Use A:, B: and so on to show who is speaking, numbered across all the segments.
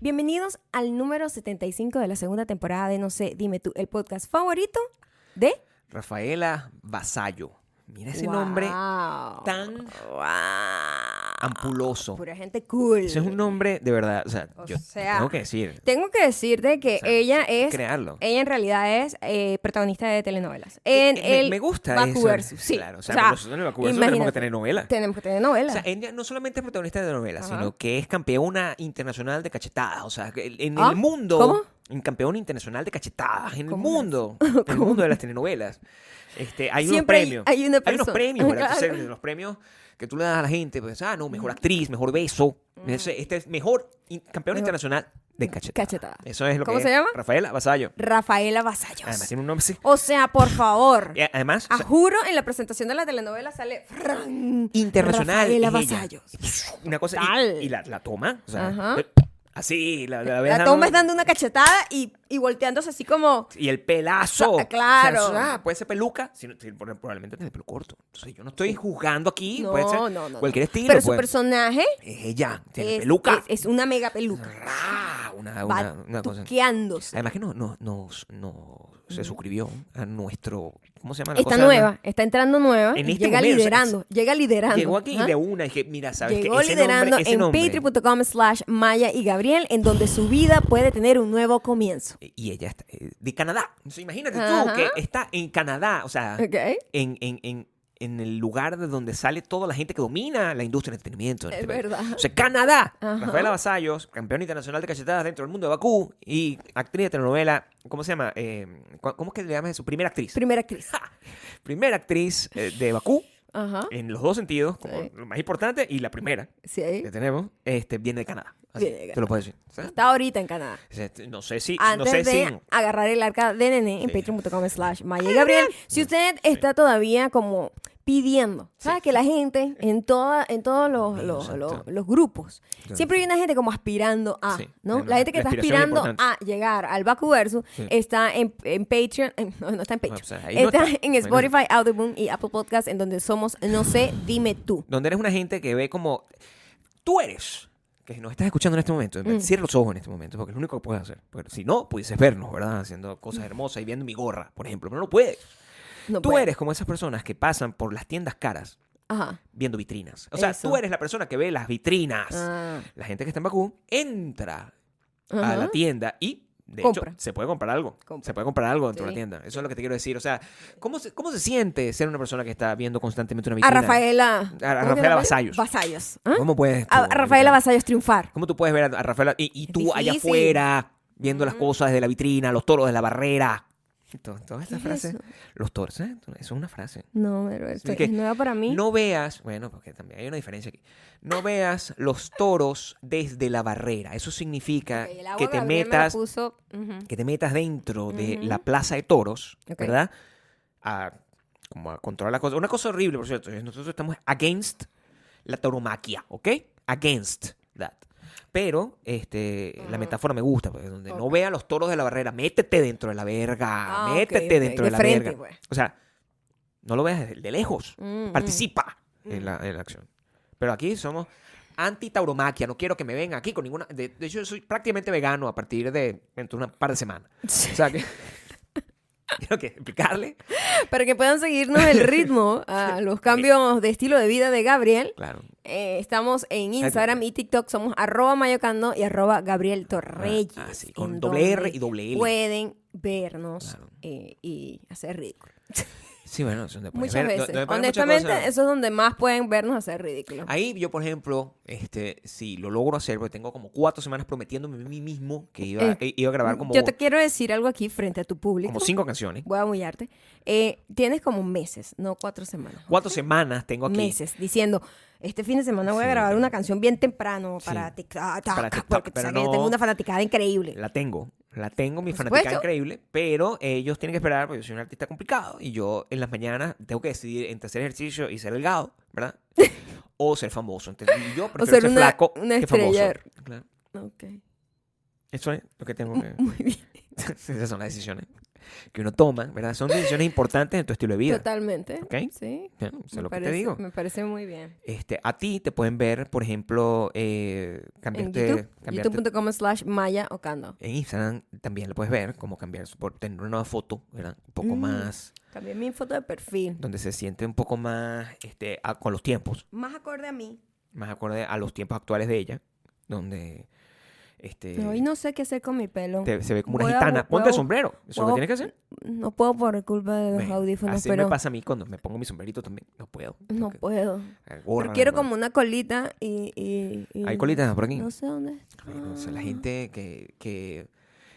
A: Bienvenidos al número 75 de la segunda temporada de No sé, dime tú, el podcast favorito de...
B: Rafaela Vasallo. Mira ese
A: Wow.
B: nombre tan
A: Wow.
B: ampuloso.
A: Pura gente cool.
B: Ese es un nombre de verdad. O sea,
A: O
B: yo
A: sea,
B: tengo que decir.
A: Tengo que decirte que
B: o sea,
A: ella es...
B: Crearlo.
A: Ella en realidad es eh, protagonista de telenovelas. En
B: Eh, me,
A: el
B: me gusta eso.
A: Vacuversus, sí.
B: Claro, o sea, nosotros en el Vacuversus tenemos que
A: imagínate,
B: tener novela.
A: Tenemos que tener novelas.
B: O sea, eh, ella no solamente es protagonista de novelas,
A: Ajá.
B: sino que es campeona internacional de cachetadas. O sea, que el- en
A: ¿Ah?
B: el mundo.
A: ¿Cómo?
B: En campeona internacional de cachetadas. En el
A: ¿Cómo es?
B: mundo. En el mundo de las telenovelas. Este, hay
A: Siempre hay-
B: unos premios.
A: hay una
B: unos
A: persona.
B: premios, ¿verdad? Entonces,
A: Claro. Mm.
B: los premios que tú le das a la gente. Pues, ah, no, mejor actriz, mejor beso. Ese- Este es mejor in- campeona
A: Mejor-
B: internacional de cachetadas.
A: Cachetada.
B: Eso es lo
A: ¿Cómo
B: que
A: se
B: es.
A: llama?
B: Rafaela Basayo.
A: Rafaela Basallos.
B: Además, tiene un nombre así.
A: O sea, por favor.
B: Y Además, o
A: A
B: sea,
A: juro, en la presentación de la telenovela sale Fran
B: internacional.
A: Rafaela
B: es ella.
A: Basallos.
B: Una cosa. y-
A: Tal.
B: Y, la, la toma. O sea,
A: Ah, Ajá.
B: eh, así. La, la ves
A: La
B: dando-
A: toma es dando una cachetada y, y volteándose así como.
B: Y el pelazo.
A: Cla- claro.
B: O sea, ah, puede ser peluca. Si no- si por- probablemente tiene el pelo corto. Entonces, yo no estoy jugando aquí.
A: No,
B: puede ser
A: no, no, no.
B: Cualquier estilo.
A: Pero su
B: pues.
A: personaje
B: Es ella. Tiene
A: es,
B: peluca.
A: es- es una mega peluca.
B: Ra, una, una,
A: Va
B: una cosa.
A: tuqueándose.
B: Además que no, no, no, no se suscribió a nuestro. ¿Cómo se llama la
A: Está
B: cosa?
A: nueva, está entrando nueva.
B: En
A: y
B: este
A: llega
B: momento, o sea,
A: liderando, llega liderando.
B: Llegó aquí y
A: Ajá.
B: de una dije, mira, sabes
A: Llegó
B: que ese
A: liderando
B: nombre, ese
A: en
B: nombre.
A: patreon.com slash Maya y Gabriel, en donde su vida puede tener un nuevo comienzo.
B: Y ella está eh, de Canadá. Entonces, imagínate tú
A: Ajá.
B: que está en Canadá, o sea,
A: ¿Ok?
B: en, en, en, en el lugar de donde sale toda la gente que domina la industria del entretenimiento. en
A: Es
B: este país.
A: verdad.
B: O sea, Canadá.
A: Ajá.
B: Rafaela Basallos, campeona internacional de cachetadas dentro del mundo de Bakú y actriz de telenovela. ¿Cómo se llama? Eh, cu- ¿Cómo es que le llamas eso? Primera actriz.
A: Primera actriz.
B: primera actriz eh, de Bakú
A: Ajá.
B: en los dos sentidos, como
A: Sí.
B: lo más importante y la primera
A: Sí.
B: que tenemos, este, viene de Canadá. Así,
A: Viene de
B: Te lo puedo decir. O sea,
A: Está ahorita en Canadá.
B: este, No sé si.
A: Antes
B: no sé
A: de
B: si.
A: agarrar el arca de nene en
B: Sí.
A: patreon.com slash Maya y Gabriel. Si usted está todavía como pidiendo, ¿sabes? Que la gente en toda, en todos los, los,
B: Exacto.
A: los- los grupos, siempre hay una gente como aspirando a,
B: Sí,
A: ¿no?
B: bueno,
A: La gente que
B: la
A: está
B: aspiración es
A: aspirando
B: importante.
A: a llegar al Baku Versus
B: Sí.
A: está en, en Patreon, en- no, no está en Patreon,
B: o sea, ahí no
A: está
B: está.
A: en
B: Bueno.
A: Spotify, Audioboom y Apple Podcast en donde somos, no sé, dime tú.
B: donde eres una gente que ve como tú eres que nos estás escuchando en este momento
A: Mm.
B: cierra los ojos en este momento porque es lo único que puedes hacer porque si no pudieses vernos verdad haciendo cosas hermosas y viendo mi gorra por ejemplo pero no puedes
A: No
B: tú
A: puedo.
B: eres como esas personas que pasan por las tiendas caras
A: Ajá.
B: viendo vitrinas o sea
A: Eso.
B: tú eres la persona que ve las vitrinas
A: Ah.
B: la gente que está en Bakú entra a
A: Ajá.
B: la tienda y de
A: Compra.
B: hecho se puede comprar algo
A: Compra.
B: se puede comprar algo dentro de
A: Sí.
B: la tienda eso es lo que te quiero decir o sea cómo se, cómo se siente ser una persona que está viendo constantemente una
A: A
B: vitrina
A: Rafaela. ¿cómo se
B: Rafaela
A: llama?
B: Vasallos.
A: Vasallos. ¿Ah?
B: ¿Cómo puedes?
A: a
B: tú,
A: Rafaela
B: Ricardo?
A: Vasallos triunfar.
B: ¿Cómo tú puedes ver a a Rafaela y, y tú allá
A: difícil.
B: afuera viendo las cosas desde la vitrina, los toros de la barrera? To- Todas estas
A: es
B: frases.
A: eso?
B: los toros, ¿eh? Eso es una frase.
A: No, pero esto
B: que
A: es nueva para mí.
B: No veas, bueno, porque también hay una diferencia aquí. No veas los toros desde la barrera. Eso significa
A: Ok, el agua
B: que te
A: Gabriel me la
B: metas,
A: puso, ujú.
B: que te metas dentro de
A: Ujú.
B: la plaza de toros,
A: Ok.
B: ¿verdad? A, como a controlar la cosa. Una cosa horrible, por cierto. es Nosotros estamos against la tauromaquia, ¿ok? Against that. Pero este, la metáfora me gusta, porque donde no
A: Ok.
B: vea los toros de la barrera, métete dentro de la verga,
A: Ah, ok,
B: métete
A: ok,
B: dentro
A: de
B: de la
A: frente,
B: verga.
A: pues.
B: O sea, no lo veas de, de lejos,
A: Mm, mm.
B: participa en, la, en la acción. Pero aquí somos anti-tauromaquia, no quiero que me vengan aquí con ninguna... De, de hecho, yo soy prácticamente vegano a partir de dentro de una par de semanas.
A: mm.
B: O sea que... Quiero que explicarle.
A: Para que puedan seguirnos el ritmo a los cambios de estilo de vida de Gabriel.
B: Claro.
A: eh, estamos en Instagram y TikTok, somos arroba mayocando y arroba Gabriel Torreyes.
B: Ah, sí,
A: en
B: con doble R y
A: donde
B: doble L.
A: Pueden vernos
B: Claro.
A: eh, y hacer ridículo.
B: Sí, bueno, son de puedes
A: Muchas
B: ver, do-
A: veces.
B: donde puedes ver muchas
A: Honestamente,
B: cosas.
A: eso es donde más pueden vernos hacer ridículo.
B: Ahí yo, por ejemplo, este, si lo logro hacer, porque tengo como cuatro semanas prometiéndome a mí mismo que iba,
A: Eh,
B: que iba a grabar como,
A: Yo te quiero decir algo aquí frente a tu público.
B: como cinco canciones.
A: Voy a humillarte. Eh, tienes como meses, no cuatro semanas.
B: Cuatro semanas tengo aquí.
A: Meses diciendo, este fin de semana voy a
B: Sí.
A: grabar una canción bien temprano para
B: Sí.
A: TikTok,
B: Para TikTok,
A: porque tú
B: pero
A: sabes que yo
B: no-
A: tengo una fanaticada increíble.
B: La tengo. La tengo, mi
A: Por
B: fanática
A: supuesto.
B: increíble, pero ellos tienen que esperar porque yo soy un artista complicado y yo en las mañanas tengo que decidir entre hacer ejercicio y ser delgado, ¿verdad? o ser famoso. Entonces, y yo prefiero
A: ser
B: ser,
A: una-
B: flaco
A: una
B: que famoso.
A: estrella.
B: Claro.
A: Ok,
B: Eso es lo que tengo que...
A: Muy bien.
B: Esas son las decisiones. que uno toma, ¿verdad? Son decisiones importantes en tu estilo de vida.
A: Totalmente.
B: ¿Ok?
A: Sí.
B: Bueno, eso es
A: me
B: lo
A: parece,
B: que te digo.
A: Me parece muy bien.
B: Este, a ti te pueden ver, por ejemplo, eh,
A: En
B: cambiarte,
A: YouTube,
B: cambiarte-
A: youtube.com slash maya ocando.
B: en Instagram también lo puedes ver, como cambiar, su- por tener una nueva foto, ¿verdad? Un poco
A: Mm.
B: más,
A: Cambié mi foto de perfil.
B: donde se siente un poco más este, a- con los tiempos,
A: Más acorde a mí.
B: más acorde a los tiempos actuales de ella, donde este,
A: Hoy no sé qué hacer con mi pelo.
B: te- se ve como una
A: voy a
B: gitana.
A: bu-
B: Ponte
A: voy
B: el
A: a-
B: sombrero, eso es lo
A: voy
B: que
A: a-
B: tienes que hacer.
A: No puedo por culpa de los
B: Bueno,
A: audífonos,
B: así
A: pero
B: me pasa a mí cuando me pongo mi sombrerito también, no puedo.
A: no
B: tengo
A: puedo.
B: que- la
A: Pero
B: gorra,
A: quiero
B: la mano.
A: como una colita y... y- y-
B: Hay colitas por aquí.
A: No sé dónde
B: Ay, no sé, la
A: está.
B: gente que, que,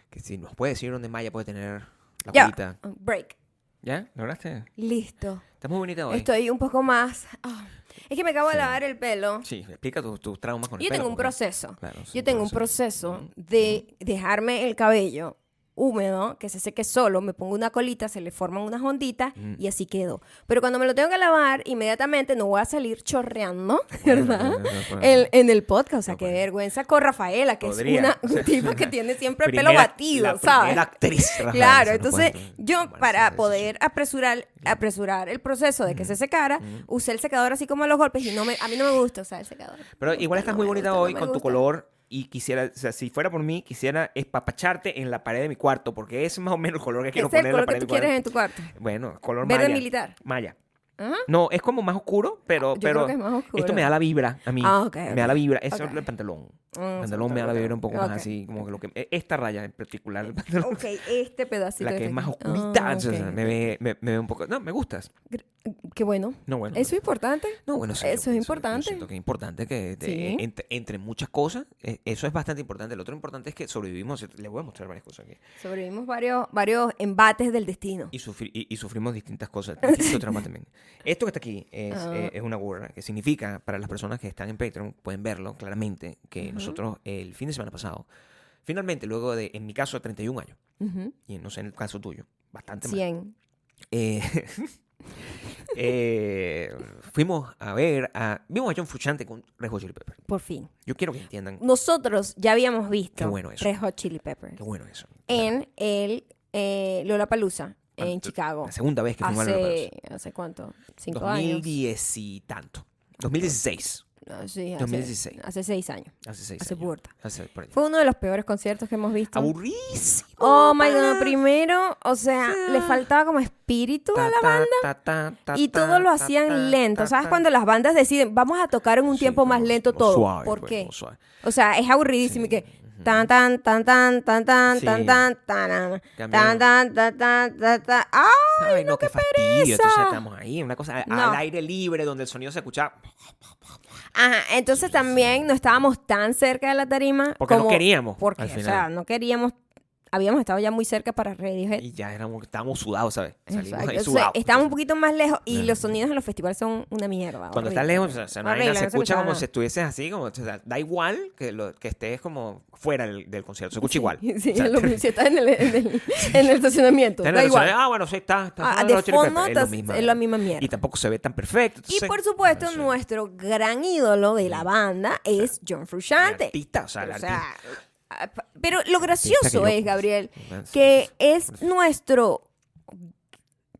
B: que si nos puede decir dónde Maya puede tener la
A: Ya.
B: colita.
A: Ah, Break.
B: ¿Ya? ¿Lograste?
A: Listo.
B: Estás muy bonita hoy.
A: Estoy un poco más... ah, Es que me acabo
B: Sí.
A: de lavar el pelo.
B: Sí, explica tus tus traumas con el
A: Yo
B: pelo,
A: tengo un
B: porque-
A: proceso.
B: Claro, es
A: Yo tengo un proceso de dejarme el cabello húmedo, que se seque solo, me pongo una colita, se le forman unas onditas
B: Mm.
A: y así quedo. Pero cuando me lo tengo que lavar, inmediatamente no voy a salir chorreando,
B: Bueno,
A: ¿verdad?
B: bueno, bueno, bueno.
A: En, en el podcast, o sea,
B: No,
A: qué
B: bueno.
A: vergüenza con Rafaela, que
B: Podría.
A: es una tipa que tiene siempre el
B: Primera-
A: pelo batido,
B: la
A: ¿sabes?
B: primera actriz. Rafael,
A: Claro,
B: se nos
A: entonces
B: cuenta.
A: yo
B: Bueno, sí, sí,
A: para
B: sí.
A: poder apresurar, apresurar el proceso de que se secara, usé el secador así como a los golpes y no me, a mí no me gusta usar el secador.
B: Pero
A: Me gusta,
B: igual estás
A: no
B: muy
A: me
B: bonita
A: gusta, no
B: hoy
A: me
B: con tu
A: gusta.
B: color y quisiera, o sea, si fuera por mí, quisiera espapacharte en la pared de mi cuarto porque es más o menos el color que
A: Ese
B: quiero
A: es el
B: poner en la
A: color
B: pared
A: que tú
B: de mi cuarto.
A: quieres en tu cuarto.
B: Bueno, color
A: Verde
B: maya.
A: militar.
B: Maya.
A: Ajá.
B: No, es como más oscuro, pero,
A: Yo creo
B: pero
A: que es más oscuro.
B: esto me da la vibra a mí.
A: Ah, ok,
B: Me da
A: ok.
B: la vibra. Eso
A: Ok.
B: es el pantalón. El
A: Mm,
B: pantalón me da la vibra un poco
A: ok.
B: más así, como que lo que... Esta raya en particular, el pantalón,
A: Ok, este pedacito.
B: la
A: de
B: que es
A: aquí.
B: más
A: Ah,
B: oscurita, o sea,
A: ok.
B: me, ve, me, me ve un poco... No, me gustas.
A: Qué bueno.
B: No, bueno.
A: ¿Eso es importante?
B: No, bueno, sí, yo
A: Eso es
B: pienso- yo
A: importante.
B: siento que es importante que te-
A: Sí.
B: entre, entre muchas cosas, eh, eso es bastante importante. Lo otro importante es que sobrevivimos, le voy a mostrar varias cosas aquí.
A: Sobrevivimos varios, varios embates del destino.
B: Y, sufri- y- y sufrimos distintas cosas, distintos traumas también. Esto que está aquí es,
A: Ah.
B: eh, es una gorra, que significa, para las personas que están en Patreon, pueden verlo claramente, que nosotros el fin de semana pasado, finalmente, luego de, en mi caso, 31 años,
A: Ujú.
B: y no sé en el caso tuyo, bastante más,
A: 100.
B: eh, eh, fuimos a ver a... Vimos a John Frusciante con Red Hot Chili Pepper.
A: Por fin.
B: Yo quiero que entiendan
A: Nosotros ya habíamos visto
B: Qué bueno eso.
A: Red Hot Chili Peppers
B: qué bueno eso.
A: en el eh, Lollapalooza en
B: Bueno,
A: Chicago.
B: La segunda vez que fuimos a
A: Hace,
B: Lollapalooza.
A: ¿Hace cuánto? ¿Cinco años?
B: 2010 y tanto. 2016.
A: No, Ah, sí, hace,
B: 2016.
A: Hace seis años.
B: Hace seis
A: Hace
B: años.
A: burda.
B: Hace por ahí.
A: Fue uno de los peores conciertos que hemos visto.
B: Aburrísimo.
A: Oh my god,
B: pana.
A: primero, o sea,
B: sea,
A: le faltaba como espíritu a
B: Ta,
A: la
B: ta,
A: banda
B: ta, ta, ta,
A: y
B: ta,
A: todo lo
B: ta,
A: hacían
B: ta,
A: lento.
B: ta,
A: ¿Sabes
B: ta.
A: cuando las bandas deciden, vamos a tocar en un
B: Sí,
A: tiempo más
B: como-
A: lento
B: como
A: todo?
B: suave,
A: ¿Por
B: pues,
A: qué?
B: como suave.
A: O sea, es aburridísimo y
B: Sí,
A: que tan tan tan tan tan tan
B: Sí.
A: tan tan tan tan
B: Cambiaron.
A: tan tan tan tan tan ¡Ah!
B: Ay, no, qué, fastidio. Entonces
A: pereza.
B: estamos ahí, una cosa a-
A: No.
B: al aire libre donde el sonido se escuchaba.
A: Ajá, entonces también no estábamos tan cerca de la tarima
B: Porque no
A: como-
B: queríamos,
A: Porque,
B: al
A: o
B: final.
A: sea, no queríamos habíamos estado ya muy cerca para Radiohead.
B: Y ya éramos, estábamos sudados, ¿sabes? Salimos
A: Exacto.
B: ahí
A: O sea,
B: sudados.
A: estamos un poquito más lejos y
B: Ajá.
A: los sonidos en los festivales son una mierda. horrible.
B: Cuando estás lejos, o sea, una vaina
A: Horrible,
B: se
A: no
B: escucha como
A: Ah, escuchaba.
B: si estuvieses así, como, o sea, da igual que, lo, que estés como fuera del, del concierto, se escucha igual.
A: Sí,
B: O sea,
A: es lo mismo, si estás en el, en el- en el estacionamiento.
B: está en
A: da
B: la
A: igual.
B: relación, Ah, bueno, sí, está. está
A: Ah,
B: sonando
A: de
B: los Chili Peppers,
A: fondo
B: es, lo
A: estás-
B: mismo,
A: es la misma mierda.
B: Y tampoco se ve tan
A: Y
B: perfecto. entonces,
A: por supuesto,
B: no sé,
A: nuestro gran ídolo de la banda es John
B: la
A: Frusciante.
B: Artista, o sea, la
A: O
B: artista.
A: sea, ah, pa- pero lo gracioso
B: yo
A: es,
B: conozco.
A: Gabriel,
B: Ah, sí,
A: que es nuestro...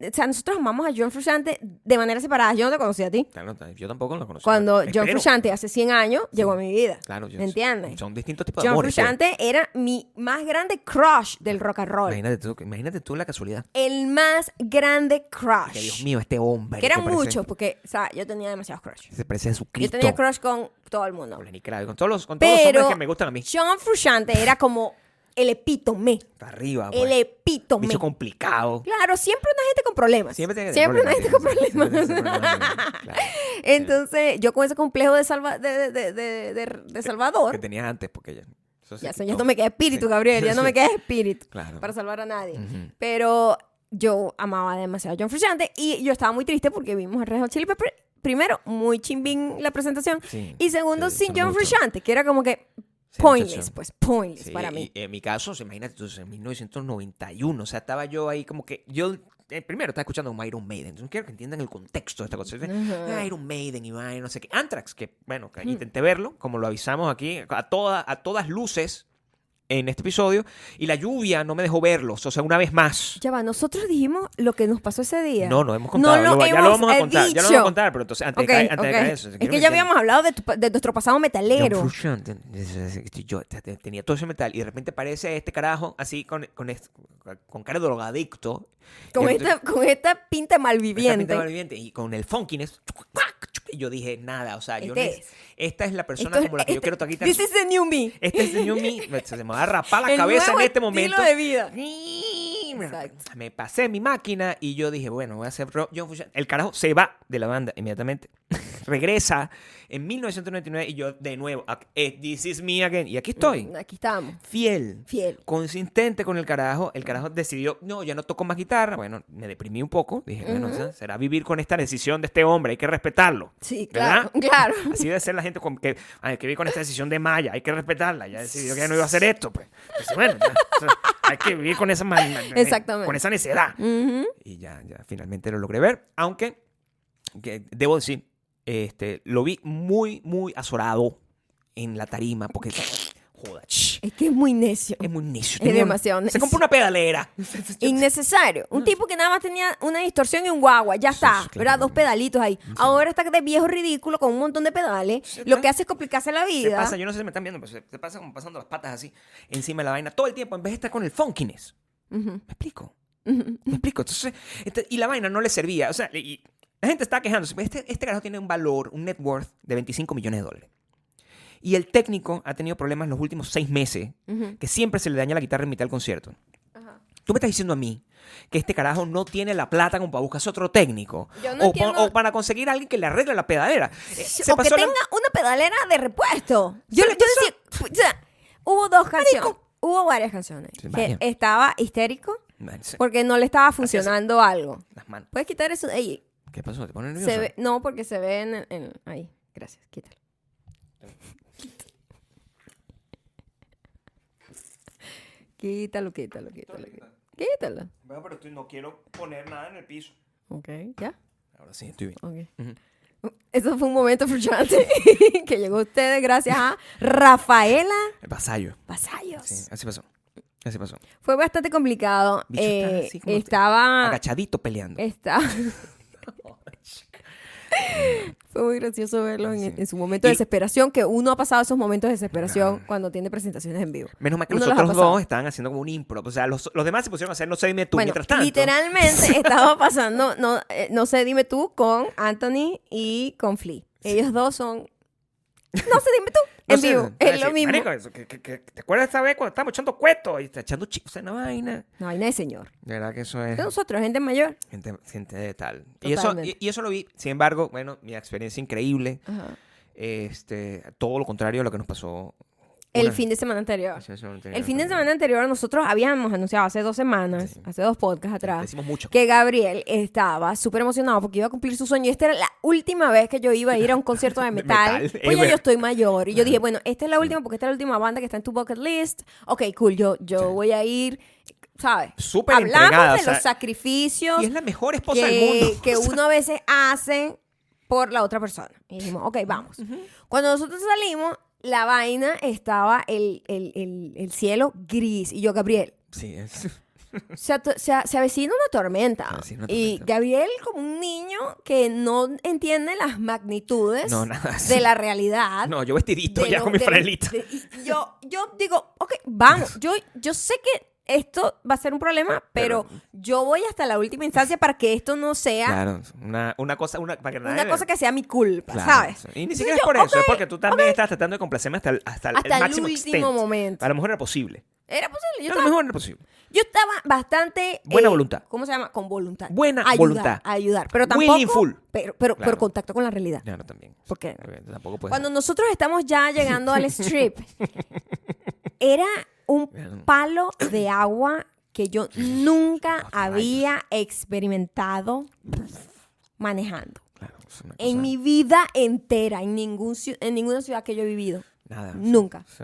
A: O sea, nosotros amamos a John Frusciante de manera separada. Yo no te conocí a ti.
B: Claro, no, yo tampoco lo conocí.
A: Cuando
B: Espero.
A: John Frusciante hace 100 años llegó a mi vida.
B: Claro, yo-
A: ¿Me entiendes?
B: Son distintos tipos de
A: John
B: amores. pero-
A: Frusciante era mi más grande crush del rock and roll.
B: Imagínate tú, imagínate tú la casualidad.
A: El más grande crush.
B: Que Dios mío, este hombre.
A: que eran
B: parece-
A: muchos, porque, o sea, yo tenía demasiados crush.
B: Se parece a
A: Yo
B: Jesucristo.
A: tenía crush con todo el mundo.
B: Con Lenny Kravitz, con todos los, con todos los hombres
A: Pero
B: que me gustan a mí.
A: John Frusciante era como el epítome.
B: Arriba,
A: El
B: pues.
A: epítome.
B: Bicho complicado.
A: Claro, siempre una gente con problemas.
B: Siempre tiene que
A: una gente con problemas.
B: Claro.
A: Entonces, yo con ese complejo de, salva- de, de- de- de- de Salvador,
B: que tenías antes, porque ya. eso se
A: Ya, o sea, ya
B: quitó.
A: no me queda espíritu,
B: Sí.
A: Gabriel, ya no me queda espíritu
B: Claro.
A: para salvar a nadie.
B: Ujú.
A: Pero yo amaba demasiado a John Frusciante y yo estaba muy triste porque vimos a Red Hot Chili Peppers. Primero, muy chimbín la presentación.
B: Sí,
A: y segundo,
B: sí,
A: sin
B: son
A: John
B: muchos.
A: Frusciante, que era como que
B: Sí,
A: pointless,
B: muchacho.
A: pues, pointless
B: Sí,
A: para mí.
B: y en mi caso, se imagínate, entonces, en 1991, o sea, estaba yo ahí como que yo eh, primero estaba escuchando como Iron Maiden, entonces quiero que entiendan el contexto de esta cosa. Entonces,
A: Ajá.
B: Iron Maiden y vaina, no sé qué. Anthrax, que bueno, que intenté verlo, como lo avisamos aquí, a toda, a todas luces en este episodio y la lluvia no me dejó verlos. O sea, una vez más.
A: Ya va, nosotros dijimos lo que nos pasó ese día.
B: No, no hemos contado.
A: No lo
B: lo- ya lo
A: hemos,
B: vamos a
A: eh,
B: contar. Ya lo vamos
A: dicho.
B: a contar, pero entonces antes,
A: Ok,
B: de, caer- antes de
A: ok.
B: caer eso,
A: es
B: quiero
A: que ya
B: meter-
A: habíamos hablado de, tu pa- de nuestro pasado metalero.
B: John Frusciante, estoy Yo este, te- te- tenía todo ese metal y de repente aparece este carajo así con, con, este- con cara de drogadicto.
A: Con
B: Y
A: esta, con esta pinta
B: Esta
A: malviviente.
B: pinta malviviente, Y con el funkiness. Y yo dije, nada, o sea, yo
A: Este
B: no-
A: es.
B: esta es la persona
A: Esto es-
B: como la que yo
A: este-
B: quiero taquita.
A: This is the new me.
B: Este es el señor mí, se me va a rapar la
A: El
B: cabeza en
A: nuevo
B: este
A: estilo
B: momento.
A: de vida. Exacto.
B: Me, me pasé mi máquina y yo dije, bueno, voy a hacer rock, John Frusciante. El carajo se va de la banda inmediatamente. Regresa en 1999 y yo de nuevo, ac- eh, this is me again. Y aquí estoy
A: Aquí estamos.
B: fiel,
A: Mm, Fiel.
B: consistente con el carajo. El carajo decidió, no, ya no toco más guitarra. Bueno, me deprimí un poco. Dije, bueno, o sea, será vivir con esta decisión de este hombre, hay que respetarlo.
A: Sí, claro.
B: ¿Verdad?
A: Claro.
B: Así debe ser la gente con que, ay, que vive con esta decisión de Maya, hay que respetarla. Ya decidió que ya no iba a hacer esto, pues. Entonces, bueno, ya, o sea, hay que vivir con esa, ma- ma-
A: Exactamente.
B: con esa necedad.
A: Ujú.
B: Y ya, ya finalmente lo logré ver, aunque que debo decir, este, lo vi muy, muy azorado en la tarima, porque joda, ch,
A: Es que es muy necio.
B: es muy necio.
A: Es
B: Tenía una-
A: demasiado
B: Se
A: necio.
B: compró una pedalera.
A: Innecesario. Un tipo que nada más tenía una distorsión y un guagua, ya
B: Mm. Sí,
A: está.
B: sí, claro.
A: ¿Verdad? Dos pedalitos ahí. Ahora está de viejo ridículo con un montón de pedales. Lo que hace es complicarse la
B: Se
A: vida.
B: pasa, yo no sé si me están viendo, pero se, se pasa como pasando las patas así encima de la vaina todo el tiempo en vez de estar con el funkiness.
A: Ujú.
B: ¿Me explico? ¿Me explico? Entonces, este- y la vaina no le servía. O sea, y- y la gente estaba quejándose. pero Este, este carajo tiene un valor, un net worth de 25 millones de dólares. Y el técnico ha tenido problemas los últimos seis meses, que siempre se le daña la guitarra en mitad del concierto. Tú me estás diciendo a mí que este carajo no tiene la plata como para buscarse otro técnico.
A: Yo no
B: o, pa-
A: entiendo-
B: o para conseguir a alguien que le arregle la pedalera. Eh, se
A: o que
B: pasó la-
A: tenga una pedalera de repuesto. Yo,
B: Se
A: yo
B: pasó-
A: decía, o sea, hubo dos canciones. Hubo varias canciones.
B: Sí,
A: que
B: varias.
A: estaba histérico
B: Man, se-
A: porque no le estaba funcionando algo.
B: Las manos.
A: ¿Puedes quitar eso? Ey,
B: ¿Qué pasó? ¿Te pones nervioso?
A: se ve- no, porque se ve en, el- en- Ahí, gracias, quítalo. Quítalo, quítalo, quítalo. quítalo. Quítalo.
B: Bueno, pero no quiero poner nada en el piso.
A: Ok, ya.
B: Ahora sí, estoy bien.
A: Ok. Eso fue un momento frustrante que llegó a ustedes gracias a Rafaela
B: El vasallo.
A: Pasallos.
B: Sí, así pasó. Así pasó.
A: Fue bastante complicado.
B: Bicho, estaba
A: Eh,
B: así como
A: estaba.
B: Agachadito peleando.
A: Está. Fue muy gracioso verlo en, en su momento de
B: Y-
A: desesperación, que uno ha pasado esos momentos de desesperación cuando tiene presentaciones en vivo.
B: Menos mal que
A: Uno
B: los
A: los ha
B: otros
A: pasado.
B: dos estaban haciendo como un impro. O sea, los, los demás se pusieron a hacer no sé dime tú
A: bueno,
B: mientras tanto.
A: literalmente estaba pasando, no, eh, no sé, dime tú, con Anthony y con Flea. Ellos dos son. No sé, dime tú,
B: No
A: en
B: sé,
A: vivo.
B: van a
A: Es
B: decir,
A: lo mismo.
B: "Marico, eso, que- que- que- ¿Te acuerdas esta vez cuando estábamos echando cuetos y está echando chicos en la vaina?
A: No, vaina de señor.
B: De verdad que eso es.
A: Que nosotros, gente mayor.
B: Gente, gente de tal. Y eso, y,
A: Totalmente.
B: y eso lo vi. Sin embargo, bueno, mi experiencia increíble.
A: Ajá.
B: Este, todo lo contrario a lo que nos pasó.
A: El
B: una-
A: fin de semana anterior.
B: Sí, eso no tenía
A: El fin de
B: problema.
A: semana anterior nosotros habíamos anunciado hace dos semanas, hace dos podcasts atrás,
B: Decimos mucho.
A: que Gabriel estaba súper emocionado porque iba a cumplir su sueño. Y esta era la última vez que yo iba a ir a un concierto de metal.
B: metal, eh,
A: Oye,
B: ever.
A: yo estoy mayor. Y yo dije, bueno, esta es la última porque esta es la última banda que está en tu bucket list. Ok, cool, yo, yo voy a ir, ¿sabes?
B: Súper
A: Hablamos
B: entregada,
A: de
B: o sea,
A: los sacrificios
B: Y es la mejor esposa del
A: que,
B: mundo.
A: que
B: O sea,
A: uno a veces hace por la otra persona. Y dijimos, ok, vamos. Cuando nosotros salimos, la vaina estaba el, el- el- el cielo gris. Y yo, Gabriel,
B: Sí, es.
A: se, ato- se a- se avecina una tormenta.
B: Se avecina una
A: Y
B: tormenta.
A: Gabriel, como un niño que no entiende las magnitudes
B: No, nada, sí.
A: de la realidad.
B: No, yo vestidito
A: Ah, de
B: ya
A: lo-
B: con mi
A: de lo-
B: franelita.
A: de- y yo, yo digo, ok, vamos. Yo, yo sé que esto va a ser un problema, pero, yo voy hasta la última instancia para que esto no sea
B: Claro, una, una cosa, una, para que
A: una
B: nadie-
A: cosa que sea mi culpa,
B: Claro,
A: ¿sabes?
B: sí. Y ni
A: Entonces
B: siquiera es
A: yo,
B: por eso,
A: ok,
B: es porque tú también estás tratando de complacerme hasta el, hasta el- el
A: Hasta el
B: máximo
A: último
B: extent.
A: momento.
B: A lo mejor era posible.
A: Era posible. Yo
B: a lo
A: estaba,
B: mejor era posible.
A: yo estaba bastante. eh,
B: Buena voluntad.
A: ¿Cómo se llama? Con voluntad.
B: Buena
A: Ayudar,
B: voluntad.
A: Ayudar. Pero
B: Willing
A: tampoco.
B: full.
A: Pero, pero,
B: Claro.
A: pero contacto con la realidad.
B: Ya, pues. no, también.
A: ¿Por qué?
B: Porque Tampoco puede
A: Cuando
B: ser.
A: nosotros estamos ya llegando al strip, era un palo de agua que yo nunca había experimentado manejando.
B: Claro, es una cosa-
A: En mi vida entera, en, ningún, ciu- en ninguna ciudad que yo he vivido.
B: Nada.
A: Nunca.
B: Sí.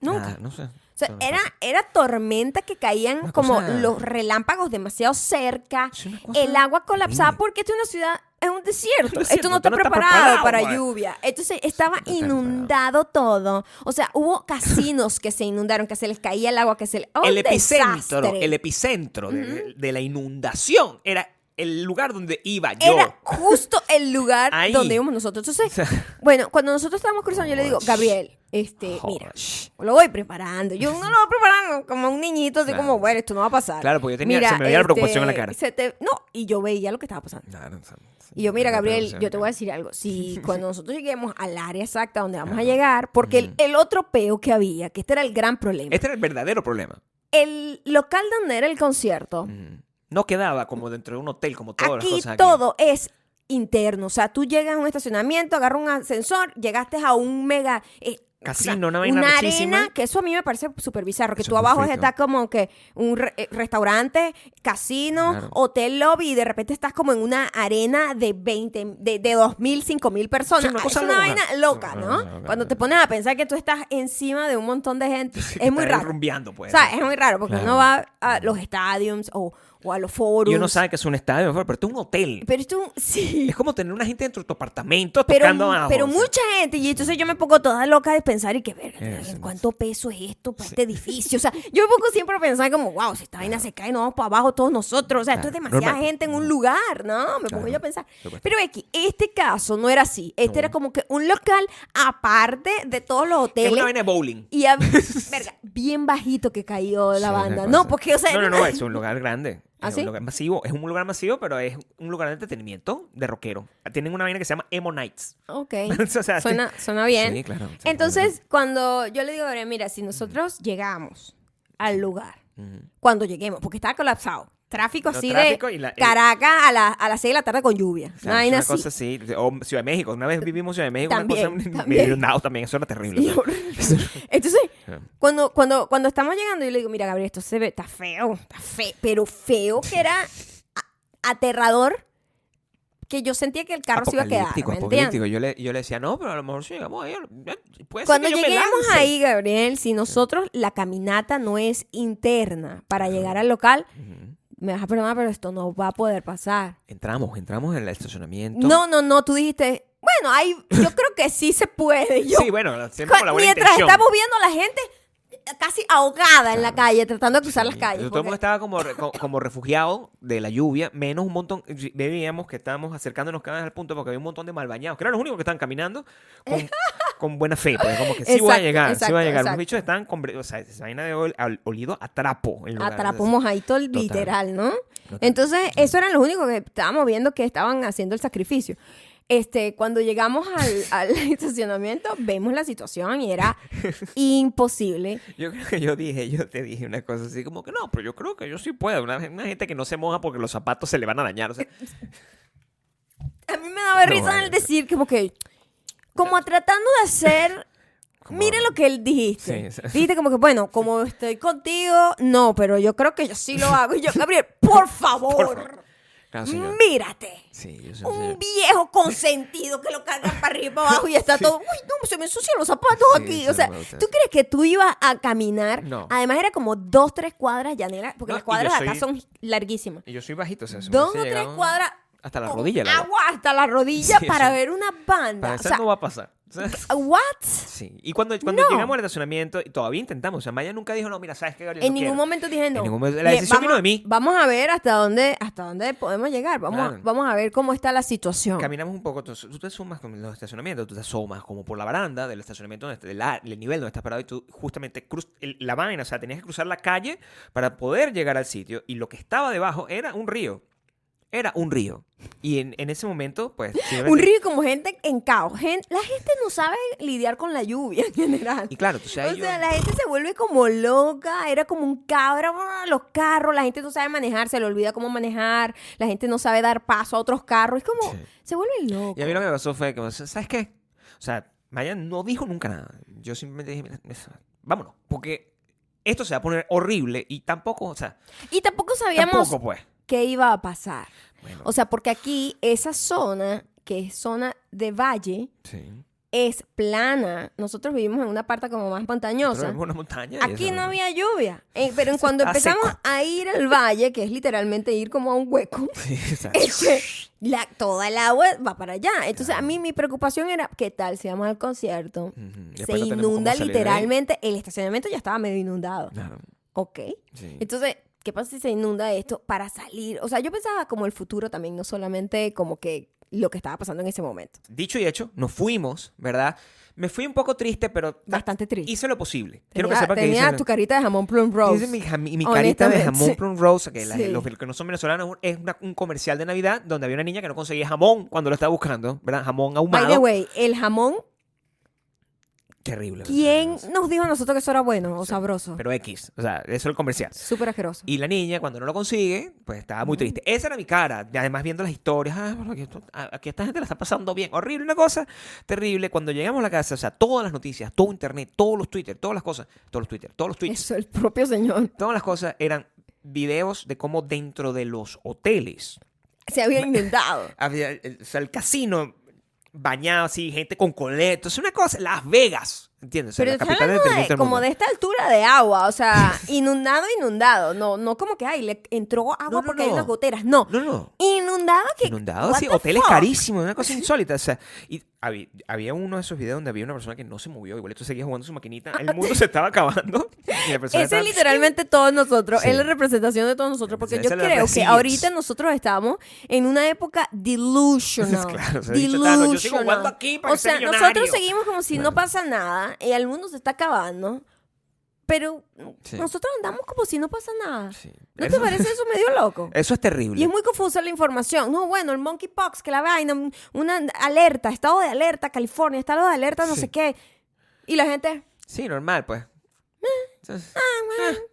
A: Nunca.
B: Nada, no sé.
A: O sea,
B: Eso no
A: era,
B: pasa.
A: era tormenta que caían
B: Una
A: como
B: cosa-
A: los relámpagos demasiado cerca.
B: Es una cosa
A: El agua colapsaba
B: horrible.
A: porque esta es una ciudad es un desierto.
B: desierto,
A: Esto no está
B: tú no estás
A: preparado,
B: preparado,
A: para
B: güey.
A: lluvia. Entonces estaba
B: No está
A: inundado todo. O sea, hubo casinos que se inundaron, que se les caía el agua, que se les... ¡Oh,
B: el
A: un
B: epicentro,
A: desastre!
B: el epicentro de, de la inundación era el lugar donde iba yo.
A: Era justo el lugar
B: Ahí.
A: donde íbamos nosotros. Entonces,
B: O sea-
A: bueno, cuando nosotros estábamos cruzando, yo le digo,
B: Joder.
A: Gabriel, este,
B: Joder.
A: mira, lo voy preparando. Yo no lo voy preparando como un niñito, así
B: Claro.
A: como, bueno, esto no va a pasar. este,
B: Claro, porque yo tenía- se me veía la preocupación en la cara.
A: se te- no, y yo veía lo que estaba pasando.
B: No, no, o sea,
A: Y yo, mira,
B: no,
A: Gabriel,
B: pero, o sea,
A: yo te voy a decir algo. Si cuando nosotros lleguemos al área exacta donde vamos a llegar, porque el, el otro peo que había, que este era el gran problema,
B: Este era el verdadero problema.
A: el local donde era el concierto,
B: Mm. No quedaba como dentro de un hotel, como todas las
A: aquí
B: cosas. aquí.
A: todo es interno. O sea, tú llegas a un estacionamiento, agarras un ascensor, llegaste a un mega... eh, o
B: Casino,
A: sea,
B: una vaina rechísima.
A: arena, que eso a mí me parece súper bizarro, que
B: Eso
A: tú
B: es muy
A: abajo
B: frito.
A: estás como que un re- eh, restaurante, casino,
B: Claro.
A: hotel lobby, y de repente estás como en una arena de 20, de, de 2.000, 5.000 personas.
B: Sí, una cosa
A: es una
B: loca.
A: vaina loca, ¿no?
B: Ah, ok,
A: Cuando te
B: ok.
A: pones a pensar que tú estás encima de un montón de gente, es muy raro.
B: rumbeando, pues.
A: O sea, es muy raro porque
B: Claro.
A: uno va a los estadios o, o a los foros.
B: Y uno sabe que es un estadio, pero esto es un hotel.
A: Pero tú, sí.
B: Es como tener una gente dentro de tu apartamento
A: Pero,
B: tocando abajo.
A: pero
B: o sea.
A: mucha gente, y entonces yo me pongo toda loca de pensar y que verga,
B: Eso,
A: ¿en cuánto peso es esto para este edificio? O sea, yo me pongo siempre a pensar como, wow, si esta vaina se cae, nos vamos para abajo todos nosotros. O sea, esto es
B: Claro,
A: demasiada
B: normal.
A: gente en un lugar, ¿no? Me pongo
B: Claro,
A: yo a pensar.
B: supuesto.
A: Pero X, este caso no era así. Este era como que un local aparte de todos los
B: Es una
A: hoteles.
B: vaina de bowling.
A: Y a- verga, bien bajito que cayó la
B: Sí,
A: banda.
B: una
A: No,
B: cosa.
A: porque, o sea,
B: No, no,
A: era-
B: no, es un lugar grande.
A: ¿Ah,
B: es
A: sí?
B: un lugar masivo. Es un lugar masivo, pero es un lugar de entretenimiento de rockero. Tienen una vaina que se llama Emo Nights.
A: Ok.
B: O sea,
A: suena, suena bien.
B: Sí, claro. Sí,
A: Entonces, cuando yo le digo, "Gabriel, mira, si nosotros llegamos al lugar,
B: Ujú.
A: cuando lleguemos, porque estaba colapsado, tráfico
B: No,
A: así
B: tráfico
A: de
B: y la- el-
A: Caracas a, la- a las 6 de la tarde con lluvia.
B: O sea,
A: Una
B: es
A: vaina
B: una
A: así.
B: cosa así. O Ciudad de México. Una vez vivimos en Ciudad de México. una
A: También,
B: cosa
A: también.
B: medio nao también. Eso era terrible.
A: Y
B: o sea.
A: horrible. Entonces,
B: Ah.
A: cuando, cuando, cuando estamos llegando, yo le digo, mira, Gabriel, esto se ve, está feo, está feo, pero feo que era a- aterrador, que yo sentía que el carro se iba a quedar.
B: Apocalíptico,
A: ¿me entiendes?
B: apocalíptico. Yo le, yo le decía, no, pero a lo mejor si llegamos ahí, eh, puede ser
A: Cuando
B: que yo me
A: lleguemos
B: lance".
A: ahí, Gabriel, si nosotros la caminata no es interna para llegar al local,
B: Ujú.
A: me vas a perdonar, pero esto no va a poder pasar.
B: Entramos, entramos en el estacionamiento.
A: No, no, no, tú dijiste, bueno, ahí yo creo que sí se puede. Yo,
B: sí, bueno, siempre
A: cua-
B: con la buena
A: mientras
B: intención.
A: estamos viendo a la gente eh, casi ahogada en la calle, tratando de cruzar las
B: Sí,
A: calles.
B: Todo el
A: porque-
B: mundo estaba como, re- co- como refugiado de la lluvia, menos un montón. Veíamos que estábamos acercándonos cada vez al punto porque había un montón de malbañados, que eran los únicos que estaban caminando con, con buena fe. Pues, como que sí voy a
A: Exacto,
B: llegar, sí voy
A: exacto,
B: a llegar.
A: exacto.
B: Los bichos estaban con. O sea, esa vaina de ol- al- olido a trapo. en lugar de-
A: Atrapo mojadito literal, ¿no? Entonces, eso eran los únicos que estábamos viendo que estaban haciendo el sacrificio. Este, cuando llegamos al, al estacionamiento, vemos la situación y era imposible.
B: Yo creo que yo dije, yo te dije una cosa así como que no, pero yo creo que yo sí puedo. Una, una gente que no se moja porque los zapatos se le van a dañar. O sea,
A: A mí me daba
B: No,
A: risa el
B: vale.
A: decir como que, como tratando de hacer,
B: como-
A: mira lo que él dijiste.
B: Sí, exacto.
A: Dijiste como que, bueno, como estoy contigo, no, pero yo creo que yo sí lo hago. Y yo, Gabriel, por favor,
B: Por favor. Claro, señor.
A: mírate.
B: Ah, Sí, yo soy un
A: Un
B: señor.
A: viejo consentido que lo cargan para arriba y para abajo y está todo, uy, no, se me ensucian los zapatos
B: Sí,
A: aquí.
B: eso
A: O sea,
B: no me gusta.
A: ¿tú crees que tú ibas a caminar?
B: No.
A: Además era como dos, tres cuadras llaneras, porque
B: No,
A: las
B: y yo
A: cuadras de acá
B: soy-
A: son larguísimas.
B: Y yo soy bajito, o sea, si me
A: Dos o
B: hubiese
A: tres
B: llegado
A: cuadras.
B: Hasta la
A: con
B: rodilla, la verdad.
A: Agua hasta la rodilla
B: Sí,
A: para
B: eso-
A: ver una banda.
B: Para
A: O
B: eso
A: sea,
B: no va a pasar. O sea,
A: ¿what?
B: sí. Y cuando, cuando
A: No.
B: llegamos al estacionamiento, y todavía intentamos. O sea, Maya nunca dijo, no, mira, ¿sabes qué, Gabriel?
A: En
B: No
A: ningún
B: quiero".
A: momento dije no.
B: ningún momento- la
A: Bien,
B: decisión vino de mí.
A: Vamos a ver hasta dónde, hasta dónde podemos llegar. Vamos, a,
B: Claro.
A: vamos a ver cómo está la situación.
B: Caminamos un poco, entonces, tú te asomas con los estacionamientos, tú te asomas como por la baranda del estacionamiento, donde, del, a- del nivel donde estás parado y tú justamente cruz, el- la vaina, o sea, tenías que cruzar la calle para poder llegar al sitio y lo que estaba debajo era un río, era un río. Y en, en ese momento, pues...
A: Un
B: simplemente-
A: río como gente en caos. Gen- la gente no sabe lidiar con la lluvia en general.
B: Y claro, tú sabes...
A: O
B: yo-
A: sea, la gente se vuelve como loca, era como un cabra, ¡ah! los carros, la gente no sabe manejar, se le olvida cómo manejar, la gente no sabe dar paso a otros carros, es como,
B: Sí.
A: se vuelve loco.
B: Y a mí lo que me pasó fue que, o sea, ¿sabes qué? O sea, Maya no dijo nunca nada. Yo simplemente dije, "Mira, eso, vámonos, porque esto se va a poner horrible y tampoco, o sea,
A: Y tampoco sabíamos
B: tampoco pues.
A: qué iba a pasar.
B: Bueno,
A: O sea, porque aquí, esa zona, que es zona de valle,
B: sí.
A: es plana. Nosotros vivimos en una parte como más montañosa.
B: Pero es una montaña. y
A: Aquí
B: eso-
A: no había lluvia. Eh, pero en cuando
B: Está
A: empezamos
B: seco.
A: a ir al valle, que es literalmente ir como a un hueco,
B: Sí, exacto.
A: este, la, toda el agua va para allá. Entonces, a mí mi preocupación era, ¿qué tal si vamos al concierto?
B: Ujú. Después
A: Se
B: no Mm, tenemos
A: inunda
B: cómo salir de ahí.
A: literalmente. El estacionamiento ya estaba medio inundado.
B: Claro,
A: Ok.
B: sí.
A: Entonces, ¿qué pasa si se inunda esto para salir? O sea, yo pensaba como el futuro también, no solamente como que lo que estaba pasando en ese momento.
B: Dicho y hecho, nos fuimos, ¿verdad? Me fui un poco triste, pero
A: Bastante triste.
B: hice lo posible. Quiero
A: Tenía,
B: que sepa que
A: tenía
B: hice lo-
A: tu carita de jamón plum rose.
B: Dice mi, jam- mi carita de
A: Honestamente,
B: jamón
A: sí.
B: plum rose, que la-
A: Sí.
B: los que no son venezolanos, es una- un comercial de Navidad donde había una niña que no conseguía jamón cuando lo estaba buscando, ¿verdad? Jamón
A: By the
B: ahumado.
A: way, el jamón,
B: Terrible.
A: ¿quién
B: ¿verdad?
A: nos dijo a nosotros que eso era bueno o
B: Sí,
A: sabroso?
B: Pero X, o sea, eso es el comercial.
A: Súper asqueroso.
B: Y la niña, cuando no lo consigue, pues estaba muy triste. Esa era mi cara. Y además, viendo las historias, ah, bueno, aquí, esto- a- aquí esta gente la está pasando bien. Horrible, una cosa terrible. Cuando llegamos a la casa, o sea, todas las noticias, todo internet, todos los Twitter, todas las cosas, todos los Twitter, todos los tweets,
A: Eso, el propio señor.
B: todas las cosas eran videos de cómo dentro de los hoteles
A: Se había inventado.
B: había el, o sea, el casino bañado así, gente con coletos, es una cosa, Las Vegas, ¿entiendes? O sea,
A: Pero
B: la
A: está
B: capital del
A: hablando de-
B: entretenimiento del
A: como
B: mundo.
A: de esta altura de agua, o sea, inundado, inundado. No, no como que, ay, le entró agua
B: No, no,
A: porque hay
B: no.
A: unas goteras. No.
B: No, no.
A: Inundado que.
B: Inundado,
A: what
B: sí,
A: the
B: hoteles
A: fuck?
B: carísimos, una cosa insólita. O sea, y había, había uno de esos videos donde había una persona que no se movió, igual esto seguía jugando su maquinita, el mundo se estaba acabando. Y la persona
A: Ese
B: estaba-
A: es literalmente todos nosotros,
B: Sí.
A: es la representación de todos nosotros, porque
B: Esa
A: yo
B: es la
A: creo que
B: resilience.
A: ahorita nosotros estamos en una época delusional.
B: Claro, o sea, dicho, claro,
A: delusional.
B: yo sigo jugando aquí para
A: o
B: que sea
A: sea,
B: millonario.
A: nosotros seguimos como si no
B: Claro.
A: pasa nada y el mundo se está acabando, pero
B: Sí.
A: nosotros andamos como si no pasa nada.
B: Sí.
A: ¿No
B: Eso-
A: te parece eso medio loco?
B: Eso es terrible.
A: Y es muy confusa la información. No, bueno, el monkeypox, que la vaina, un- una alerta, estado de alerta, California, estado de alerta, no
B: Sí.
A: sé qué. Y la gente,
B: Sí, normal, pues. Entonces, ah,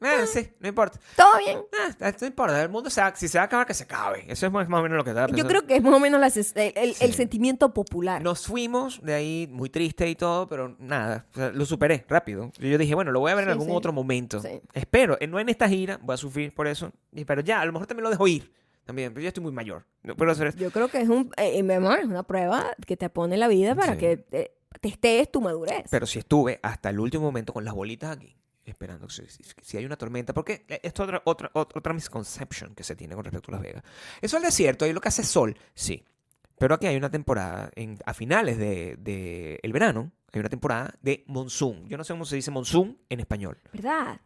B: ah, sí, no importa.
A: todo bien.
B: Ah, no importa, el mundo se va- si se va a acabar, que se acabe. Eso es más, más o menos lo que estaba
A: Yo
B: pensando.
A: creo que es más o menos la ses- el, el- el
B: Sí.
A: sentimiento popular.
B: Nos fuimos de ahí muy triste y todo, pero nada, o sea, lo superé rápido. Y Yo dije, bueno, lo voy a ver en
A: Sí,
B: algún
A: sí.
B: otro momento.
A: Sí.
B: Espero, eh, no en esta gira, voy a sufrir por eso, y- pero ya, a lo mejor también lo dejo ir. También, pero yo estoy muy mayor. No puedo hacer esto.
A: Yo creo que es un, eh, eh, mi amor, es una prueba que te pone la vida para
B: Sí.
A: que eh, testees tu madurez.
B: Pero si estuve hasta el último momento con las bolitas aquí, esperando que si, si- si hay una tormenta, porque eh, esto es otra, otra, otra, otra misconception que se tiene con respecto a Las Vegas. Eso es desierto, ahí lo que hace es sol, sí. Pero aquí hay una temporada, en, a finales de, de el verano, hay una temporada de monsoon. Yo no sé cómo se dice monsoon en español,
A: ¿Verdad?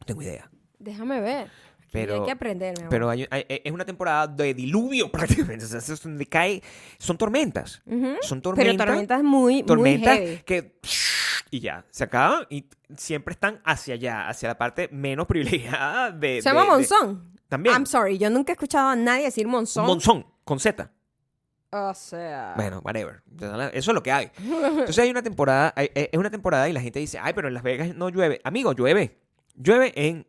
B: no tengo idea.
A: Déjame ver. Aquí
B: Pero-
A: hay que aprender, mi amor.
B: Pero hay- hay- es una temporada de diluvio prácticamente, o sea, es donde cae, son tormentas.
A: Ujú.
B: Son
A: ¿Eh? Pero
B: tormentas.
A: tormentas muy,
B: tormentas
A: muy heavy.
B: que y ya se acaban y siempre están hacia allá hacia la parte menos privilegiada de
A: Se llama
B: de- de-
A: monzón.
B: también
A: I'm sorry, yo nunca he escuchado a nadie decir monzón.
B: monzón con Z
A: O sea.
B: bueno whatever eso es lo que hay entonces hay una temporada hay- eh, es una temporada y la gente dice ay pero en Las Vegas no llueve amigo llueve llueve en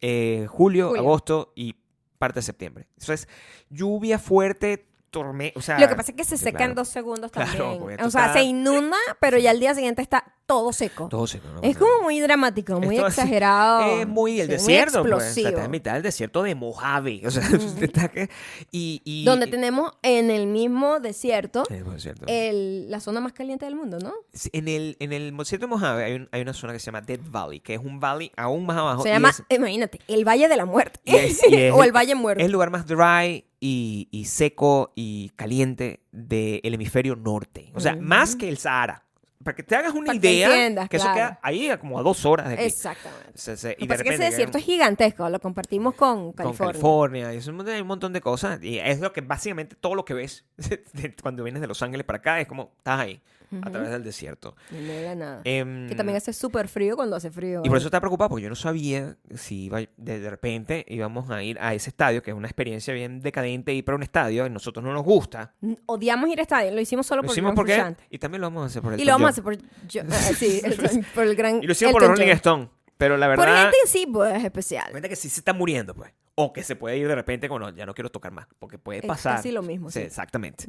B: eh, julio,
A: Julio.
B: agosto y parte de septiembre eso es lluvia fuerte tormenta o sea
A: Lo que pasa es que se
B: sí,
A: seca
B: claro.
A: en dos segundos
B: Claro,
A: también.
B: porque
A: o
B: esto
A: sea,
B: está-
A: se inunda, pero ya al día siguiente está todo seco.
B: todo seco, ¿no?
A: Es como muy dramático, muy
B: Esto es-
A: exagerado.
B: Es muy el
A: Oh, sí,
B: desierto, pues. O sea,
A: explosivo.
B: está en mitad del desierto de Mojave. O sea, está que- y, y-
A: Donde tenemos en el mismo desierto
B: Eh, bueno, es cierto.
A: el- la zona más caliente del mundo, ¿no?
B: Sí, En el, en el desierto de Mojave hay, un- hay una zona que se llama Dead Valley, que es un valley aún más abajo.
A: Se
B: y
A: llama,
B: es-
A: imagínate, el Valle de la Muerte.
B: y es- y es-
A: o el Valle Muerto.
B: Es el lugar más dry y, y seco y caliente del hemisferio norte. O sea, más que el Sahara. Para que te hagas una
A: Para Mm. que
B: idea,
A: entiendas,
B: que eso
A: claro.
B: queda ahí a como a dos horas de aquí.
A: Exactamente.
B: O sea, se-
A: Lo
B: y
A: que pasa es que ese
B: de repente llegan-
A: desierto es gigigantesco, lo compartimos con California.
B: con California, y es un montón, hay un montón de cosas. Y es lo que básicamente todo lo que ves de- cuando vienes de Los Ángeles para acá es como estás ahí, a través del desierto.
A: No me da nada.
B: Em,
A: que también ¿eh? hace súper frío cuando hace frío.
B: Y por eso estaba preocupado, porque yo no sabía si iba- de, de repente íbamos a ir a ese estadio, que es una experiencia bien decadente ir para un estadio, y nosotros no nos gusta.
A: N- Odiamos ir a estadio, lo hicimos solo
B: Lo
A: por
B: hicimos
A: John
B: porque.
A: Frusciante.
B: Y también lo vamos a hacer por el
A: Y lo vamos a hacer por, yo- ah, sí, Elton- por el gran.
B: Y lo hicimos por
A: Elton
B: los Rolling
A: John.
B: Stones. Pero la
A: Por
B: verdad.
A: gente que sí, pues es especial.
B: Cuenta que sí se está muriendo, pues. O que se puede ir de repente con, no, ya no quiero tocar más, porque puede
A: Es
B: pasar.
A: casi lo mismo, sí.
B: Exactamente.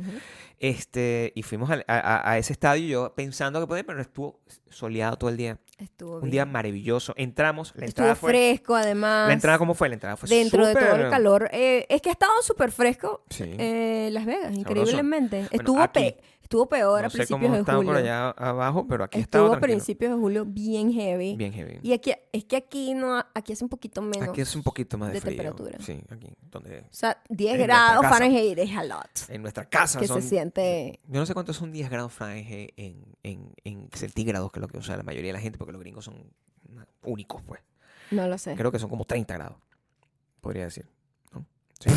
B: este, y fuimos al- a, a- a ese estadio yo pensando que podía, pero estuvo soleado todo el día.
A: Estuvo
B: Un
A: bien.
B: día maravilloso. Entramos, la entrada
A: Estuvo
B: fue...
A: fresco, además.
B: ¿La entrada cómo fue? La entrada fue
A: Dentro de todo el
B: Pues súper-
A: calor. eh, es que ha estado súper fresco
B: Sí.
A: eh, Las Vegas, increíblemente. estuvo,
B: aquí.
A: pe- Estuvo peor a
B: No sé
A: principios
B: cómo
A: de
B: estaba
A: julio.
B: por allá abajo, pero aquí
A: Estuvo
B: estaba
A: a
B: tranquilo.
A: principios de julio bien heavy.
B: Bien heavy.
A: Y aquí, es que aquí no, aquí hace un poquito menos.
B: Aquí es un poquito más de,
A: de
B: frío.
A: temperatura.
B: Sí, aquí. Donde,
A: O sea, 10
B: en nuestra
A: grados
B: casa.
A: Fahrenheit es a lot.
B: en nuestra casa
A: Que
B: son...
A: se siente...
B: Yo no sé cuántos son 10 grados Fahrenheit en, en, en centígrados, que es lo que usa la mayoría de la gente, porque los gringos son na- únicos, pues.
A: No lo sé.
B: Creo que son como 30 grados, podría decir. ¿No? Sí.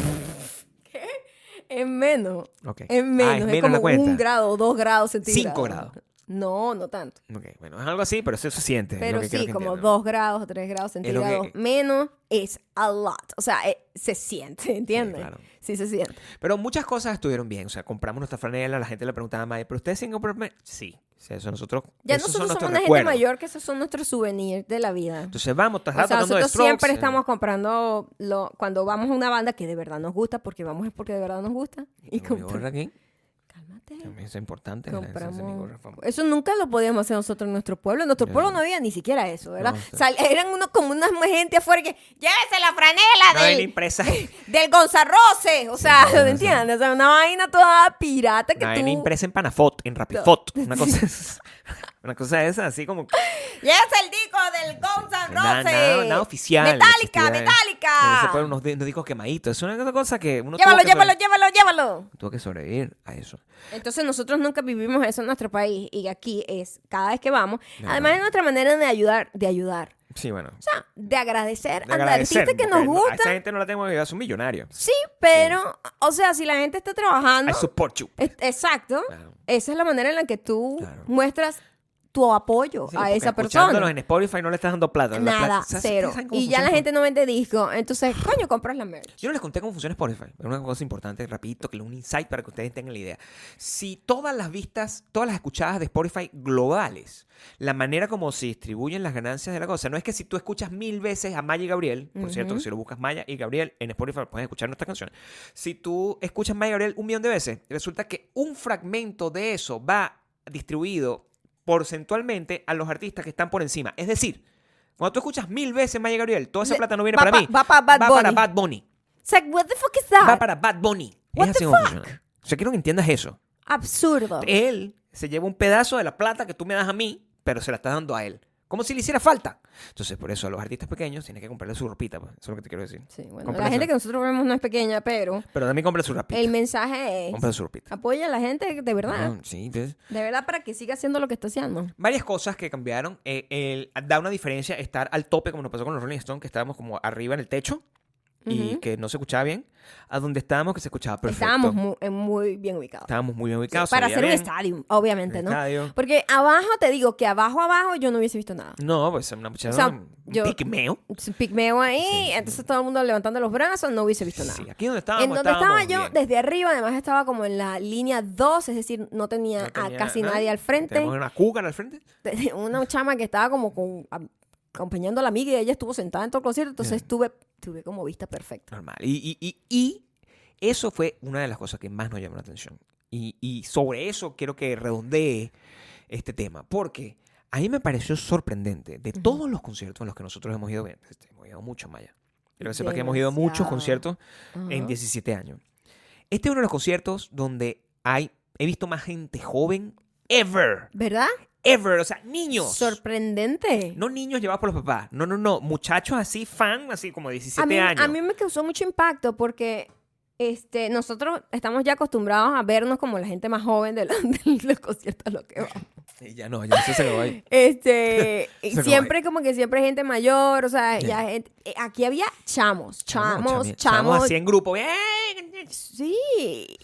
A: Es menos.
B: Ok.
A: Es menos.
B: Ah,
A: es,
B: menos la
A: como
B: cuenta.
A: un grado o dos grados centígrados.
B: Cinco grados.
A: No, no tanto.
B: Ok, bueno, es algo así, pero eso se siente. es Este, lo
A: Pero
B: que quiero
A: sí,
B: que
A: como
B: entiendan.
A: 2 grados o 3 grados
B: lo que- e-,
A: centígrados menos es a lot. O sea, eh, se siente, ¿entiendes? Sí,
B: claro.
A: se siente.
B: Pero muchas cosas estuvieron bien. O sea, compramos nuestra franela, la gente le preguntaba a Maya, ¿pero ustedes tienen comprarme? Sí. O sea, eso nosotros.
A: Ya nosotros
B: esos son
A: somos
B: nuestros
A: una gente
B: recuerdos.
A: mayor que esos son nuestros souvenirs de la vida.
B: Entonces vamos, estás
A: O sea,
B: tratando de
A: nosotros
B: strokes.
A: siempre
B: eh,
A: estamos comprando lo, cuando vamos a una banda que de verdad nos gusta, porque vamos es porque de verdad nos gusta. Y
B: con mi
A: compra-
B: gorra aquí.
A: Cálmate.
B: También es importante. la- esa es mi
A: Compramos.
B: gorra famosa.
A: Eso nunca lo podíamos hacer nosotros en nuestro pueblo. En nuestro
B: Ya.
A: pueblo no había ni siquiera eso, ¿verdad?
B: No, está-
A: O sea, eran uno, como una gente afuera que llévese la franela
B: No hay
A: del,
B: la impresa.
A: del Gonzarroce. O sea,
B: no, no,
A: ¿me entiendes? O sea, una vaina toda pirata que
B: No hay
A: tú.
B: la impresa en Panafot, en Rapifot. Una cosa, una cosa esa, así como.
A: Llévese el disco del Gonzarroce.
B: Nada, nada, nada oficial.
A: Metálica,
B: Este,
A: metálica.
B: Se ponen unos, di- unos discos quemaditos. Es una cosa que uno tuvo
A: Llévalo,
B: que,
A: llévalo,
B: sobre-
A: llévalo, llévalo.
B: tuvo que sobrevivir a eso.
A: Entonces nosotros nunca vivimos eso en nuestro país y aquí es cada vez que vamos.
B: De
A: Además es nuestra manera de ayudar, de ayudar.
B: Sí, bueno.
A: O sea, de agradecer,
B: De
A: al
B: agradecer,
A: artista que
B: porque
A: nos
B: no- A
A: gusta.
B: esa gente no la tengo que ayudar, son millonarios.
A: Sí, pero, o sea, si la gente está trabajando,
B: I support you.
A: es- exacto,
B: Claro.
A: esa es la manera en la que tú
B: Claro.
A: muestras tu apoyo
B: Sí,
A: a
B: porque
A: esa
B: escuchándolos
A: persona.
B: en Spotify no le estás dando plata. la plata-
A: Nada,
B: o sea,
A: cero.
B: ¿ustedes saben cómo
A: Y ya la
B: funciona?
A: gente no vende disco, entonces,
B: Ah.
A: coño, compras la merch.
B: Yo no les conté cómo funciona Spotify. Es una cosa importante, rapidito, que un insight para que ustedes tengan la idea. Si todas las vistas, todas las escuchadas de Spotify globales, la manera como se distribuyen las ganancias de la cosa, no es que si tú escuchas mil veces a Maya y Gabriel, por cierto, que si lo buscas Maya y Gabriel en Spotify puedes escuchar nuestra canción. Si tú escuchas Maya y Gabriel un millón de veces, resulta que un fragmento de eso va distribuido porcentualmente a los artistas que están por encima. Es decir, cuando tú escuchas mil veces Maya y Gabriel, toda esa
A: Le-
B: plata no viene
A: va
B: para
A: pa-
B: mí.
A: va pa Bad
B: para
A: Bunny.
B: Bad Bunny
A: It's like, what the fuck is that?
B: va para Bad Bunny.
A: What
B: es así
A: the
B: como
A: fuck?
B: funciona. O sea, quiero que entiendas eso.
A: Absurdo.
B: Él se lleva un pedazo de la plata que tú me das a mí, pero se la estás dando a él. Como si le hiciera falta. Entonces, por eso a los artistas pequeños tienes que comprarle su ropita. pues. Eso es lo que te quiero decir.
A: Sí, bueno, la
B: Cómprale
A: gente
B: su-
A: que nosotros vemos no es pequeña, pero
B: Pero también compra su ropita.
A: el mensaje es...
B: Compra su ropita.
A: Apoya a la gente de verdad.
B: Ah, sí, entonces-
A: De verdad para que siga haciendo lo que está haciendo.
B: Varias cosas que cambiaron. Eh, el- da una diferencia estar al tope, como nos pasó con los Rolling Stones, que estábamos como arriba en el techo y
A: Ujú.
B: que no se escuchaba bien, a donde estábamos que se escuchaba perfecto.
A: Estábamos mu- eh, muy, bien ubicados.
B: Estábamos muy bien ubicados.
A: para
B: se
A: hacer
B: veía
A: un
B: bien,
A: estadio, obviamente,
B: el
A: ¿no?
B: estadio.
A: Porque abajo te digo que abajo abajo yo no hubiese visto nada.
B: No, pues una muchacha.
A: O sea,
B: un
A: yo-
B: pigmeo.
A: Un Pigmeo ahí,
B: Sí, sí.
A: entonces todo el mundo levantando los brazos, no hubiese visto nada.
B: Sí, aquí donde estábamos.
A: en donde estaba
B: estábamos
A: yo,
B: bien.
A: desde arriba, además estaba como en la línea 2, es decir, no tenía,
B: No tenía
A: a casi
B: nada.
A: nadie al frente.
B: Tenemos una cúcara al frente.
A: Tenía Una chama que estaba como con- a- acompañando a la amiga y ella estuvo sentada en todo el concierto, entonces tuve, tuve como vista perfecta.
B: Normal. Y, y, y, y eso fue una de las cosas que más nos llamó la atención. Y, y sobre eso quiero que redondee este tema. Porque a mí me pareció sorprendente de todos los conciertos en los que nosotros hemos ido. este, hemos ido mucho, Maya. Quiero que sepas que hemos ido a
A: Demasiado.
B: muchos conciertos en
A: Ajá.
B: 17 años. Este es uno de los conciertos donde hay, he visto más gente joven ever.
A: ¿Verdad?
B: Ever. O sea, niños.
A: Sorprendente.
B: No niños llevados por los papás. No, no, no. Muchachos así, fan, así como de 17
A: a mí,
B: años.
A: A mí me causó mucho impacto porque este, nosotros estamos ya acostumbrados a vernos como la gente más joven de, la- de los conciertos a los que vamos.
B: Sí, ya no, ya eso se acabó ahí.
A: Este, y
B: Se acabó
A: siempre como que siempre hay gente mayor, o sea,
B: Sí.
A: ya gente- eh, aquí había chamos,
B: Chamo,
A: chamos,
B: Ah, chami-
A: chamos.
B: así en grupo. ¡Eh!
A: Sí,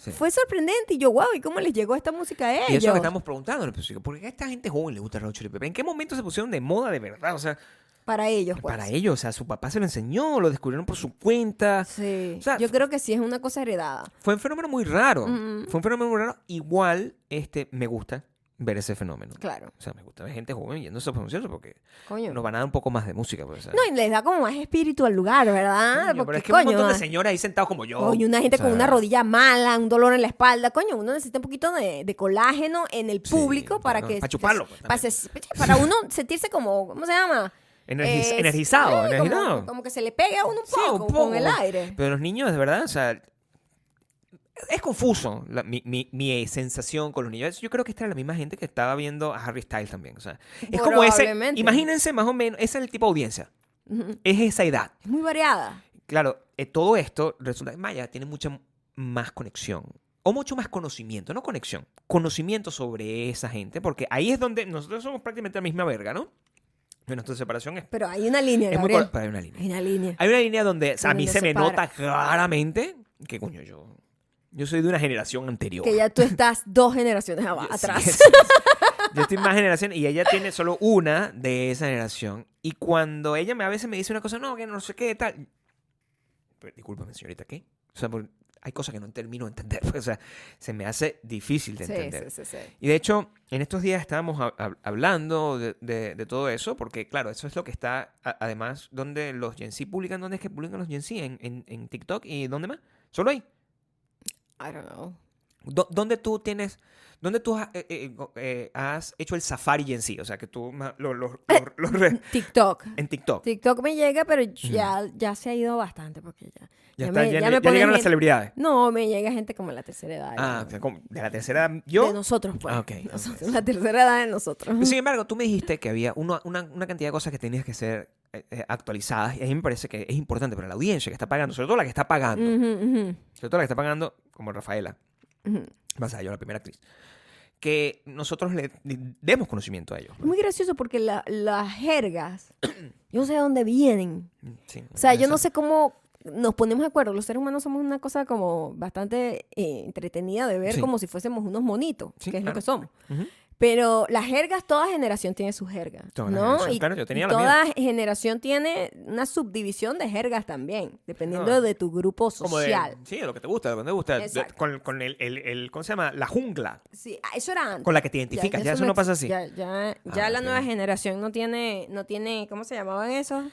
B: Sí.
A: fue sorprendente y yo, wow, ¿y cómo les llegó esta música a ellos?
B: Y eso es lo que estamos preguntando. pues, ¿Por qué a esta gente joven le gusta Red Hot Chili Peppers? ¿En qué momento se pusieron de moda de verdad? O sea,
A: Para ellos, pues.
B: para ellos. O sea, su papá se lo enseñó, lo descubrieron por su cuenta.
A: Sí,
B: O sea,
A: yo creo que sí es una cosa heredada.
B: Fue un fenómeno muy raro.
A: Mm.
B: Fue un fenómeno muy raro. Igual, este, me gusta ver ese fenómeno.
A: Claro,
B: O sea, me gusta ver gente joven yendo a esos conciertos porque
A: coño.
B: nos van a dar un poco más de música. Pues, o sea.
A: No, y les da como más espíritu al lugar, ¿verdad?
B: Coño,
A: Ah, Porque,
B: pero es que un
A: coño,
B: montón de
A: ah,
B: señores ahí sentados como yo.
A: Coño, una gente
B: O
A: con
B: sea,
A: una rodilla mala, un dolor en la espalda. Coño, uno necesita un poquito de, de colágeno en el
B: Sí,
A: público para
B: claro,
A: que.
B: pa' chuparlo, pues,
A: pa' se- para uno sentirse como. ¿Cómo se llama?
B: energiz-
A: Eh,
B: energizado,
A: sí,
B: energizado.
A: Como, como que se le pegue a uno un
B: Sí,
A: poco,
B: un poco.
A: con el aire.
B: Pero los niños, de verdad, o sea, es confuso la- mi, mi- mi sensación con los niños. Yo creo que esta era la misma gente que estaba viendo a Harry Styles también. O sea, es como ese.
A: Probablemente.
B: Imagínense más o menos, ese es el tipo de audiencia.
A: Ujú.
B: Es esa edad.
A: Es muy variada.
B: Claro, eh, todo esto resulta que Maya tiene mucha m- más conexión. O mucho más conocimiento, no conexión. Conocimiento sobre esa gente, porque ahí es donde nosotros somos prácticamente la misma verga, ¿no? Y Nuestra separación es,
A: Pero hay una línea,
B: es muy
A: Gabriel.
B: cor- Pero hay una línea.
A: Hay una línea.
B: Hay una línea donde o sea, a
A: Donde
B: mí
A: nos
B: se me
A: separa.
B: nota claramente que, coño, yo, yo soy de una generación anterior.
A: Que ya tú estás dos generaciones aba-
B: Yo- sí,
A: atrás.
B: sí, sí. Yo estoy más generación y ella tiene solo una de esa generación. Y cuando ella me, a veces me dice una cosa, no, que no sé qué, tal. Pero, discúlpame, señorita, ¿qué? O sea, porque hay cosas que no termino de entender. O sea, se me hace difícil de
A: Sí,
B: entender.
A: sí, sí, sí.
B: Y de hecho, en estos días estábamos hab- hab- hablando de, de- de todo eso, porque claro, eso es lo que está, a- además, donde los Gen Z publican, ¿dónde es que publican los Gen Z? En, en- en TikTok y ¿dónde más? Solo ahí.
A: I don't know.
B: Do- ¿Dónde tú tienes, dónde tú ha- eh, eh, go- eh, has hecho el safari Gen Z? O sea, que tú ma- lo- lo- lo- lo re-
A: TikTok.
B: en TikTok.
A: TikTok me llega, pero
B: Mm.
A: ya, ya se ha ido bastante porque ya.
B: Ya,
A: ya
B: está,
A: me-
B: ya-
A: ya
B: ya
A: me ponen
B: llegaron las
A: en-
B: celebridades.
A: No, me llega gente como la tercera edad.
B: Ah,
A: ¿no?
B: o sea, como de la tercera edad,
A: De
B: yo.
A: nosotros, pues.
B: Ah, ok,
A: Nosotros,
B: ok.
A: La tercera edad de nosotros.
B: Sin embargo, tú me dijiste que había uno- una, una cantidad de cosas que tenías que ser eh, eh, actualizadas y a mí me parece que es importante para la audiencia que está pagando, sobre todo la que está pagando.
A: Ujú, ujú,
B: sobre todo la que está pagando, como Rafaela,
A: ujú.
B: yo la primera actriz, que nosotros le, le demos conocimiento a ellos.
A: Es muy gracioso porque la- las jergas, yo no sé de dónde vienen.
B: Sí,
A: O sea, yo no
B: exacto.
A: sé cómo nos ponemos de acuerdo. Los seres humanos somos una cosa como bastante eh, entretenida de ver
B: Sí.
A: como si fuésemos unos monitos,
B: Sí,
A: que es
B: claro.
A: lo que somos.
B: Ujú.
A: Pero las jergas, toda generación tiene su jerga,
B: Toda
A: ¿no?
B: generación,
A: Y,
B: claro, yo tenía
A: y
B: la
A: toda generación tiene una subdivisión de jergas también, dependiendo
B: No.
A: de tu grupo
B: Como de-
A: social.
B: sí, de lo que te gusta, de lo que te gusta. de-
A: Exacto.
B: con con el, el, el- ¿cómo se llama? La jungla
A: Sí, ah, eso era antes.
B: con la que te identificas. Ya, eso no
A: ex-
B: pasa así.
A: Ya, ya, ya
B: Ah,
A: la
B: ok.
A: nueva generación no tiene, no tiene, ¿cómo se llamaban esos?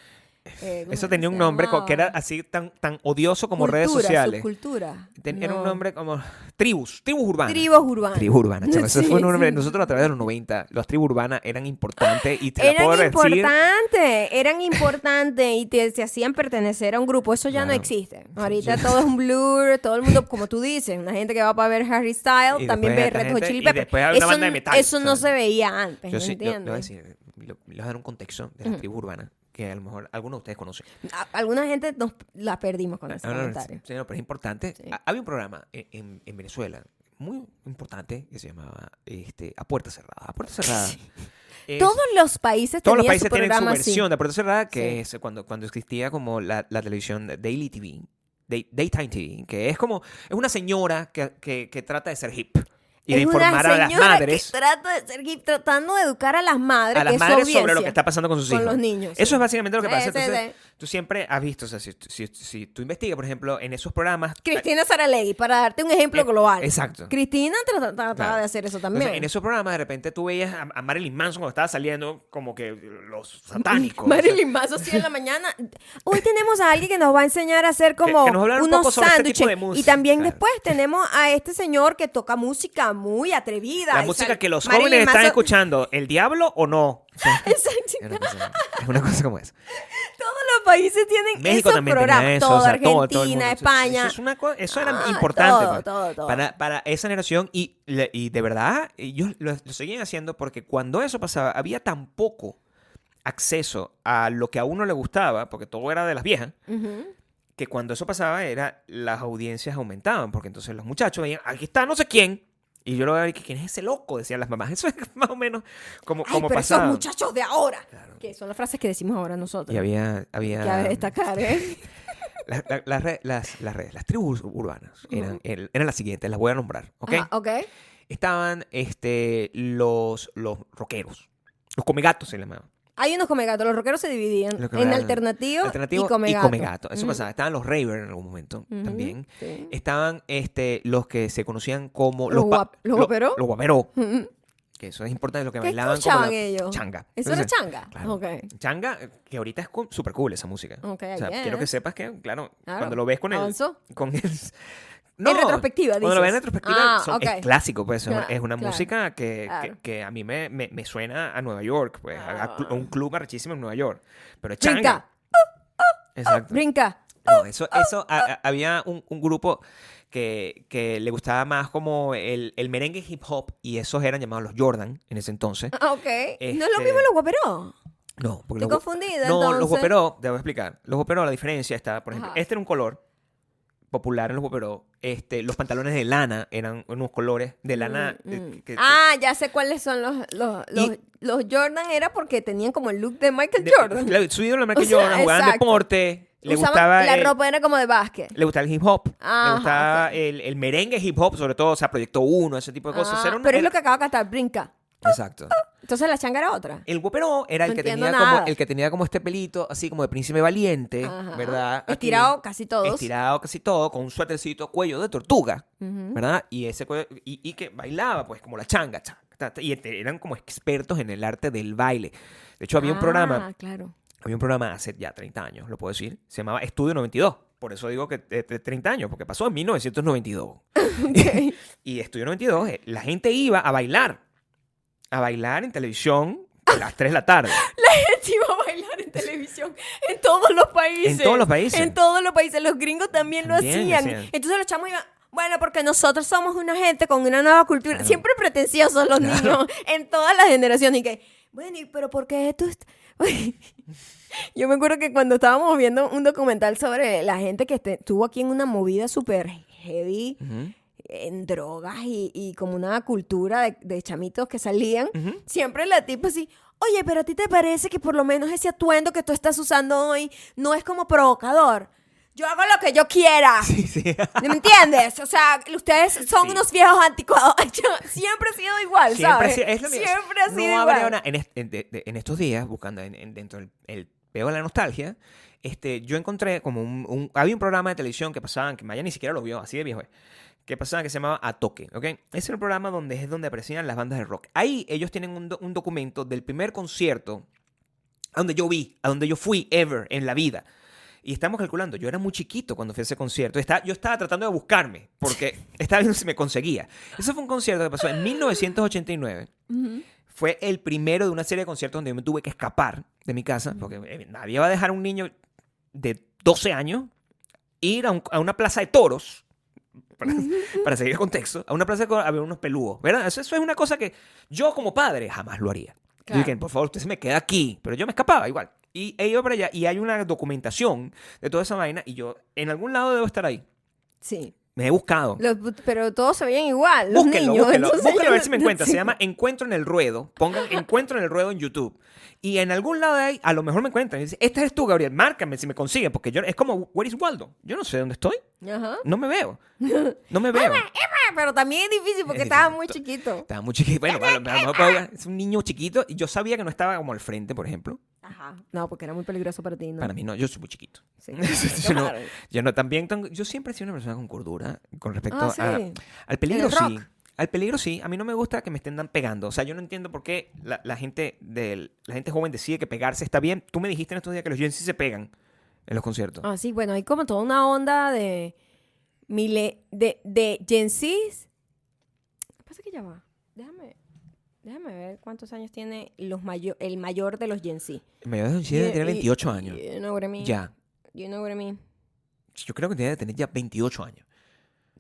A: Eh, ¿cómo
B: Eso tenía
A: se
B: un nombre co-
A: llamaba?
B: que era así tan, tan odioso como redes
A: Cultura,
B: sociales.
A: subcultura.
B: Ten- Era un
A: No.
B: nombre como tribus, tribus urbanas.
A: Tribos urbanos.
B: Tribu urbana, chaval. Eso
A: Sí,
B: fue un nombre-
A: sí.
B: Nosotros a través de los 90, las tribus urbanas eran importantes y te la puedo
A: Eran
B: decir.
A: importantes, eran importantes y te, te hacían pertenecer a un grupo. Eso ya no
B: Claro.
A: existe. Ahorita todo es un blur, todo el mundo, como tú dices, una gente que va para ver Harry Styles,
B: Y
A: también ve
B: después
A: Red Hot
B: esta gente-
A: Chili
B: y
A: Peppers.
B: después una
A: Eso,
B: banda de
A: n-
B: metal,
A: eso no
B: ¿sabes?
A: se veía antes,
B: Yo
A: ¿no
B: sí, yo- yo voy a
A: entiendes?
B: decir, lo- les voy a dar un contexto de las tribus urbanas que a lo mejor algunos de ustedes conocen.
A: A- alguna gente nos la perdimos con ese
B: Ah, no, no,
A: comentario.
B: sí, no, pero es importante.
A: Sí.
B: Ha- Había un programa en, en- en Venezuela muy importante que se llamaba este, A Puerta Cerrada. A Puerta Cerrada. es-
A: Todos los países
B: todos los
A: tenían
B: países tienen su
A: programa así.
B: versión de A Puerta Cerrada, que
A: Sí.
B: es cuando, cuando existía como la, la televisión de Daily TV. Day- Daytime TV, que es como, es una señora que, que- que trata de ser hip y de
A: Es una
B: informar a las
A: señora
B: madres,
A: Que trata de ser hip- tratando de educar a las madres,
B: a
A: que
B: las
A: es
B: madres sobre
A: audiencia,
B: lo que está pasando con sus
A: con
B: hijos.
A: los niños.
B: Eso
A: sí.
B: es básicamente lo que
A: Sí,
B: pasa.
A: sí,
B: Entonces,
A: sí.
B: tú siempre has visto, o sea, si, si- si tú investigas, por ejemplo, en esos programas.
A: Cristina Saralegui, para darte un ejemplo
B: Eh,
A: global.
B: exacto.
A: Cristina tra- tra- trataba
B: Claro.
A: de hacer eso
B: Entonces,
A: también.
B: en esos programas, de repente tú veías a, a Marilyn Manson cuando estaba saliendo, como que los satánicos.
A: Marilyn Manson, 100 de la mañana. Hoy tenemos a alguien que nos va a enseñar a hacer como
B: que nos hablara un poco
A: unos
B: sobre este tipo
A: sándwiches.
B: de música.
A: y también
B: Claro.
A: después tenemos a este señor que toca música muy atrevida.
B: La
A: Y
B: música
A: sale-
B: que los
A: Marilyn
B: jóvenes están
A: Manson-
B: escuchando, ¿el diablo o no? O sea,
A: Exacto.
B: es una cosa- es una cosa como esa.
A: Todos los países tienen
B: México
A: esos
B: también
A: programas.
B: tenía eso,
A: todo
B: o sea, todo- todo el
A: Argentina,
B: mundo. Eso-
A: España.
B: Eso, es una co- eso era
A: Ah,
B: importante
A: todo,
B: pues,
A: todo, todo.
B: Para, para esa generación y, le- y de verdad ellos lo, lo seguían haciendo porque cuando eso pasaba había tan poco acceso a lo que a uno le gustaba, porque todo era de las viejas,
A: Ujú.
B: que cuando eso pasaba era las audiencias aumentaban, porque entonces los muchachos veían, aquí está no sé quién. Y yo lo veía, ¿quién es ese loco? Decían las mamás. Eso es más o menos como,
A: Ay,
B: como
A: pero
B: pasaba.
A: esos muchachos de ahora. Que son las frases que decimos ahora nosotros.
B: Y había... había
A: Que a destacar, ¿eh?
B: Las, la- las re- las, las redes, las tribus urbanas eran, el- eran las siguientes, las voy a nombrar, ¿ok?
A: Ajá, ok.
B: Estaban este, los, los rockeros, los comegatos se llamaban.
A: Hay unos comegatos. Los rockeros se dividían
B: Los que
A: en
B: eran
A: alternativos
B: alternativo
A: y comegatos.
B: Eso pasaba. Estaban los ravers en algún momento también. Eh,
A: sí.
B: Estaban este, los que se conocían como
A: Los
B: los, pa-
A: guap- los
B: lo-
A: guaperó.
B: Los guaperó. que eso es importante, los que
A: ¿Qué
B: bailaban como
A: escuchaban
B: la
A: ellos?
B: changa.
A: ¿Eso era
B: Entonces,
A: changa?
B: Claro.
A: Ok.
B: Changa, que ahorita es cu- súper cool esa música.
A: Ok,
B: o sea,
A: bien.
B: quiero que sepas que, claro,
A: Claro.
B: cuando lo ves con el,
A: ¿Avanzó?
B: con el... No,
A: retrospectiva,
B: Cuando lo ves en
A: dices.
B: retrospectiva,
A: Ah,
B: son-
A: ok.
B: es clásico, pues. es una-
A: Claro,
B: es una
A: claro,
B: música que, que-
A: claro.
B: que a mí me, me- me suena a Nueva York, pues. a- A, cl- a un club arrechísimo en Nueva York. Pero es
A: Ah. Brinca.
B: changa. Exacto.
A: Brinca.
B: No, eso,
A: oh,
B: eso a- a- había un, un grupo que, que le gustaba más como el, el merengue hip hop y esos eran llamados los Jordan en ese entonces.
A: Ah, ok. No es lo
B: Este-
A: mismo los guaperos.
B: No, porque
A: Estoy
B: los, gu-
A: confundida.
B: no,
A: entonces.
B: los Guaperó, te voy a explicar. Los Guaperó, la diferencia está, por ejemplo,
A: Ajá.
B: este era un color popular en los Guaperó. Este, los pantalones de lana eran unos colores de lana.
A: Mm,
B: eh,
A: mm.
B: que- que-
A: ah, ya sé cuáles son los, los, los,
B: Y-
A: los Jordan. Era porque tenían como el look de Michael
B: de-
A: Jordan.
B: claro, su ídolo era Michael
A: O sea,
B: Jordan, jugaban
A: exacto.
B: deporte, le
A: Usaban-
B: gustaba...
A: la
B: eh,
A: ropa Ah, era como de básquet.
B: Le gustaba el hip hop,
A: Ajá,
B: le gustaba el, el merengue hip hop, sobre todo, o sea, Proyecto 1, ese tipo de cosas.
A: Ah,
B: Era una-
A: pero es
B: era-
A: lo que acaba de cantar, brinca.
B: Exacto.
A: Entonces la changa era otra.
B: El guaperó era el
A: No
B: que
A: entiendo
B: tenía
A: nada.
B: como el que tenía como este pelito así como de príncipe valiente,
A: Ajá.
B: ¿verdad? Aquí,
A: Estirado casi todos.
B: Estirado casi todo con un suétercito cuello de tortuga,
A: Ujú.
B: ¿verdad? Y ese cuello- y, y que bailaba pues como la changa, cha, ta, ta, y este, eran como expertos en el arte del baile. De hecho había un programa,
A: Ah, claro.
B: había un programa hace ya 30 años, lo puedo decir, se llamaba Estudio 92. Por eso digo que eh, 30 años, porque pasó en 1992.
A: Ok.
B: Y Estudio 92, eh, la gente iba a bailar. A bailar en televisión a las 3 de la tarde.
A: Se iba a bailar en televisión en todos los países.
B: En todos los países.
A: En todos los países. Los gringos también lo
B: También lo
A: hacían.
B: hacían.
A: Entonces los chamos iban. Bueno, porque nosotros somos una gente con una nueva cultura.
B: Claro.
A: Siempre pretenciosos los niños en todas las generaciones. Y que, bueno, ¿y pero ¿por qué tú? est- Yo me acuerdo que cuando estábamos viendo un documental sobre la gente que este- estuvo aquí en una movida súper heavy,
B: Ujú.
A: en drogas y, y como una cultura de, de chamitos que salían,
B: Ujú.
A: siempre la tipa así, oye, pero a ti te parece que por lo menos ese atuendo que tú estás usando hoy no es como provocador. Yo hago lo que yo quiera.
B: Sí, sí.
A: ¿Me entiendes? O sea, ustedes son
B: Sí.
A: unos viejos anticuados. Yo siempre ha sido igual,
B: Siempre ha
A: ¿sabes?
B: sido, es lo mismo.
A: Siempre ha
B: No
A: sido
B: habría
A: igual.
B: una- en, est- en- de- de- en estos días, buscando en- en- dentro del el peo de la nostalgia, este, yo encontré como un, un- Había un programa de televisión que pasaban, que Maya ni siquiera lo vio, así de viejo es, que pasaban que se llamaba A Toque, ¿ok? Ese era el programa donde es donde aparecían las bandas de rock. Ahí ellos tienen un, do- un documento del primer concierto a donde yo vi, a donde yo fui ever en la vida. Y estamos calculando, yo era muy chiquito cuando fui a ese concierto. Está, yo estaba tratando de buscarme, porque estaba viendo si me conseguía. Ese fue un concierto que pasó en 1989.
A: Ujú.
B: Fue el primero de una serie de conciertos donde yo me tuve que escapar de mi casa, porque eh, nadie va a dejar a un niño de 12 años ir a, un- a una plaza de toros. Para, para seguir el contexto, a una plaza de toros a ver unos peludos, ¿verdad? Eso, eso es una cosa que yo como padre jamás lo haría.
A: Claro.
B: Yo dije, por favor, usted se me queda aquí, pero yo me escapaba igual. Y he ido para allá y hay una documentación de toda esa vaina y yo en algún lado debo estar ahí.
A: Sí.
B: Me he buscado.
A: Los- pero todos se veían igual, los
B: Búsquenlo,
A: niños.
B: búsquenlo.
A: Entonces,
B: Búsquenlo a ver si me
A: yo-
B: encuentra.
A: sí.
B: Se llama Encuentro en el Ruedo. Pongan Encuentro en el Ruedo en YouTube. Y en algún lado de ahí, a lo mejor me encuentran. Y dicen, este eres tú, Gabriel. Márcame si me consiguen. Porque yo, es como, where is Waldo? Yo no sé dónde estoy.
A: Ajá.
B: No me veo. No me veo.
A: Ah, Pero también es difícil porque
B: Es
A: estaba
B: difícil.
A: muy chiquito.
B: Estaba muy chiquito. Bueno, a lo mejor puedo- es un niño chiquito. Y yo sabía que no estaba como al frente, por ejemplo.
A: Ajá. No, porque era muy peligroso para ti, ¿no?
B: Para mí no. Yo soy muy chiquito.
A: Sí.
B: yo, no,
A: Claro.
B: yo no también tengo- yo siempre he sido una persona con cordura con respecto
A: Ah, sí.
B: a- al peligro
A: En el
B: sí
A: rock.
B: al peligro sí a mí no me gusta que me estén dan pegando o sea yo no entiendo por qué la, la gente del la gente joven decide que pegarse está bien tú me dijiste en estos días que los Gen Z se pegan en los conciertos
A: Ah, sí, bueno, hay como toda una onda de mile, de, de Gen Zs. ¿Qué pasa que ya va? Déjame, déjame ver cuántos años tiene los mayo- el mayor de los Gen Z.
B: el mayor de los Gen Z tiene
A: Y-
B: 28
A: y-
B: años
A: You know what I mean?
B: ya
A: You know what I mean?
B: yo creo que tiene que tener ya 28 años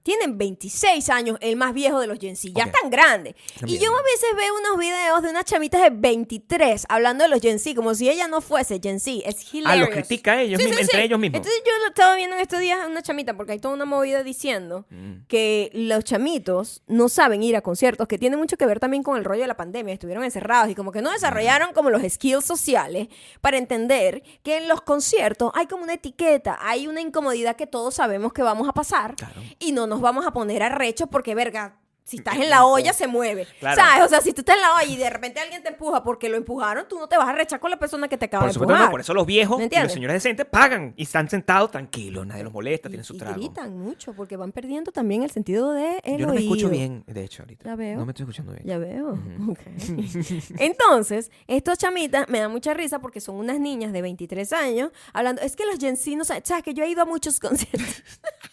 A: Tienen 26 años, el más viejo de los Gen Z. Ya
B: Ok.
A: están grandes.
B: También.
A: Y yo a veces veo unos videos de unas chamitas de 23 hablando de los Gen Z, como si ella no fuese Gen Z. Es
B: ah
A: hilarious.
B: los critica a ellos
A: Sí,
B: mismos,
A: sí,
B: entre
A: sí.
B: ellos mismos
A: Entonces yo lo estaba viendo en estos días a una chamita, porque hay toda una movida diciendo
B: Mm.
A: que los chamitos no saben ir a conciertos, que tiene mucho que ver también con el rollo de la pandemia, estuvieron encerrados y como que no desarrollaron como los skills sociales para entender que en los conciertos hay como una etiqueta, hay una incomodidad que todos sabemos que vamos a pasar
B: Claro.
A: y no nos vamos a poner a recho porque verga. Si estás en la olla, se mueve.
B: Claro.
A: ¿Sabes? O sea, si tú estás en la olla y de repente alguien te empuja porque lo empujaron, tú no te vas a rechar con la persona que te acaba
B: por
A: de
B: supuesto
A: empujar.
B: no, por eso los viejos
A: ¿Me
B: y los
A: entiendes?
B: señores decentes pagan y están sentados tranquilos nadie los molesta tienen su
A: y
B: trago
A: gritan mucho porque van perdiendo también el sentido de el
B: yo no me escucho
A: oído.
B: bien de hecho ahorita
A: Ya veo.
B: no me estoy escuchando bien
A: Ya veo. Ok. Entonces, estos chamitas me dan mucha risa porque son unas niñas de 23 años hablando. Es que los Gen Z no saben. Sabes que yo he ido a muchos conciertos.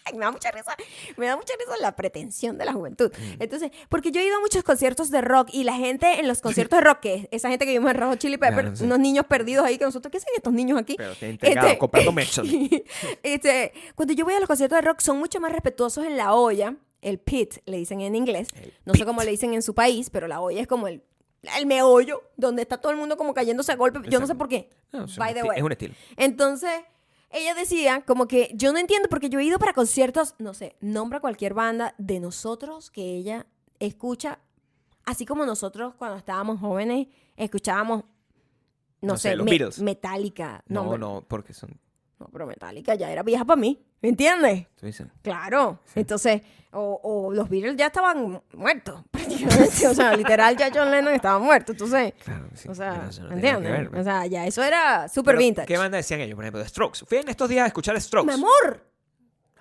A: Ay, me da mucha risa. Me da mucha risa la pretensión de la juventud.
B: Mm.
A: Entonces, porque yo he ido a muchos conciertos de rock y la gente en los conciertos de rock, que es esa gente que vimos en Rojo Chili Pepper,
B: Claro, sí.
A: unos niños perdidos ahí que nosotros, ¿qué hacen estos niños aquí?
B: Pero te he entregado
A: Este-
B: comprando Metson.
A: este, cuando yo voy a los conciertos de rock, son mucho más respetuosos en la olla, el pit, le dicen en inglés.
B: El
A: no sé
B: pit.
A: cómo le dicen en su país, pero la olla es como el, el meollo, donde está todo el mundo como cayéndose a golpe. Yo no sé
B: Exacto.
A: por qué.
B: No, es, un
A: By the
B: esti-
A: way.
B: es un estilo.
A: Entonces, ella decía como que yo no entiendo porque yo he ido para conciertos, no sé, nombra cualquier banda de nosotros que ella escucha, así como nosotros cuando estábamos jóvenes escuchábamos, no,
B: No
A: sé,
B: sé, los
A: Me-
B: Beatles.
A: Metallica.
B: No,
A: hombre.
B: no, porque son.
A: No, pero Metallica ya era vieja para mí, ¿me entiendes?
B: tú dices,
A: Claro. Entonces, o, o los Beatles ya estaban muertos, prácticamente. o sea, literal, ya John Lennon estaba muerto. Entonces,
B: Claro, sí.
A: o sea,
B: bueno, eso no
A: ¿me
B: tiene nada que
A: entiendes?
B: ver, pero-
A: o sea, ya eso era super
B: Pero,
A: vintage.
B: ¿Qué banda decían ellos? Por ejemplo, The Strokes. Fui en estos días a escuchar Strokes.
A: ¡Mi amor!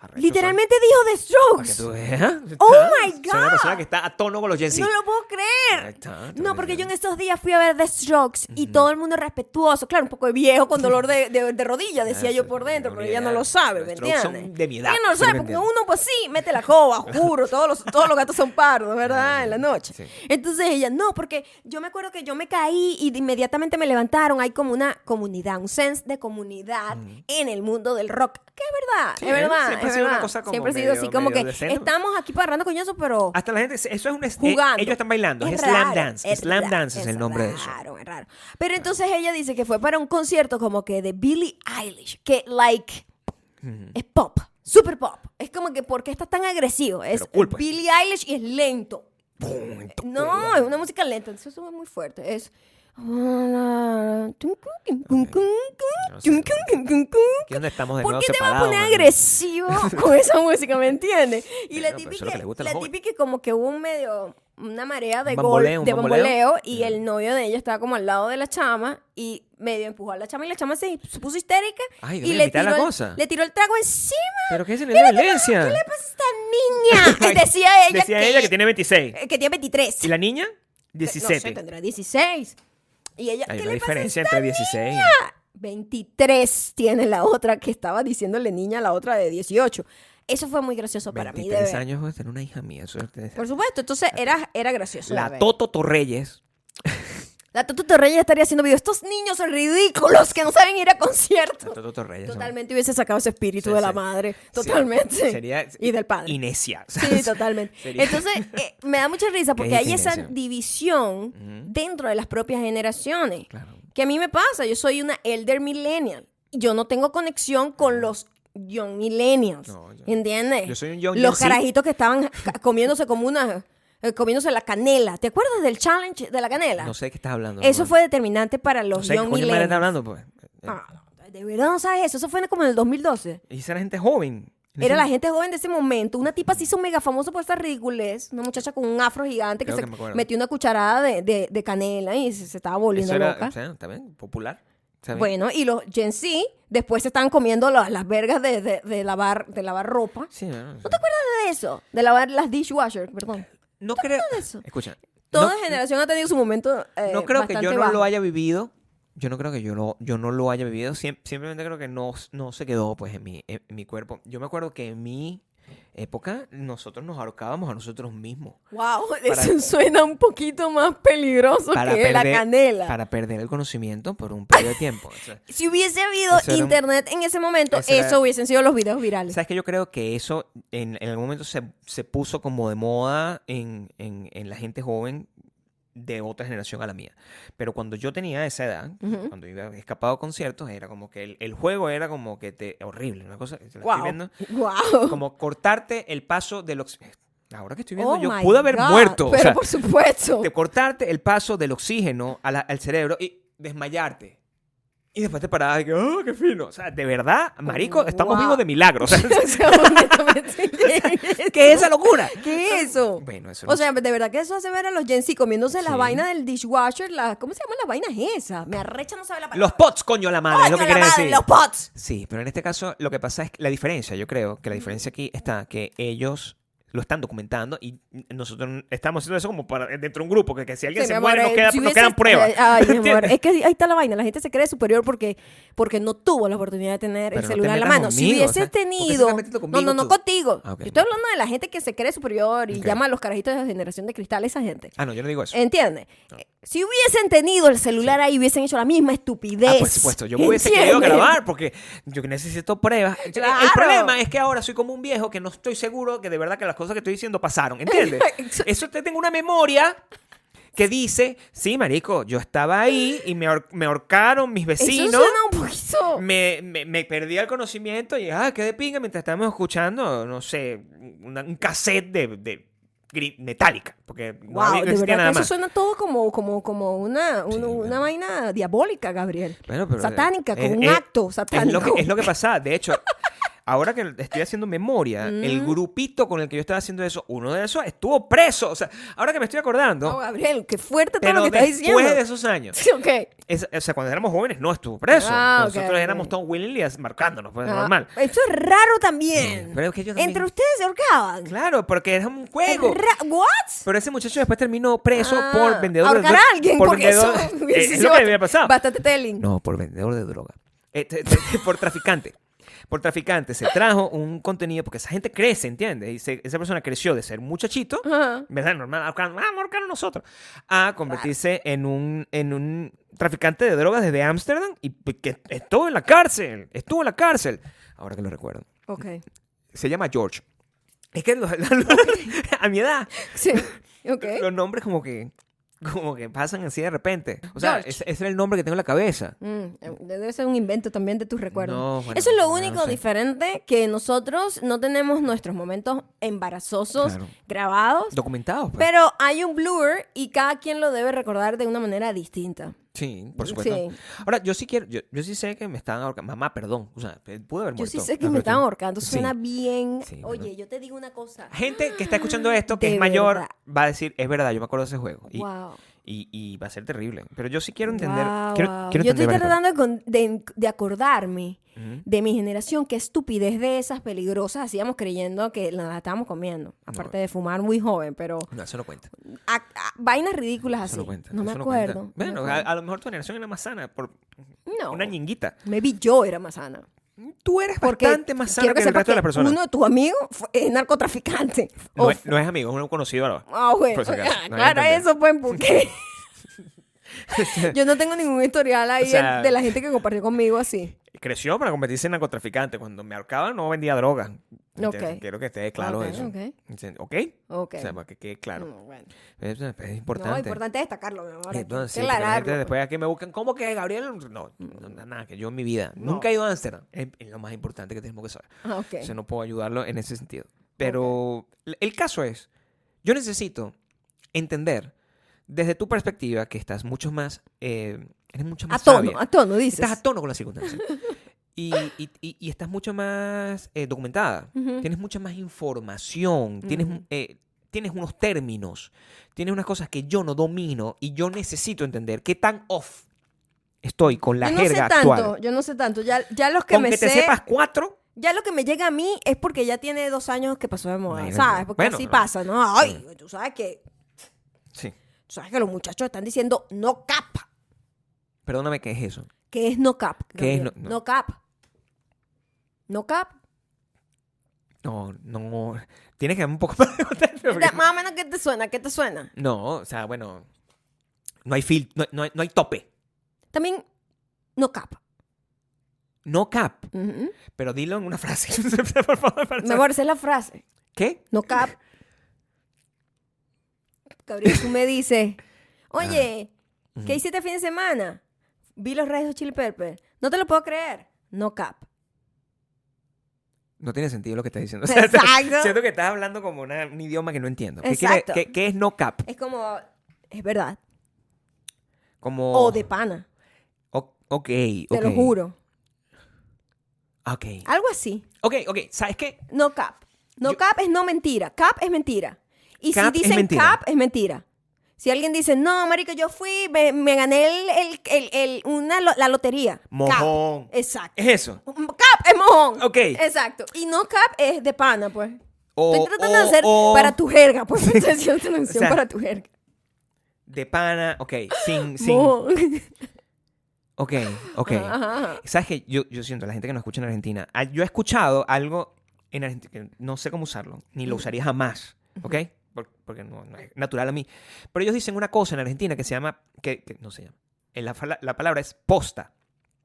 B: Arrecho,
A: Literalmente dijo The
B: son- Para que tú
A: Strokes.
B: veas. ¿eh?
A: ¡Oh,
B: Está-
A: my
B: Soy
A: God!
B: una persona que está a tono con los Gen Z.
A: No lo puedo creer.
B: Ahí está,
A: No,
B: entonces,
A: porque yo en
B: ya.
A: estos días fui a ver The Strokes y todo el mundo respetuoso. Claro, un poco de viejo, con dolor de, de, de rodilla, decía
B: Eso,
A: yo por dentro,
B: una
A: pero ella no
B: idea.
A: lo sabe, ¿me
B: Los Strokes
A: entiendes?
B: son de mi edad,
A: Ella no lo
B: sí,
A: sabe,
B: me
A: porque
B: entiendes.
A: uno pues sí, mete la coba, juro, todos los, todos los gatos son pardos, ¿verdad? En la noche.
B: Ah, Sí.
A: Entonces ella, no, porque yo me acuerdo que yo me caí y de- inmediatamente me levantaron. Hay como una comunidad, un sense de comunidad en el mundo del rock. Que es verdad,
B: Sí,
A: es verdad.
B: siempre
A: es
B: ha sido una
A: verdad.
B: cosa como
A: Siempre ha sido
B: medio-
A: así como
B: medio
A: que
B: decente.
A: estamos aquí parrando coñazo, pero
B: Hasta la gente, eso es un es- eh,
A: jugando.
B: Ellos están bailando, es,
A: raro,
B: slam dance.
A: es
B: slam
A: raro,
B: dance es, el nombre de eso.
A: raro, es raro. Pero entonces ella dice que fue para un concierto como que de Billie Eilish, que like es pop, super pop. Es como que ¿por qué está tan agresivo? Es
B: Pero cool, pues.
A: Billie Eilish y es lento.
B: Pum, en tu-
A: No, es una música lenta, entonces eso es muy fuerte. Es ¿Por
B: Aquí donde estamos de nuevo
A: qué te vas a
B: separados,
A: poner
B: mano.
A: agresivo con esa música, me entiendes? Y la
B: Bueno, pero eso es
A: típica,
B: lo que le gusta a los
A: la
B: jóvenes.
A: típica como que hubo un medio, una marea de
B: Un
A: gol,
B: bamboleo, un
A: de
B: bamboleo.
A: bamboleo, y el novio de ella estaba como al lado de la chama y medio empujó a la chama y la chama se, se puso histérica
B: Ay, Dios
A: y
B: mío,
A: le
B: mitad de
A: tiró,
B: la
A: el-
B: cosa.
A: le tiró el trago encima.
B: Pero qué es el nivel de
A: ¿Qué
B: violencia.
A: le pasa a esta niña? Y decía ella,
B: Decía
A: que,
B: ella que tiene 26.
A: eh, que tiene 23.
B: ¿Y la niña?
A: No sé,
B: 17.
A: tendrá 16. Y ella,
B: Hay
A: ¿qué
B: una
A: le pasa a
B: diferencia
A: esta
B: entre 16
A: niña? 23 tiene la otra que estaba diciéndole niña a la otra de 18. Eso fue muy gracioso para mí. De
B: 23
A: ver.
B: años voy a tener una hija mía. eso es-
A: Por supuesto, entonces era, era gracioso. de
B: La
A: ver.
B: Toto Torreyes.
A: la Toto Torreyes estaría haciendo videos. Estos niños son ridículos que no saben ir a conciertos.
B: La Toto Torreyes. ¿no?
A: Totalmente hubiese sacado ese espíritu
B: Sí,
A: de la
B: sí.
A: madre.
B: Sí,
A: Totalmente.
B: sería
A: y del padre.
B: Inesia.
A: Sí, totalmente.
B: Sería-
A: Entonces, eh, me da mucha risa porque hay esa
B: diferencia.
A: división dentro de las propias generaciones.
B: Claro.
A: Que a mí me pasa, yo soy una elder millennial. Yo no tengo conexión con los young millennials.
B: No, yo-
A: ¿Entiendes?
B: yo soy un young
A: Eh, Los
B: Gen Z.
A: carajitos que estaban ca- comiéndose como una eh, comiéndose la canela. ¿Te acuerdas del challenge de la canela?
B: No sé de qué estás hablando.
A: Eso
B: ¿no?
A: fue determinante para los
B: No sé de qué
A: young
B: coño madre estás
A: millennials.
B: hablando, pues.
A: Ah, no, de verdad no sabes eso, eso fue como en el 2012.
B: Y esa era gente joven.
A: Era la gente joven de ese momento. Una tipa se hizo mega famosa por esta ridiculez. Una muchacha con un afro gigante que
B: Creo
A: se
B: que me acuerdo.
A: metió una cucharada de, de- de canela y se, se estaba volviendo
B: Eso era,
A: loca.
B: o sea, también popular. ¿sabes?
A: bueno, y los Gen Z después se estaban comiendo la- las vergas de, de- de lavar, de lavar ropa.
B: Sí, no, no,
A: ¿No te acuerdas de eso? De lavar las dishwasher, perdón.
B: no creo.
A: de eso?
B: Escucha.
A: Toda
B: no-
A: generación ha tenido su momento. eh,
B: no creo que
A: bastante
B: yo no
A: bajo.
B: lo haya vivido. Yo no creo que yo no, yo no lo haya vivido. Siem- simplemente creo que no, no se quedó pues en mi, en mi cuerpo. Yo me acuerdo que en mi época nosotros nos ahorcábamos a nosotros mismos.
A: Wow,
B: Para-
A: eso suena un poquito más peligroso que la canela.
B: Para perder el conocimiento por un periodo de tiempo. O sea,
A: Si hubiese habido
B: Eso era un-
A: internet en ese momento,
B: Eso era-
A: eso hubiesen sido los videos virales.
B: ¿Sabes que Yo creo que eso en, en algún momento se, se puso como de moda en, en- en la gente joven de otra generación a la mía. Pero cuando yo tenía esa edad,
A: Ujú.
B: cuando iba escapado a conciertos, era como que el, el juego era como que te... Horrible, una cosa... te la estoy
A: Wow.
B: viendo,
A: Wow.
B: como cortarte el paso del oxígeno. Ahora que estoy viendo,
A: Oh
B: yo
A: my
B: pude haber
A: God,
B: muerto. o
A: Pero
B: sea,
A: por supuesto.
B: de cortarte el paso del oxígeno a la- al cerebro y desmayarte. Y después te parabas y que, ¡oh, qué fino! O sea, de verdad, marico, estamos
A: Wow.
B: vivos de milagros. O sea,
A: O sea, honestamente,
B: ¿Qué es esa locura?
A: ¿Qué es eso?
B: Bueno, eso no
A: O sea, de verdad que eso hace ver a los Gen Z comiéndose las
B: Sí.
A: vainas del dishwasher. las- ¿Cómo se llaman las vainas esas? Me arrecha no sabe la palabra.
B: Los pots, coño, la madre, es lo que
A: Coño, la
B: quieren
A: madre,
B: decir.
A: Los pots.
B: Sí, pero en este caso lo que pasa es que la diferencia, yo creo que la diferencia aquí está que ellos lo están documentando y nosotros estamos haciendo eso como para dentro de un grupo, que, que si alguien
A: Sí,
B: se,
A: mi amor,
B: muere nos,
A: eh,
B: queda-
A: si
B: nos
A: hubiese-
B: quedan pruebas.
A: eh, Ay, mi amor,
B: ¿Entiendes?
A: es que ahí está la vaina. La gente se cree superior porque, porque no tuvo la oportunidad de tener
B: Pero
A: el
B: no te
A: celular en la
B: metas
A: mano. si
B: conmigo,
A: hubiese
B: o sea, ¿por qué se está
A: tenido.
B: metiendo
A: no,
B: conmigo
A: no, no
B: tú?
A: contigo.
B: Ah, ok.
A: Yo estoy hablando de la gente que se cree superior y
B: Ok.
A: llama a los carajitos de la generación de cristal esa gente.
B: Ah, no, yo no digo eso.
A: ¿Entiendes? Eh, Si hubiesen tenido el celular ahí, hubiesen hecho la misma estupidez.
B: Ah, por supuesto, yo hubiese querido
A: ¿Entiendes?
B: grabar porque yo necesito pruebas. El- El
A: Claro.
B: problema es que ahora soy como un viejo que no estoy seguro que de verdad que las cosas que estoy diciendo pasaron, ¿entiendes?
A: Exacto.
B: Eso te tengo una memoria que dice, sí, marico, yo estaba ahí y me, ahor- me ahorcaron mis
A: Eso
B: vecinos.
A: suena un poquito.
B: Me, me, me perdí el conocimiento y, ah, qué de pinga, mientras estábamos escuchando, no sé, una- un cassette de, de gri- metálica. Porque no
A: Wow,
B: había- no
A: de
B: existía
A: verdad
B: nada
A: que eso
B: más.
A: suena todo como, como, como una, una, una
B: bueno.
A: vaina diabólica, Gabriel.
B: Bueno, pero- eh,
A: satánica, con
B: es-
A: un
B: es-
A: acto satánico.
B: Es lo, que, es lo que pasaba. De hecho, ahora que estoy haciendo memoria,
A: Mm.
B: el grupito con el que yo estaba haciendo eso, uno de esos estuvo preso. O sea, ahora que me estoy
A: No,
B: acordando,
A: Gabriel, qué fuerte todo lo
B: pero
A: que estás diciendo.
B: después de esos años.
A: Sí, ok.
B: es- o sea, cuando éramos jóvenes no estuvo preso.
A: Ah, ok,
B: Nosotros
A: ok.
B: éramos Tom Williams marcándonos, pues
A: Ah,
B: normal.
A: Eso es raro también.
B: Pero es que yo también-
A: Entre ustedes se ahorcaban.
B: Claro, porque era un juego.
A: Es ra- ¿What?
B: Pero ese muchacho después terminó preso
A: Ah,
B: por vendedor
A: ahorcar
B: de
A: a
B: dro-
A: alguien
B: por
A: porque
B: vendedor-
A: eso
B: Eh,
A: hubiese
B: es
A: sido
B: lo que había pasado.
A: bastante telling.
B: No, por vendedor de droga. Eh, te- te- te- por traficante. Por traficante. Se trajo un contenido porque esa gente crece, ¿entiendes? Y se- esa persona creció de ser un muchachito,
A: Ajá.
B: ¿verdad? Normal, ahorcando, ah, ahorcaron nosotros, a convertirse en, un, en un traficante de drogas desde Ámsterdam y que estuvo en la cárcel. Estuvo en la cárcel. Ahora que lo recuerdo.
A: Ok.
B: Se llama George. Es que los- a mi edad
A: Sí. Ok.
B: los nombres como que como que pasan así de repente. O sea,
A: George.
B: ese, ese era el nombre que tengo en la cabeza.
A: Mm, eh, debe ser un invento también de tus recuerdos.
B: No, bueno,
A: Eso es lo
B: no
A: único
B: sé.
A: diferente que nosotros no tenemos nuestros momentos embarazosos
B: Claro.
A: grabados,
B: Documentados. pues.
A: pero hay un blur y cada quien lo debe recordar de una manera distinta.
B: Sí, por supuesto.
A: Sí.
B: Ahora, yo sí quiero, yo, yo sí sé que me estaban ahorcando. Mamá, perdón. O sea, eh, pude haber
A: Yo
B: muerto.
A: sí sé que
B: Ah,
A: me
B: pero
A: están
B: sí.
A: ahorcando,
B: Sí.
A: suena bien.
B: Sí,
A: Oye,
B: bueno.
A: yo te digo una cosa.
B: Gente que está escuchando esto, que
A: De
B: es mayor,
A: verdad.
B: va a decir, es verdad, yo me acuerdo de ese juego. Y,
A: wow.
B: y, y va a ser terrible. Pero yo sí quiero entender.
A: Guau,
B: quiero-
A: guau.
B: quiero
A: Yo
B: entender
A: estoy
B: varias
A: tratando de, con- de- de acordarme
B: cosas. Ujú.
A: de mi generación, qué estupidez de esas peligrosas hacíamos creyendo que las estábamos comiendo. Aparte de fumar muy joven, pero
B: No, eso no cuenta.
A: a- a- vainas ridículas
B: Eso
A: así.
B: no cuenta.
A: no me
B: eso
A: acuerdo. no me
B: cuenta. bueno, a,
A: acuerdo.
B: a lo mejor tu generación era más sana por
A: no.
B: una ñinguita.
A: Maybe yo era más sana.
B: Tú eres
A: Porque
B: bastante más sana
A: quiero
B: que, el
A: sepas
B: resto de las
A: que
B: personas.
A: Uno de tus amigos fue- es narcotraficante.
B: No,
A: O
B: es, no es amigo, es un conocido. ahora.
A: Ah, bueno.
B: Por si acaso,
A: Ah,
B: no voy a
A: claro,
B: entender.
A: eso pues, porque yo no tengo ningún historial ahí
B: O sea-
A: en- de la gente que compartió conmigo así.
B: Creció para convertirse en narcotraficante. Cuando me ahorcaban no vendía droga. Entonces,
A: Ok.
B: Quiero que esté claro
A: Ok,
B: eso.
A: ok.
B: Dicen, ¿Ok?
A: Ok.
B: O sea, para que quede claro.
A: No, bueno.
B: Es, es
A: No,
B: importante.
A: importante destacarlo, mi amor.
B: Entonces, sí,
A: Hay que
B: porque la gente
A: aclararlo, pues. Mm.
B: después aquí me buscan, ¿cómo que Gabriel? No, no, nada, que yo en mi vida
A: No.
B: nunca he ido a Ámsterdam. Es, es lo más importante que tenemos que saber.
A: Ah,
B: O
A: ok.
B: sea, no puedo ayudarlo en ese sentido. Pero el- el caso es, yo necesito entender desde tu perspectiva que estás mucho más, eh, eres mucho
A: A
B: más
A: tono,
B: sabia.
A: a tono, dices.
B: Estás a tono con las circunstancias. Y, y- y- y estás mucho más eh, documentada.
A: Ujú.
B: Tienes mucha más información. Tienes,
A: Ujú.
B: eh, tienes unos términos. Tienes unas cosas que yo no domino y yo necesito entender qué tan off estoy con la
A: yo no sé
B: jerga
A: tanto,
B: actual.
A: yo no sé tanto. Ya, ya los que
B: Con
A: me
B: que te
A: sé,
B: sepas cuatro.
A: ya lo que me llega a mí es porque ya tiene dos años que pasó de moda,
B: Bueno,
A: ¿sabes? Porque
B: bueno,
A: así
B: no.
A: pasa, ¿no? Ay, tú sabes que,
B: Sí.
A: tú sabes que los muchachos están diciendo no cap.
B: Perdóname, ¿qué es eso?
A: ¿Qué es no cap?
B: ¿Qué es
A: Gabriel?
B: no- no?
A: cap. No cap.
B: No, no. Tienes que darme un poco más de contexto, porque-
A: Más o menos, ¿qué te suena? ¿Qué te suena?
B: No, o sea, bueno. No hay, fil no, no hay, no hay tope.
A: También no cap.
B: No cap.
A: Ujú.
B: Pero dilo en una frase. Por favor, para
A: Mi amor, esa es la frase.
B: ¿Qué?
A: No cap. Gabriel, tú me dices, oye, ¿qué hiciste el fin de semana? Vi los rayos de Chili Pepper. No te lo puedo creer. No cap.
B: No tiene sentido lo que estás diciendo. O sea,
A: Exacto.
B: siento que estás hablando como una- un idioma que no entiendo. ¿Qué, quiere-
A: Exacto.
B: qué- qué es no cap?
A: Es como, es verdad.
B: Como...
A: O de pana,
B: O- ok,
A: te lo
B: Oh. ok. Ah,
A: juro.
B: Ok.
A: Algo así.
B: Ok, ok. ¿Sabes qué?
A: No cap. No
B: Yo-
A: cap es no mentira. Cap es mentira. Y
B: Cap
A: si
B: es
A: dicen
B: mentira.
A: cap, es mentira. Si alguien dice, no, marico, yo fui, me, me gané el, el- el- el- una lo- la lotería. Cap.
B: Mojón.
A: Exacto. Mm,
B: Es eso.
A: Cap es mojón.
B: Ok.
A: Exacto. Y no cap es de pana, pues.
B: O,
A: Estoy tratando
B: o-
A: de hacer
B: o
A: para tu jerga, pues estoy haciendo traducción
B: O sea,
A: para tu jerga.
B: De pana, ok, sin, sin.
A: Mo-
B: Ok, ok.
A: Ajá, ajá, ajá.
B: ¿Sabes qué? Yo, yo siento, la gente que nos escucha en Argentina, ah, yo he escuchado algo en Argentina, que no sé cómo usarlo, ni lo usaría jamás, ¿ok? Por- Porque no, no es natural a mí. Pero ellos dicen una cosa en Argentina que se llama, que, que no se llama, Eh, la, fala- la palabra es posta.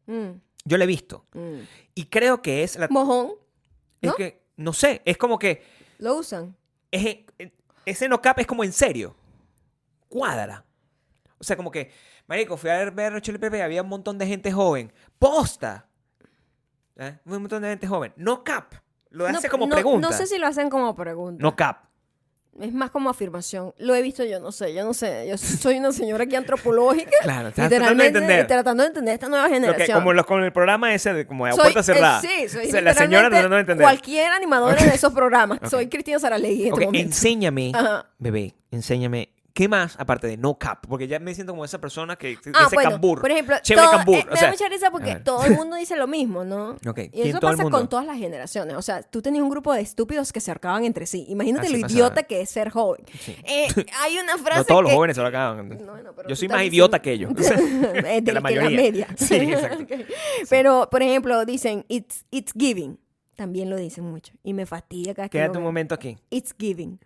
A: Mm,
B: Yo la he visto.
A: mm.
B: Y creo que es la...
A: Mojón,
B: Es
A: ¿no?
B: que, no sé, es como que...
A: lo usan.
B: es- eh, ese no cap es como en serio. Cuadra. O sea, como que, marico, fui a ver, ver Chile Pepe, había un montón de gente joven. ¡Posta! ¿Eh? Un montón de gente joven. No cap. Lo hace como pregunta.
A: No sé si lo hacen como pregunta.
B: No cap.
A: Es más como afirmación. Lo he visto yo, no sé, yo no sé. Yo soy una señora aquí antropológica.
B: Claro, estás tratando de
A: literalmente
B: entender.
A: tratando de entender esta nueva
B: Lo que-
A: generación.
B: como los, con el programa ese, de, como a
A: Soy-
B: puerta
A: eh,
B: cerrada.
A: sí, soy
B: O sea, la
A: literalmente
B: señora tratando de entender.
A: Cualquier animadora de esos programas. Soy Cristina Saralegui en este
B: Ok,
A: momento.
B: enséñame,
A: Ajá.
B: bebé, enséñame. ¿Qué más aparte de no cap? Porque ya me siento como esa persona que dice
A: Ah, bueno,
B: cambur.
A: por ejemplo,
B: chévere
A: todo-
B: cambur.
A: eh,
B: o
A: me
B: sea,
A: da mucha risa
B: a
A: porque
B: ver.
A: todo el mundo dice lo mismo, ¿no?
B: Ok, ¿quién,
A: Y eso
B: todo el
A: pasa
B: mundo?
A: con todas las generaciones. O sea, tú tenías un grupo de estúpidos que se ahorcaban entre sí. Imagínate
B: Así
A: lo
B: Ah, pasaba.
A: idiota que es ser joven. Eh, hay una frase
B: No todos los
A: que-
B: jóvenes se lo acaban.
A: No, no, pero tú
B: yo soy
A: estás
B: más idiota que ellos.
A: diciendo- Eh, de,
B: la
A: la
B: mayoría.
A: media.
B: Sí, exacto.
A: Ok. Pero, por ejemplo, dicen it's, it's giving. También lo dicen mucho. Y me fastidia cada vez que lo
B: Quédate un
A: veo.
B: momento aquí.
A: It's giving.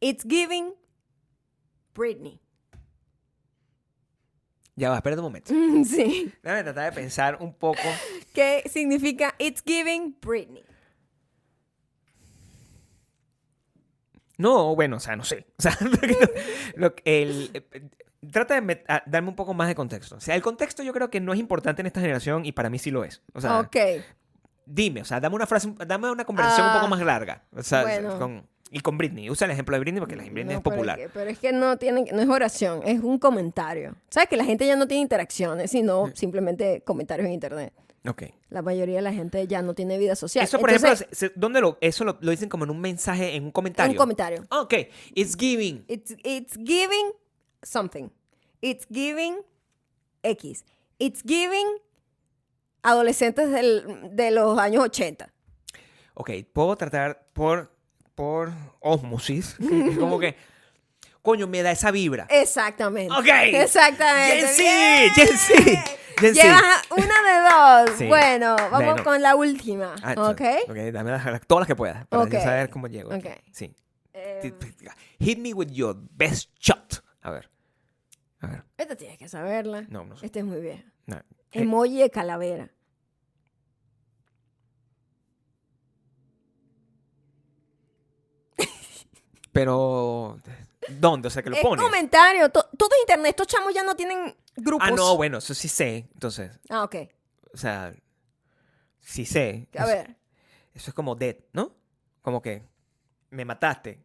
A: It's giving Britney.
B: Ya va, espérate un momento.
A: Mm, Sí.
B: Déjame tratar de pensar un poco.
A: ¿Qué significa It's giving Britney?
B: No, bueno, o sea, no sé. O sea, lo que- lo que- el- eh, trata de met- a- darme un poco más de contexto. O sea, el contexto yo creo que no es importante en esta generación y para mí sí lo es. O sea,
A: ok.
B: dime, o sea, dame una frase, dame una conversación un
A: Ah,
B: poco más larga. O sea,
A: bueno. Mm,
B: con- y con Britney. Usa el ejemplo de Britney porque la Britney
A: No,
B: es popular.
A: Pero es, que, pero es que no tiene, no es oración, es un comentario. ¿Sabes que la gente ya no tiene interacciones, sino simplemente comentarios en internet?
B: Ok.
A: La mayoría de la gente ya no tiene vida social.
B: Eso, por
A: Entonces,
B: ejemplo, se- se- ¿dónde lo, eso lo, lo dicen como en un mensaje, en un comentario?
A: un comentario.
B: Ah, Ok, it's giving.
A: It's, it's giving something. It's giving X. It's giving adolescentes del- de los años 80.
B: Ok, puedo tratar por, por osmosis. que es como que, coño, me da esa vibra.
A: Exactamente.
B: Ok.
A: Exactamente.
B: Gen Z,
A: Bien.
B: Gen Z, Gen Z.
A: Llevas una de dos.
B: Sí.
A: Bueno, vamos
B: Bueno.
A: con la última.
B: Ah,
A: ¿Ok?
B: ok, dame las- las- todas las que puedas para yo
A: Ok.
B: saber cómo llego. aquí.
A: Ok.
B: Sí.
A: Eh,
B: Hit me with your best shot. A ver. A ver.
A: esta tienes que saberla.
B: No, Eh. no sé.
A: Esta es muy vieja.
B: No. Hit-
A: Emoji de calavera.
B: Pero, ¿dónde? O sea, que lo
A: es
B: pones.
A: comentario. to- todo es internet. Estos chamos ya no tienen grupos.
B: Ah, no, bueno, eso sí sé. Entonces,
A: Ah, ok.
B: o sea, sí sé.
A: A
B: O sea,
A: ver.
B: Eso es como dead, ¿no? Como que me mataste,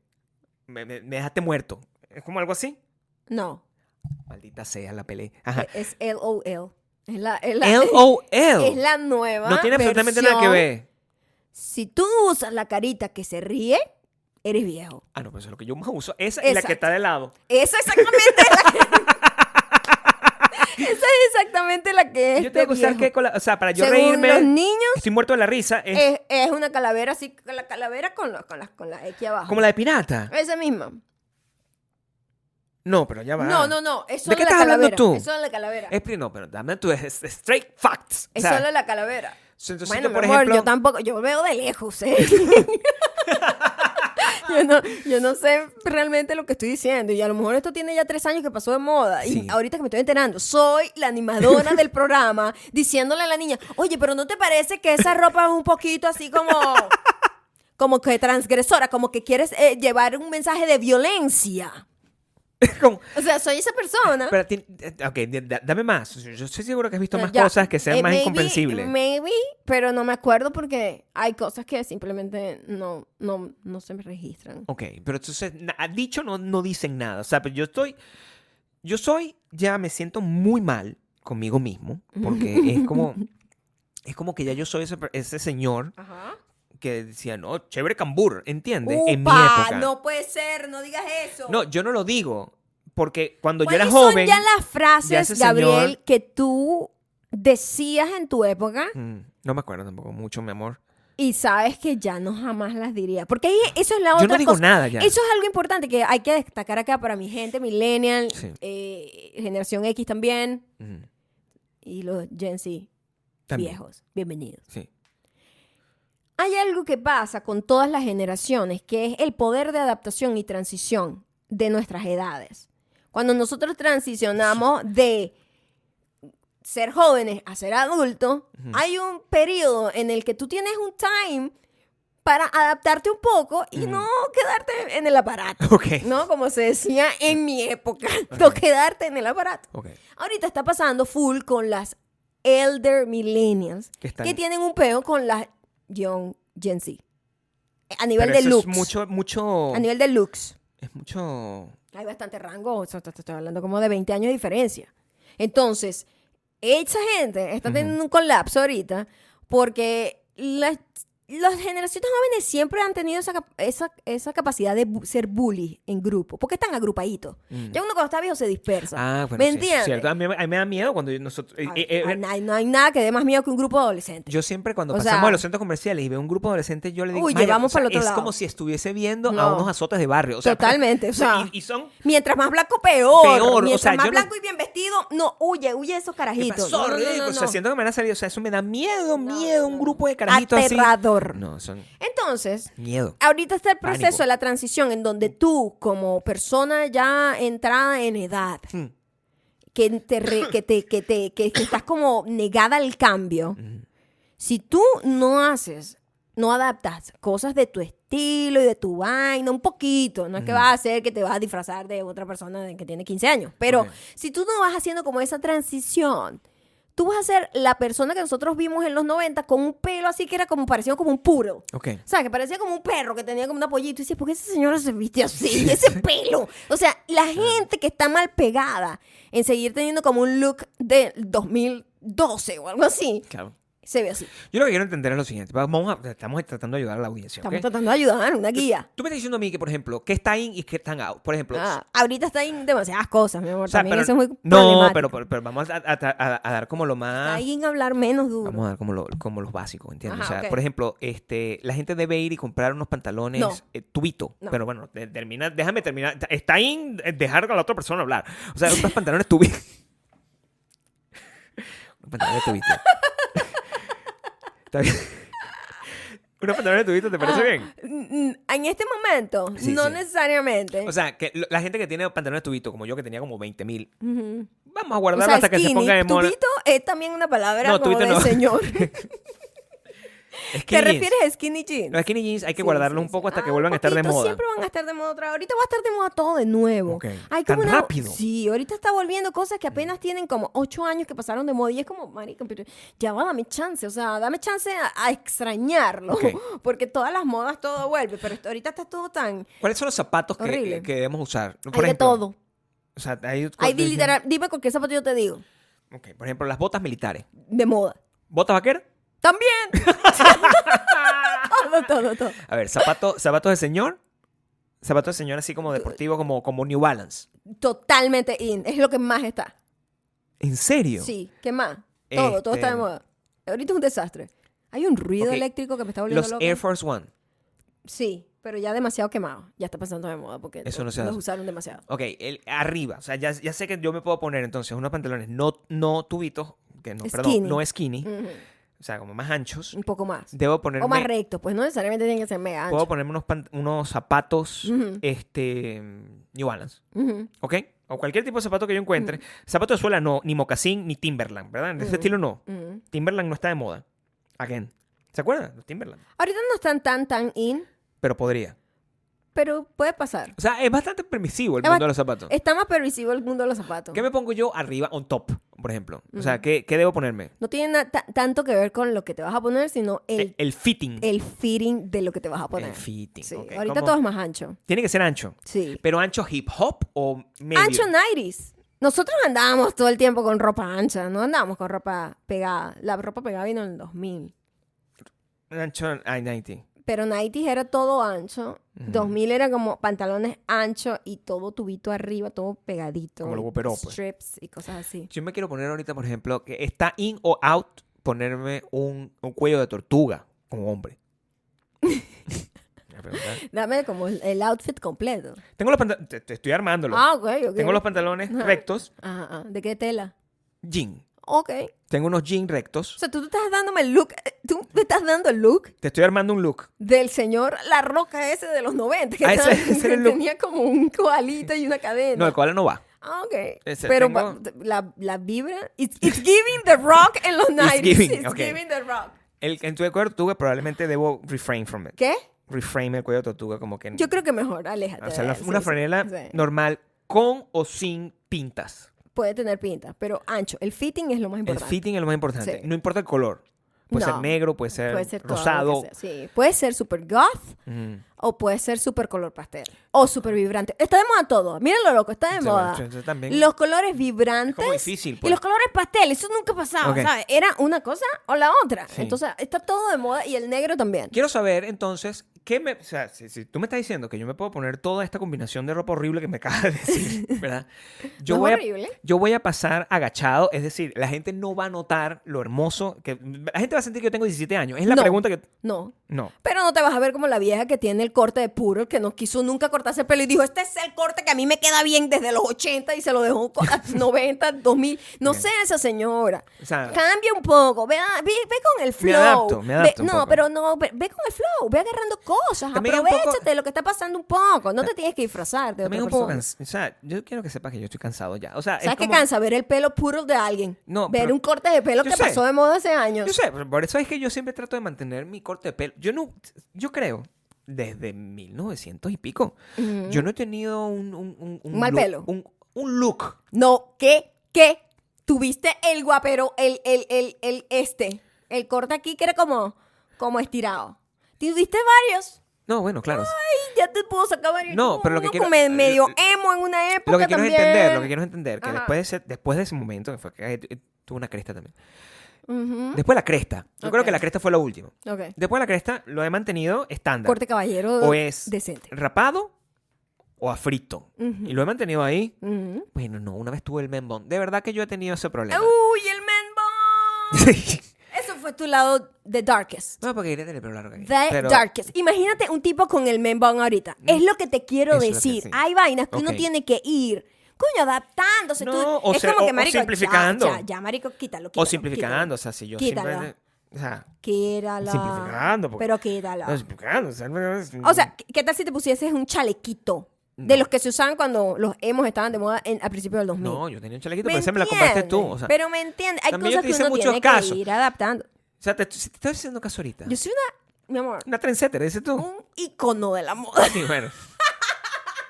B: me, me- me dejaste muerto. Es como algo así.
A: No.
B: Maldita sea la pelea. Ajá.
A: Es LOL. Es la, es la, es
B: LOL.
A: la nueva.
B: No tiene absolutamente nada que
A: versión.
B: ver.
A: Si tú usas la carita que se ríe, eres viejo.
B: Ah, no, pero eso es lo que yo más uso. Esa y la
A: Exacto.
B: que está de lado.
A: Esa exactamente es la que... Esa es exactamente la que es
B: yo tengo que usar que
A: viejo.
B: con la- O sea, para yo
A: Según
B: reírme.
A: los niños, eh,
B: Estoy muerto de la risa. Es
A: es, es una calavera así, con la calavera con, los- con, las, con las X abajo.
B: como la de pirata.
A: Esa misma.
B: No, pero ya va.
A: No, no, no. Es
B: ¿De
A: solo
B: qué
A: la
B: estás hablando
A: calavera.
B: tú?
A: Es solo la calavera. Es,
B: Es, no, pero dame tus es- straight facts. O sea,
A: solo la calavera.
B: entonces
A: bueno,
B: yo,
A: por
B: por
A: amor,
B: ejemplo,
A: yo tampoco, yo veo de lejos, ¿eh? yo, no, yo no sé realmente lo que estoy diciendo y a lo mejor esto tiene ya tres años que pasó de moda
B: Sí.
A: y ahorita que me estoy enterando, soy la animadora del programa diciéndole a la niña, oye, pero ¿no te parece que esa ropa es un poquito así como... Como que transgresora, como que quieres eh, llevar un mensaje de violencia.
B: como-
A: O sea, soy esa persona.
B: Pero, ti- eh, ok, d- d- dame más. Yo yo estoy seguro que has visto más
A: Ya.
B: cosas que sean
A: Eh,
B: más
A: maybe-
B: incomprensibles.
A: Maybe, pero no me acuerdo porque hay cosas que simplemente no, no, no se me registran.
B: Ok, pero entonces, na- ha dicho no, no dicen nada. O sea, pero yo estoy. Yo soy. Ya me siento muy mal conmigo mismo. Porque es como. Es como que ya yo soy ese, per- ese señor
A: Ajá.
B: que decía, no, chévere cambur, ¿entiendes? en mi
A: Upa,
B: época.
A: no puede ser, no digas eso.
B: No, yo no lo digo. Porque cuando yo era
A: ¿Cuáles son
B: joven.
A: ya las
B: ya
A: frases,
B: ese
A: Gabriel,
B: señor-
A: que tú decías en tu época?
B: Mm, no me acuerdo tampoco mucho, mi amor.
A: Y sabes que ya no jamás las diría. Porque ahí eso es la
B: Yo
A: otra
B: no digo
A: cosa.
B: nada ya.
A: Eso es algo importante que hay que destacar acá para mi gente, millennial,
B: Sí.
A: eh, generación X también
B: Ujú.
A: y los Gen Z
B: Mm, También.
A: viejos. Bienvenidos.
B: Sí.
A: Hay algo que pasa con todas las generaciones, que es el poder de adaptación y transición de nuestras edades. Cuando nosotros transicionamos de ser jóvenes a ser adultos, hay un periodo en el que tú tienes un time para adaptarte un poco y no quedarte en el aparato.
B: Ok.
A: ¿No? Como se decía en mi época, no quedarte en el aparato.
B: Ok.
A: Ahorita está pasando full con las elder millennials
B: Que están-
A: que tienen un peo con las young Gen Z. A nivel de
B: Pero eso
A: looks.
B: Es mucho, mucho.
A: A nivel de looks.
B: Es mucho.
A: Hay bastante rango. o sea, te- te Estoy hablando como de 20 años de diferencia. Entonces, esa gente está teniendo un colapso ahorita porque las, las generaciones jóvenes siempre han tenido esa, cap- esa, esa capacidad de bu- ser bully en grupo. Porque están agrupaditos.
B: Mm.
A: Ya uno cuando está viejo se dispersa.
B: Ah, bueno.
A: ¿Me
B: sí,
A: entiendes?
B: cierto. A mí, a mí me da miedo cuando yo- nosotros. eh,
A: A-
B: eh, eh,
A: a na- no hay nada que dé más miedo que un grupo de adolescentes.
B: yo siempre cuando
A: O
B: pasamos
A: sea-
B: a los centros comerciales y veo un grupo de adolescentes, yo le digo,
A: Uy,
B: "Maya,
A: llevamos
B: o sea,
A: para el otro
B: es
A: lado".
B: como si estuviese viendo a
A: No.
B: unos azotes de barrio. O sea,
A: Totalmente, o sea,
B: y, y son
A: Mientras más blanco, peor.
B: Peor, o
A: Mientras
B: sea,
A: más
B: yo no-
A: blanco y bien vestido, no, huye, huye de esos
B: ¿Qué
A: carajitos.
B: pasó,
A: No, no, no,
B: Rick?
A: no,
B: O sea,
A: no.
B: siento que me van a salir. O sea, eso me da miedo,
A: No,
B: miedo. Un
A: no,
B: grupo de carajitos así.
A: Aterrador.
B: No, son
A: Entonces,
B: miedo.
A: ahorita está el proceso
B: Pánico.
A: de la transición en donde tú, como persona ya entrada en edad,
B: Mm.
A: que te, re- que te, que te- que- que estás como negada al cambio, si tú no haces, no adaptas cosas de tu estilo y de tu vaina, un poquito, no es que vas a hacer que te vas a disfrazar de otra persona de- que tiene 15 años, pero
B: Ok.
A: si tú no vas haciendo como esa transición, tú vas a ser la persona que nosotros vimos en los 90 con un pelo así que era como parecido como un puro.
B: Ok.
A: O sea, que parecía como un perro que tenía como una pollita. Y tú dices, ¿por qué esa señora se viste así? Y ese pelo. O sea, la gente que está mal pegada en seguir teniendo como un look del 2012 o algo así,
B: Claro.
A: se ve así.
B: Yo lo que quiero entender es lo siguiente. Vamos a- estamos tratando de ayudar a la audiencia. ¿ok?
A: Estamos tratando de ayudar, una guía.
B: Tú me estás diciendo a mí que, por ejemplo, ¿qué está in y qué están out? Por ejemplo,
A: Ah, ahorita está en demasiadas cosas, mi amor.
B: o sea,
A: También
B: pero-
A: eso es muy
B: no,
A: problemático.
B: pero, pero- pero vamos a, a- a- a dar como lo más...
A: Ahí en hablar menos duro.
B: Vamos a dar como, lo- como los básicos, ¿entiendes?
A: Ajá,
B: o sea,
A: ok.
B: por ejemplo, este, la gente debe ir y comprar unos pantalones
A: No.
B: eh, tubito.
A: No.
B: Pero bueno, te- termina, déjame terminar. Está in dejar a la otra persona hablar. O sea, unos pantalones tubito. unos pantalones tubito. ¿Está bien? unos pantalones tubito, ¿te parece
A: Ah,
B: bien?
A: mm, mm, En este momento,
B: Sí,
A: no
B: sí.
A: necesariamente.
B: O sea, que lo- la gente que tiene pantalones tubito, como yo que tenía como 20 mil,
A: Ujú.
B: vamos a
A: O
B: guardarlo
A: sea,
B: hasta que se
A: skinny,
B: ponga de moda.
A: tubito es también una palabra
B: No,
A: como
B: tubito
A: de
B: no.
A: señor.
B: Skinny
A: ¿Te
B: jeans.
A: refieres a skinny jeans?
B: Los skinny jeans hay que
A: Sí,
B: guardarlos
A: sí,
B: un
A: sí.
B: poco hasta que
A: Ah,
B: vuelvan a estar de
A: poquito,
B: moda.
A: Siempre van a estar de moda otra. Ahorita va a estar de moda todo de nuevo.
B: Ok.
A: Hay
B: Tan
A: como una-
B: rápido. Mm.
A: Sí, ahorita está volviendo cosas que apenas tienen como ocho años que pasaron de moda y es como, marica, pero ya va, dame chance, o sea, dame chance a, a extrañarlo,
B: Ok.
A: porque todas las modas todo vuelve, pero esto- ahorita está todo tan
B: ¿Cuáles son los zapatos que,
A: Horrible.
B: que debemos usar? Por
A: hay de
B: ejemplo,
A: todo.
B: O sea, hay,
A: Hay de literal, dime cualquier zapato yo te digo,
B: Ok, por ejemplo, las botas militares.
A: de moda.
B: ¿Botas vaqueras?
A: También. todo, todo, todo.
B: A ver, zapato, zapatos de señor. Zapatos de señor así como deportivo, como, como New Balance.
A: Totalmente in, es lo que más está.
B: ¿En serio?
A: Sí, ¿qué más? Todo, todo
B: Este-
A: está de moda. Ahorita es un desastre. Hay un ruido
B: Ok.
A: eléctrico que me está volviendo
B: Los
A: loca.
B: Air Force One.
A: Sí, pero ya demasiado quemado. Ya está pasando de moda porque
B: Eso no se
A: los
B: hace.
A: usaron demasiado.
B: Ok, el, arriba. O sea, ya, ya sé que yo me puedo poner entonces unos pantalones no, no tubitos, que no,
A: Skinny.
B: perdón, no skinny,
A: Ujú,
B: o sea, como más anchos.
A: Un poco más.
B: Debo ponerme,
A: O más recto, pues no necesariamente tienen que ser mega
B: puedo
A: ancho.
B: ponerme unos, pan- unos zapatos
A: Ujú.
B: este, New Balance,
A: Ujú.
B: ¿ok? O cualquier tipo de zapato que yo encuentre. Zapato de suela no, ni mocasín, ni Timberland, ¿verdad? De ese estilo no.
A: Ujú.
B: Timberland no está de moda. Again. ¿Se acuerdan? Los Timberland.
A: Ahorita no están tan, tan in,
B: Pero podría.
A: pero puede pasar.
B: O sea, es bastante permisivo el
A: Es
B: mundo de
A: bast-
B: los zapatos.
A: Está más pervisivo el mundo de los zapatos.
B: ¿Qué me pongo yo arriba, on top, por ejemplo? O sea, ¿qué, qué debo ponerme?
A: No tiene na- ta- tanto que ver con lo que te vas a poner, sino
B: El,
A: el,
B: fitting.
A: el fitting de lo que te vas a poner.
B: Eh, El fitting.
A: Sí,
B: ok.
A: ahorita
B: ¿Cómo?
A: todo es más ancho.
B: Tiene que ser ancho.
A: Sí.
B: Pero ancho hip hop o medio.
A: Ancho 90s. Nosotros andábamos todo el tiempo con ropa ancha, no andábamos con ropa pegada. La ropa pegada vino en el 2000.
B: Ancho I-90.
A: Pero 90s era todo ancho. 2000 era como pantalones anchos y todo tubito arriba, todo pegadito.
B: Como lo operó, pues.
A: Strips y cosas así.
B: Yo me quiero poner ahorita, por ejemplo, que está in o out, ponerme un, un cuello de tortuga como hombre. quería preguntar.
A: Dame como el- el outfit completo.
B: Tengo los pantalones. Te, te estoy armándolo.
A: Ah, ok, ok.
B: Tengo los pantalones
A: Ajá.
B: rectos,
A: Ajá, ajá. ¿De qué tela?
B: jean.
A: Ok.
B: Tengo unos jean
A: O
B: rectos.
A: sea, tú te estás dándome el look. eh, Tú me estás dando el look
B: Te estoy armando un look.
A: del señor La Roca ese de los 90. Que
B: Ah, ese-
A: estaba-
B: ese era el
A: que
B: look.
A: tenía como un coalito y una cadena.
B: No, el cual no va.
A: Ah, ok.
B: Ese,
A: Pero
B: tengo-
A: va- la, la vibra. It's, it's giving the rock en los 90s.
B: giving,
A: It's
B: ok.
A: giving the rock.
B: El, en tu cuello de tortuga probablemente debo refrain from it.
A: ¿Qué?
B: Reframe el cuello de tortuga como que...
A: Yo creo que mejor, aléjate.
B: o
A: de
B: sea, la-
A: él,
B: una
A: sí, sí,
B: franela
A: sí.
B: normal con o sin pintas.
A: Puede tener pinta, pero ancho. El fitting es lo más
B: El
A: importante.
B: fitting es lo más importante.
A: Sí.
B: No importa el color. Puede
A: No.
B: ser negro, puede ser,
A: puede ser todo lo que
B: rosado.
A: sea, Sí, puede ser super goth
B: Mm.
A: o puede ser super color pastel o super vibrante. Está de moda todo. Miren lo loco, está de
B: Sí,
A: moda.
B: bueno, eso también-
A: Los colores vibrantes
B: Es como difícil,
A: y
B: pues.
A: los colores pastel, eso nunca pasaba,
B: Ok.
A: ¿sabes? Era una cosa o la otra.
B: Sí.
A: Entonces, está todo de moda y el negro también.
B: Quiero saber, entonces, ¿qué me... O sea, si, si tú me estás diciendo que yo me puedo poner toda esta combinación de ropa horrible que me acabas de decir, ¿verdad? Yo
A: No es
B: voy a-
A: horrible.
B: yo voy a pasar agachado, es decir, la gente no va a notar lo hermoso que... La gente va a sentir que yo tengo 17 años. Es la
A: No.
B: pregunta que...
A: No.
B: No.
A: Pero no te vas a ver como la vieja que tiene el corte de puro, que no quiso nunca cortarse el pelo y dijo, este es el corte que a mí me queda bien desde los 80 y se lo dejó co- a 90, 2000. No
B: Ok.
A: sé esa señora.
B: O sea-
A: Cambia un poco, ve, a- ve, ve con el flow.
B: adapto, me adapto
A: Ve-
B: un
A: no,
B: poco.
A: pero no, ve, ve con el flow, ve agarrando cosas,
B: También es un poco-
A: aprovechate de lo que está pasando un poco, no te tienes que disfrazar de otra
B: También un poco
A: persona.
B: cansado. O sea, yo quiero que sepas que yo estoy cansado ya. O sea, es
A: ¿Sabes qué
B: como-
A: cansa? Ver el pelo puro de alguien.
B: No,
A: ver
B: pero-
A: un corte de pelo
B: Yo
A: que
B: sé.
A: pasó de moda hace años.
B: Yo sé, pues, por por eso es que yo siempre trato de mantener mi corte de pelo. Yo no, yo creo, desde 1900 y pico, yo no he tenido un, un, un, un
A: Un mal
B: look-
A: pelo.
B: Un, un look.
A: No, ¿qué? ¿Qué? Tuviste el guapero, el, el, el, el este, el corte aquí que era como, como estirado. Tuviste varios.
B: No, bueno, claro.
A: Ay, ya te puedo sacar varios.
B: No,
A: Como
B: pero lo que
A: uno
B: quiero-
A: come- medio
B: lo-
A: emo en una época
B: Lo que quiero es
A: también.
B: entender, lo que quiero es entender, que
A: Ajá.
B: después de, ese, después de ese momento, que fue que eh, eh, tuve una cresta también.
A: Ujú.
B: Después de la cresta. Yo creo
A: ¿Mm? Ok.
B: que la cresta fue lo último.
A: Ok.
B: Después de la cresta lo he mantenido estándar.
A: Corte caballero
B: o es
A: decente.
B: rapado o afrito. Y lo he mantenido ahí.
A: Ujú.
B: Bueno, no, una vez tuve el membón. De verdad que yo he tenido ese problema.
A: ¡Uy, el man bun!
B: Sí.
A: Eso fue tu lado the darkest.
B: No, porque quería tener pelo largo.
A: The
B: aquí. Pero- Mm.
A: darkest. Imagínate un tipo con el men bun ahorita. Es lo que te quiero
B: Es lo que
A: decir.
B: sí.
A: Hay vainas que uno
B: Ok.
A: tiene que ir, coño, adaptándose.
B: No,
A: Tú-
B: o
A: es
B: sea,
A: como
B: o-
A: que,
B: o
A: marico, ya,
B: simplificando.
A: Ya, ya, marico, quítalo.
B: O
A: quítalo,
B: simplificando, o sea, si yo
A: Quítalo.
B: simplemente. O sea,
A: Quítalo.
B: Simplificando, pues. porque-
A: Pero quítalo.
B: no, simplificando. O sea, no-
A: O sea, ¿qué- ¿qué tal si te pusieses un chalequito? De
B: No.
A: los que se usaban cuando los hemos estaban de moda en- a principios del 2000.
B: no, yo tenía un chalequito,
A: ¿Me
B: pero ese me la compraste
A: entiendes?
B: tú. O sea,
A: pero me entiendes. Hay
B: también yo
A: cosas
B: te
A: que
B: hice
A: uno
B: muchos
A: tiene
B: casos.
A: que ir adaptando.
B: o sea, te, si te estoy haciendo caso ahorita.
A: Yo soy una, mi amor,
B: Una trendsetter, dices tú.
A: un icono de la moda.
B: Sí, bueno.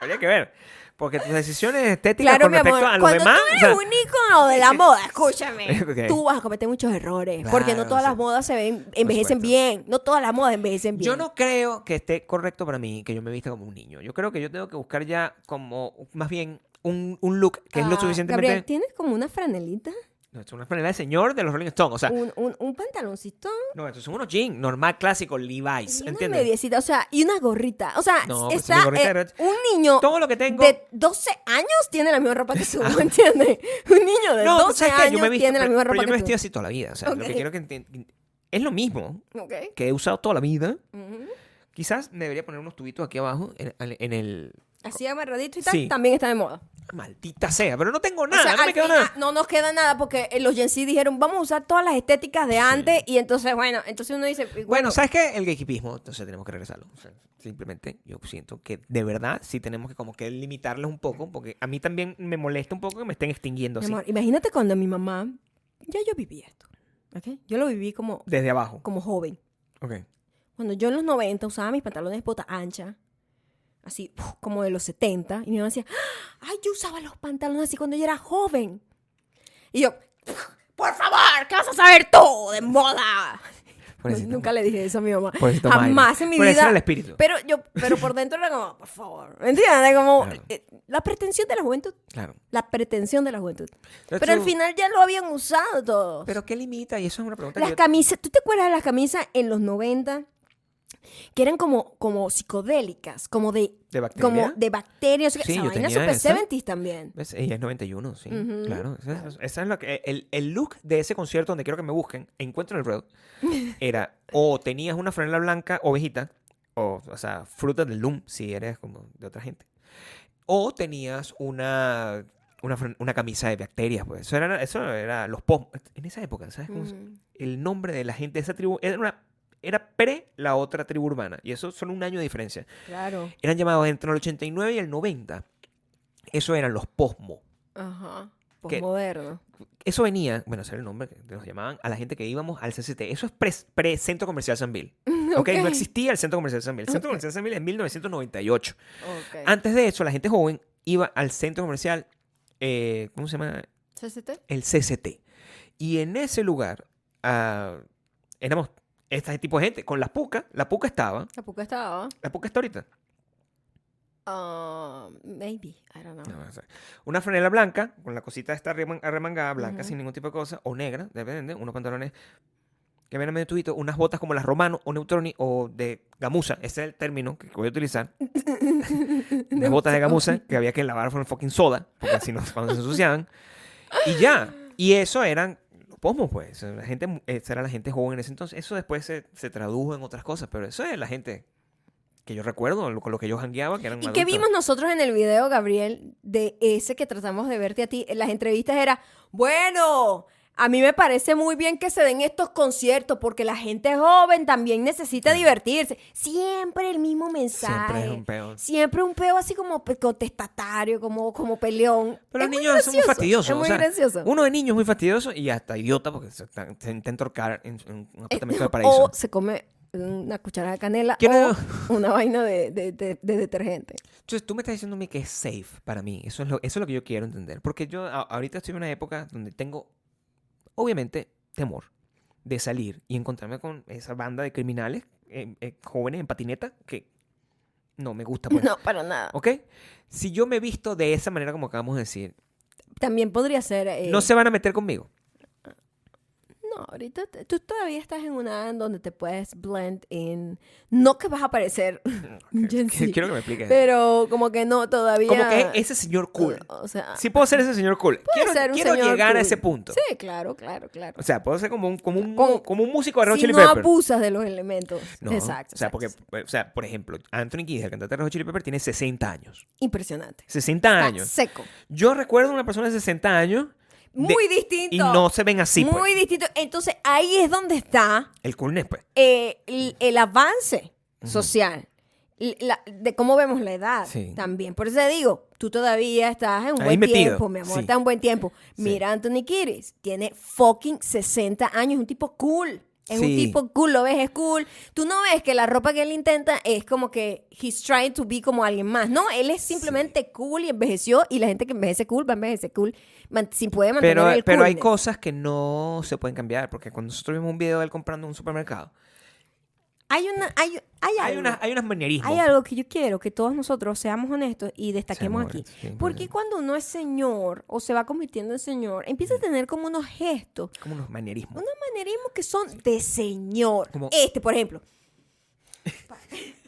B: Habría que ver. Porque tus decisiones estéticas
A: Claro,
B: con
A: mi
B: respecto
A: amor.
B: a los
A: cuando
B: demás.
A: tú
B: o
A: eres
B: sea,
A: un ícono de la moda, escúchame.
B: Ok.
A: Tú vas a cometer muchos errores. porque no
B: Claro,
A: todas
B: sí.
A: las modas se ven, envejecen
B: supuesto.
A: bien. No todas las modas envejecen bien.
B: Yo no creo que esté correcto para mí que yo me vista como un niño. Yo creo que yo tengo que buscar ya como, más bien, un, un look que es lo
A: Ah,
B: suficientemente...
A: Gabriel, ¿tienes como una franelita?
B: No, esto es una franela de señor de los Rolling Stones. O sea,
A: Un, un, un pantaloncito.
B: no, estos son unos jeans normal, clásico, Levi's.
A: Y una
B: ¿Entiendes?
A: mediecita, o sea, y una gorrita. O sea,
B: No, pues,
A: está
B: mi gorrita
A: eh,
B: de red-
A: un niño
B: Todo lo que tengo. Ah.
A: de 12 años tiene la misma ropa que tú, ¿entiendes? Un niño de
B: No,
A: 12
B: ¿sabes qué?
A: años
B: Yo me he visto.
A: tiene la
B: pero-
A: misma
B: pero
A: ropa
B: yo me he
A: que
B: vestido así toda la vida. O sea, lo
A: Ok.
B: que quiero que enti- Es lo mismo
A: tú. Ok.
B: que he usado toda la vida.
A: Ujú.
B: Quizás me debería poner unos tubitos aquí abajo en, en el.
A: Así amarradito y tal,
B: Sí.
A: también está de moda.
B: Maldita sea, pero no tengo
A: O
B: nada,
A: sea,
B: no me
A: al
B: queda
A: fin-
B: nada.
A: ah, no nos queda nada porque eh, los Gen Z dijeron, vamos a usar todas las estéticas de antes y entonces, bueno, entonces uno dice, bueno,
B: Bueno, ¿sabes qué? El gatekeepismo, entonces tenemos que regresarlo. O sea, simplemente yo siento que de verdad sí tenemos que como que limitarles un poco, porque a mí también me molesta un poco que me estén extinguiendo
A: mi
B: así,
A: amor, imagínate cuando mi mamá, ya yo viví esto, ¿ok? Yo lo viví como,
B: desde abajo.
A: como joven.
B: Ok.
A: Cuando yo en los 90 usaba mis pantalones de bota ancha, así uf, como de los 70, y mi mamá decía, "Ah, ay, yo usaba los pantalones así cuando yo era joven. Y yo, por favor, ¿qué vas a saber tú de moda?
B: Pobrecita.
A: Nunca le dije eso a mi mamá.
B: Pobrecita
A: Jamás
B: Mayra.
A: en mi
B: Pero ese
A: vida.
B: era el espíritu.
A: Pero yo, pero por dentro era como, por favor, ¿me entiendes? Como
B: Claro.
A: eh, la pretensión de la juventud.
B: Claro.
A: La pretensión de la juventud.
B: Pero
A: Pero al
B: tú-
A: final ya lo habían usado todos.
B: Pero ¿qué limita? Y eso es una pregunta
A: Las
B: que yo-
A: camisas, ¿tú te acuerdas de las camisas en los 90? Que eran como, como psicodélicas, como de,
B: ¿De bacteria?
A: como de bacterias.
B: Sí,
A: esa
B: yo
A: vaina
B: tenía
A: super
B: esa.
A: 70s también.
B: ¿Ves? Ella es 91, sí,
A: Ujú.
B: claro. Esa es, esa es la que, el, el look de ese concierto donde quiero que me busquen, encuentro en el road, era o tenías una franela blanca ovejita o, o sea, fruta del loom, si eres como de otra gente. O tenías una, una, fr- una camisa de bacterias, pues. Eso era, eso era los pom. En esa época, ¿sabes cómo se-
A: Mm.
B: El nombre de la gente de esa tribu era, una, era pre la otra tribu urbana. Y eso solo un año de diferencia.
A: Claro.
B: Eran llamados entre el 89 y el 90. Eso eran los posmo.
A: Ajá.
B: ¿Qué?
A: Postmoderno.
B: Eso venía, bueno, ese era el nombre que nos llamaban a la gente que íbamos al CCT. Eso es pre- pre-centro comercial San Bill.
A: Ok.
B: ok, no existía el centro comercial San Bill. El centro
A: Ok.
B: comercial San Bill es 1998.
A: Ok.
B: Antes de eso, la gente joven iba al centro comercial, eh, ¿cómo se llama?
A: CCT.
B: El CCT. Y en ese lugar ah, éramos este tipo de gente. Con las pucas, la puca estaba.
A: Tampoco estaba.
B: La puca está ahorita.
A: Ah, maybe. I don't know.
B: No, no sé. Una franela blanca, con la cosita esta arreman- arremangada, blanca,
A: Ujú.
B: sin ningún tipo de cosa, o negra, depende, unos pantalones que vienen medio tubitos, unas botas como las romano o neutroni o de gamuza, ese es el término que voy a utilizar. unas botas de gamuza que había que lavar con fucking soda, porque así no cuando se ensuciaban. Y ya, y eso eran los pomos, pues, la gente, mu- esa era la gente joven en ese entonces. Eso después se, se tradujo en otras cosas, pero eso es la gente que yo recuerdo, lo- con lo que yo jangueaba, que eran
A: ¿Y qué
B: adultos.
A: vimos nosotros en el video, Gabriel, de ese que tratamos de verte a ti? En las entrevistas era, bueno, a mí me parece muy bien que se den estos conciertos porque la gente joven también necesita divertirse. Siempre el mismo mensaje.
B: Siempre es un peón.
A: Siempre un peo así como pe- contestatario, como, como peleón.
B: Pero
A: Es
B: los
A: muy
B: niños son muy
A: gracioso,
B: fastidiosos.
A: Es muy
B: o sea,
A: gracioso.
B: Uno de niños es muy fastidioso y hasta idiota porque se, está- se intenta ahorcar en, en un apartamento de paraíso.
A: O se come una cucharada de canela
B: ¿Quién
A: o
B: es?
A: una vaina de, de- de- de detergente.
B: Entonces, tú me estás diciendo a mí que es safe para mí. Eso es lo, eso es lo que yo quiero entender. Porque yo a- ahorita estoy en una época donde tengo, obviamente, temor de salir y encontrarme con esa banda de criminales eh, eh, jóvenes en patineta que no me gusta. Pues.
A: No, para nada.
B: ¿Ok? Si yo me he visto de esa manera como acabamos de decir,
A: También podría ser... eh,
B: no se van a meter conmigo.
A: No, ahorita te- tú todavía estás en una edad en donde te puedes blend in. No que vas a parecer Gen Z,
B: Quiero que me expliques.
A: pero como que no, todavía.
B: Como que es ese señor cool.
A: O sea,
B: Sí puedo ser ese señor cool. Quiero,
A: Ah. ser un
B: quiero
A: señor
B: llegar a
A: cool.
B: ese punto.
A: sí, claro, claro, claro.
B: O sea, puedo ser como un, como un,
A: Como-
B: como un músico de Red Hot
A: si
B: Chili
A: no
B: Pepper.
A: abusas de los elementos.
B: No,
A: Exacto.
B: O sea,
A: exacto.
B: porque, o sea, por ejemplo, Anthony Kiedis, el cantante de Red Hot Chili Pepper, tiene 60 años.
A: Impresionante.
B: 60
A: Está
B: años.
A: seco.
B: Yo recuerdo a una persona de 60 años. de-
A: Muy distinto.
B: Y no se ven así,
A: Muy
B: pues.
A: distinto. Entonces ahí es donde está
B: El coolness, pues.
A: eh, el, el avance social. l- la- de cómo vemos la edad
B: Sí.
A: también. Por eso te digo, tú todavía estás en un
B: Ahí
A: buen
B: metido,
A: tiempo, mi amor,
B: sí.
A: está en buen tiempo.
B: Sí.
A: Mira, Anthony Kiris tiene fucking 60 años, es un tipo cool. Es un
B: Sí.
A: tipo cool, lo ves, es cool. Tú no ves que la ropa que él intenta es como que he's trying to be como alguien más. No, él es simplemente cool y envejeció. Y la gente que envejece cool va a envejecer cool. man- si puede mantener
B: Pero,
A: el
B: pero hay
A: coolness.
B: cosas que no se pueden cambiar. Porque cuando nosotros vimos un video de él comprando en un supermercado,
A: Hay una. Hay, hay,
B: hay,
A: algo.
B: unas, hay unos manierismos.
A: Hay algo que yo quiero que todos nosotros seamos honestos y destaquemos
B: Seamos
A: aquí.
B: honestos, sí,
A: Porque
B: bueno.
A: cuando uno es señor o se va convirtiendo en señor, empieza a tener como unos gestos,
B: Como unos manierismos.
A: unos manerismos que son de señor.
B: Como-
A: Este, por ejemplo.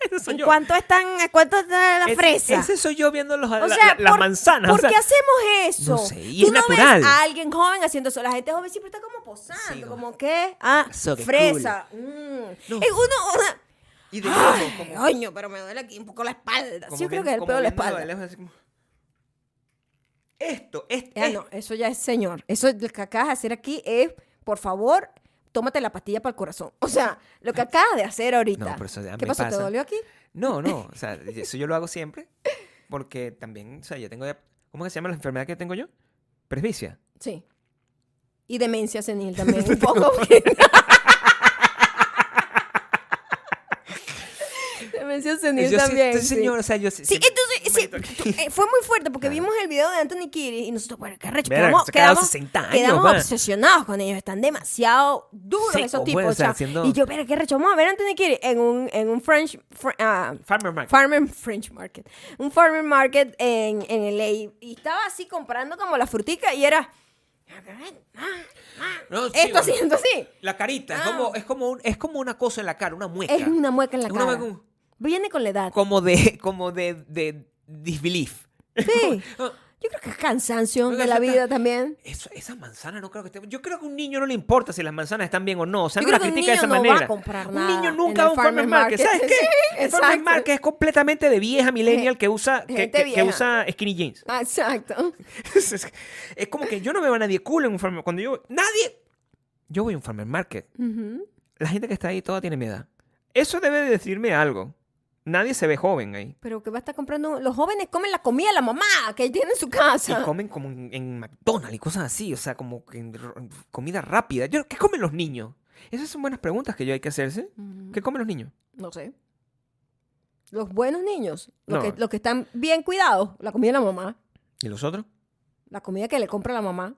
B: Ese soy
A: ¿En
B: yo.
A: cuánto están, a cuánto está la
B: Ese-
A: fresa?
B: Ese soy yo viendo los,
A: o
B: la-
A: sea,
B: la- las
A: ¿por-
B: manzanas. o
A: ¿Por
B: sea,
A: qué hacemos eso?
B: no sé, y
A: Tú
B: es
A: no
B: natural.
A: ves a alguien joven haciendo eso. La gente joven siempre está como posando,
B: Sí, como-
A: como que, ah,
B: Eso, qué
A: fresa. mm.
B: No.
A: Eh, uno, una-
B: Y de lejos,
A: Ay,
B: como-
A: coño, pero me duele aquí un poco la espalda.
B: como
A: Sí, yo creo
B: viendo-
A: que es el
B: como
A: pedo de la
B: viéndolo
A: espalda.
B: de lejos, así como- Esto, este, esto,
A: Ya Ah, no, eso ya es señor. Eso lo que acabas de hacer aquí es, por favor, tómate la pastilla para el corazón. O sea, lo que acabas de hacer ahorita.
B: No, pero eso ya
A: ¿Qué
B: me
A: pasó? ¿Te
B: pasa.
A: dolió aquí?
B: No, no, o sea, eso yo lo hago siempre porque también, o sea, yo tengo ya- ¿cómo que se llama la enfermedad que tengo yo? Presbicia.
A: Sí. Y demencia senil también, un poco. porque- demencia senil
B: Yo sí-
A: también.
B: este
A: sí.
B: señor, o sea, yo sí-
A: Sí,
B: sí-
A: entonces sí,
B: Marico,
A: eh, fue muy fuerte porque
B: Claro.
A: vimos el video de Anthony Kiris y nosotros, bueno, qué arrecho,
B: Ah. Verga,
A: eh, quedamos,
B: se ha quedado
A: quedamos-
B: 60 años,
A: quedamos
B: man.
A: obsesionados con ellos, están demasiado duros
B: Sí,
A: esos
B: o
A: tipos.
B: bueno,
A: o
B: o sea,
A: sea,
B: haciendo-
A: Y yo, pero qué arrecho, vamos a ver a Anthony Kiris en un, en un French, fr- ah,
B: Farmer Market.
A: Farmer French Market, un Farmer Market en, en LA y estaba así comprando como la frutica y era...
B: No, sí,
A: Esto así,
B: bueno,
A: esto así.
B: La carita, es
A: Ah.
B: como es como un- es como una cosa en la cara, una mueca.
A: Es una mueca en la
B: Es una
A: cara.
B: mueca como-
A: Viene con la edad.
B: como de como de de disbelief.
A: Sí.
B: Ah,
A: Yo creo que es cansancio
B: Creo que
A: de la
B: eso está-
A: vida también.
B: Eso, esa manzana no creo que esté. Yo creo que a un niño no le importa si las manzanas están bien o no. O sea,
A: Yo creo
B: no la
A: que un
B: critica de
A: niño
B: esa
A: no va a
B: manera.
A: comprar
B: un
A: nada
B: niño
A: en
B: nunca va
A: el
B: a un farmer
A: farmer's
B: market.
A: market.
B: ¿Sabes qué?
A: Sí,
B: el farmer's
A: exacto.
B: market es completamente de vieja millennial que usa, que,
A: gente
B: que-
A: vieja.
B: que usa skinny jeans.
A: Ah, Exacto.
B: es, es- es como que yo no veo a nadie cool en un farmer. Cuando yo. ¡Nadie! Yo voy a un farmer market.
A: Ujú.
B: La gente que está ahí toda tiene mi edad. Eso debe de decirme algo. Nadie se ve joven ahí.
A: Pero que va a estar comprando. Los jóvenes comen la comida de la mamá que tiene en su casa.
B: Y comen como en, en McDonald's y cosas así, o sea, como que en r- comida rápida. Yo- ¿Qué comen los niños? Esas son buenas preguntas que yo hay que hacerse.
A: Ujú.
B: ¿Qué comen los niños?
A: No sé. Los buenos niños, los,
B: No.
A: que, los que están bien cuidados, la comida de la mamá,
B: ¿Y los otros?
A: la comida que le compra la mamá,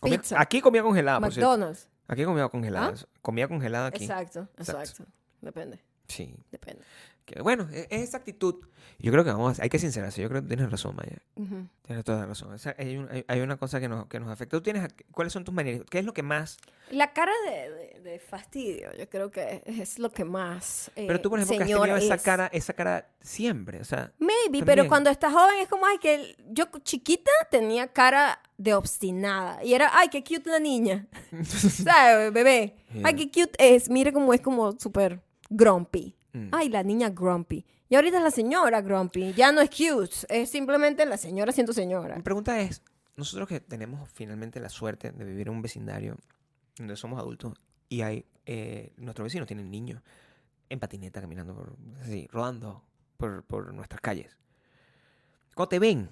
B: Comía-
A: Pizza.
B: Aquí comía congelada, Ah, por cierto.
A: McDonald's.
B: Aquí comía congelada.
A: ¿Ah?
B: eso. Comía congelada aquí.
A: Exacto,
B: Exacto.
A: exacto, Depende,
B: Sí.
A: depende.
B: Que, bueno, e- es esa actitud. Yo creo que vamos a- hay que sincerarse. Yo creo que tienes razón, Maya.
A: Ujú.
B: Tienes toda la razón. O sea, hay, un- hay- hay una cosa que nos, que nos afecta. ¿Tú tienes, a- ¿Cuáles son tus maneras? ¿Qué es lo que más?
A: La cara de, de- de fastidio, yo creo que es lo que más. eh,
B: Pero tú, por ejemplo, que has
A: señor,
B: tenido esa
A: es.
B: cara, esa cara siempre. O sea,
A: Maybe,
B: También.
A: pero cuando estás joven es como, ay, que el- yo chiquita tenía cara de obstinada. Y era, ay, qué cute la niña. ¿Sabes, bebé? Ay,
B: Yeah.
A: qué cute es. Mire cómo es como súper grumpy.
B: Mm.
A: Ay, la niña grumpy. Y ahorita es la señora grumpy. Ya no es cute. Es simplemente la señora siendo señora.
B: Mi pregunta es, nosotros que tenemos finalmente la suerte de vivir en un vecindario donde somos adultos y hay eh, nuestros vecinos tienen niños en patineta caminando por, así, rodando por, por nuestras calles. Cuando te ven,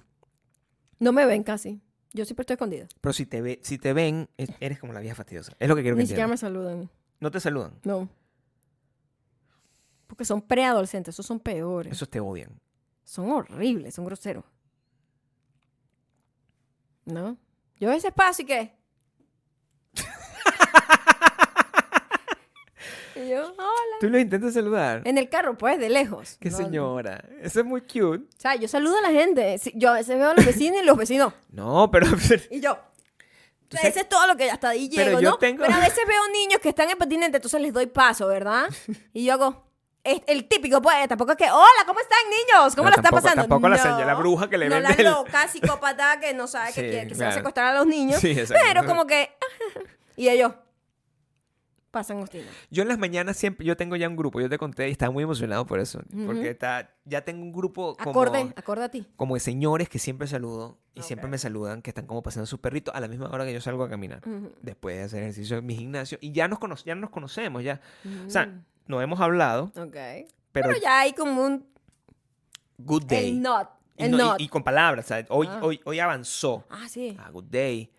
A: No me ven casi. Yo siempre estoy escondida.
B: pero si te ve, si te ven, es- eres como la vieja fastidiosa. Es lo que quiero que
A: Ni siquiera
B: entiendas.
A: me saludan.
B: No te saludan.
A: No. Porque son preadolescentes. Esos son peores.
B: Esos te odian.
A: Son horribles. Son groseros. ¿No? Yo a veces paso y qué. y yo, hola.
B: Tú los intentas saludar.
A: En el carro, pues, de lejos.
B: Qué
A: No,
B: señora. Eso es muy cute.
A: O sea, yo saludo a la gente. Sí, Yo a veces veo a los vecinos y los vecinos.
B: No, pero
A: Y yo. O sea,
B: sabes-
A: ese es todo lo que hasta ahí
B: Pero
A: llego,
B: yo
A: ¿no?
B: tengo-
A: Pero a veces veo niños que están en patinete, entonces les doy paso, ¿verdad? Y yo hago. Es el típico, pues, tampoco es que, hola, ¿cómo están, niños? ¿Cómo
B: No,
A: la están
B: tampoco-
A: pasando?
B: tampoco la
A: No.
B: señora bruja que le
A: No
B: vende el-
A: la loca psicópata que no sabe que,
B: Sí,
A: quiere- que se va
B: claro.
A: a secuestrar a los niños.
B: Sí, exacto.
A: pero como que... y ellos pasan obstinados.
B: Yo en las mañanas siempre, yo tengo ya un grupo, yo te conté y estaba muy emocionado por eso, porque está, ya tengo un grupo como,
A: Acorde, acorde a ti.
B: como de señores que siempre saludo y
A: Ok. Mm.
B: siempre me saludan, que están como pasando sus perritos a la misma hora que yo salgo a caminar,
A: Ujú.
B: después de hacer ejercicio en mi gimnasio y ya nos, cono- ya nos conocemos, ya, o sea,
A: Mm,
B: no hemos hablado,
A: ok.
B: pero,
A: Pero ya hay como un
B: good day.
A: El not.
B: Y
A: El
B: no- y,
A: not.
B: y con palabras, o sea, hoy,
A: Ah.
B: hoy, hoy avanzó,
A: ah, sí.
B: Ah, good day,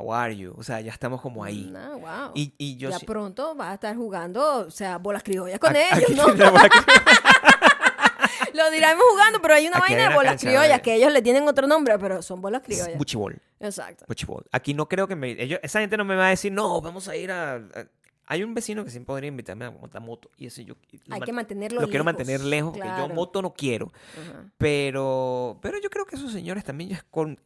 B: how are you, o sea, ya estamos como ahí.
A: Ah, wow.
B: Y, y yo...
A: ya
B: si-
A: pronto vas a estar jugando, o sea, bolas criollas con
B: Aquí-
A: ellos,
B: aquí-
A: ¿no? Lo diremos jugando, pero hay una
B: Aquí hay
A: vaina
B: una
A: de bolas
B: cancha,
A: criollas
B: vale.
A: que ellos le tienen otro nombre, pero son bolas criollas.
B: Buchibol.
A: Exacto.
B: Buchibol. Aquí no creo que me... ellos- esa gente no me va a decir, no, vamos a ir a... a-". Hay un vecino que sí podría invitarme a montar moto. Y ese yo...
A: Hay
B: man-
A: que mantenerlo
B: Lo quiero mantener lejos,
A: claro.
B: que yo moto no quiero.
A: Ajá.
B: Pero... Pero yo creo que esos señores también ya es con...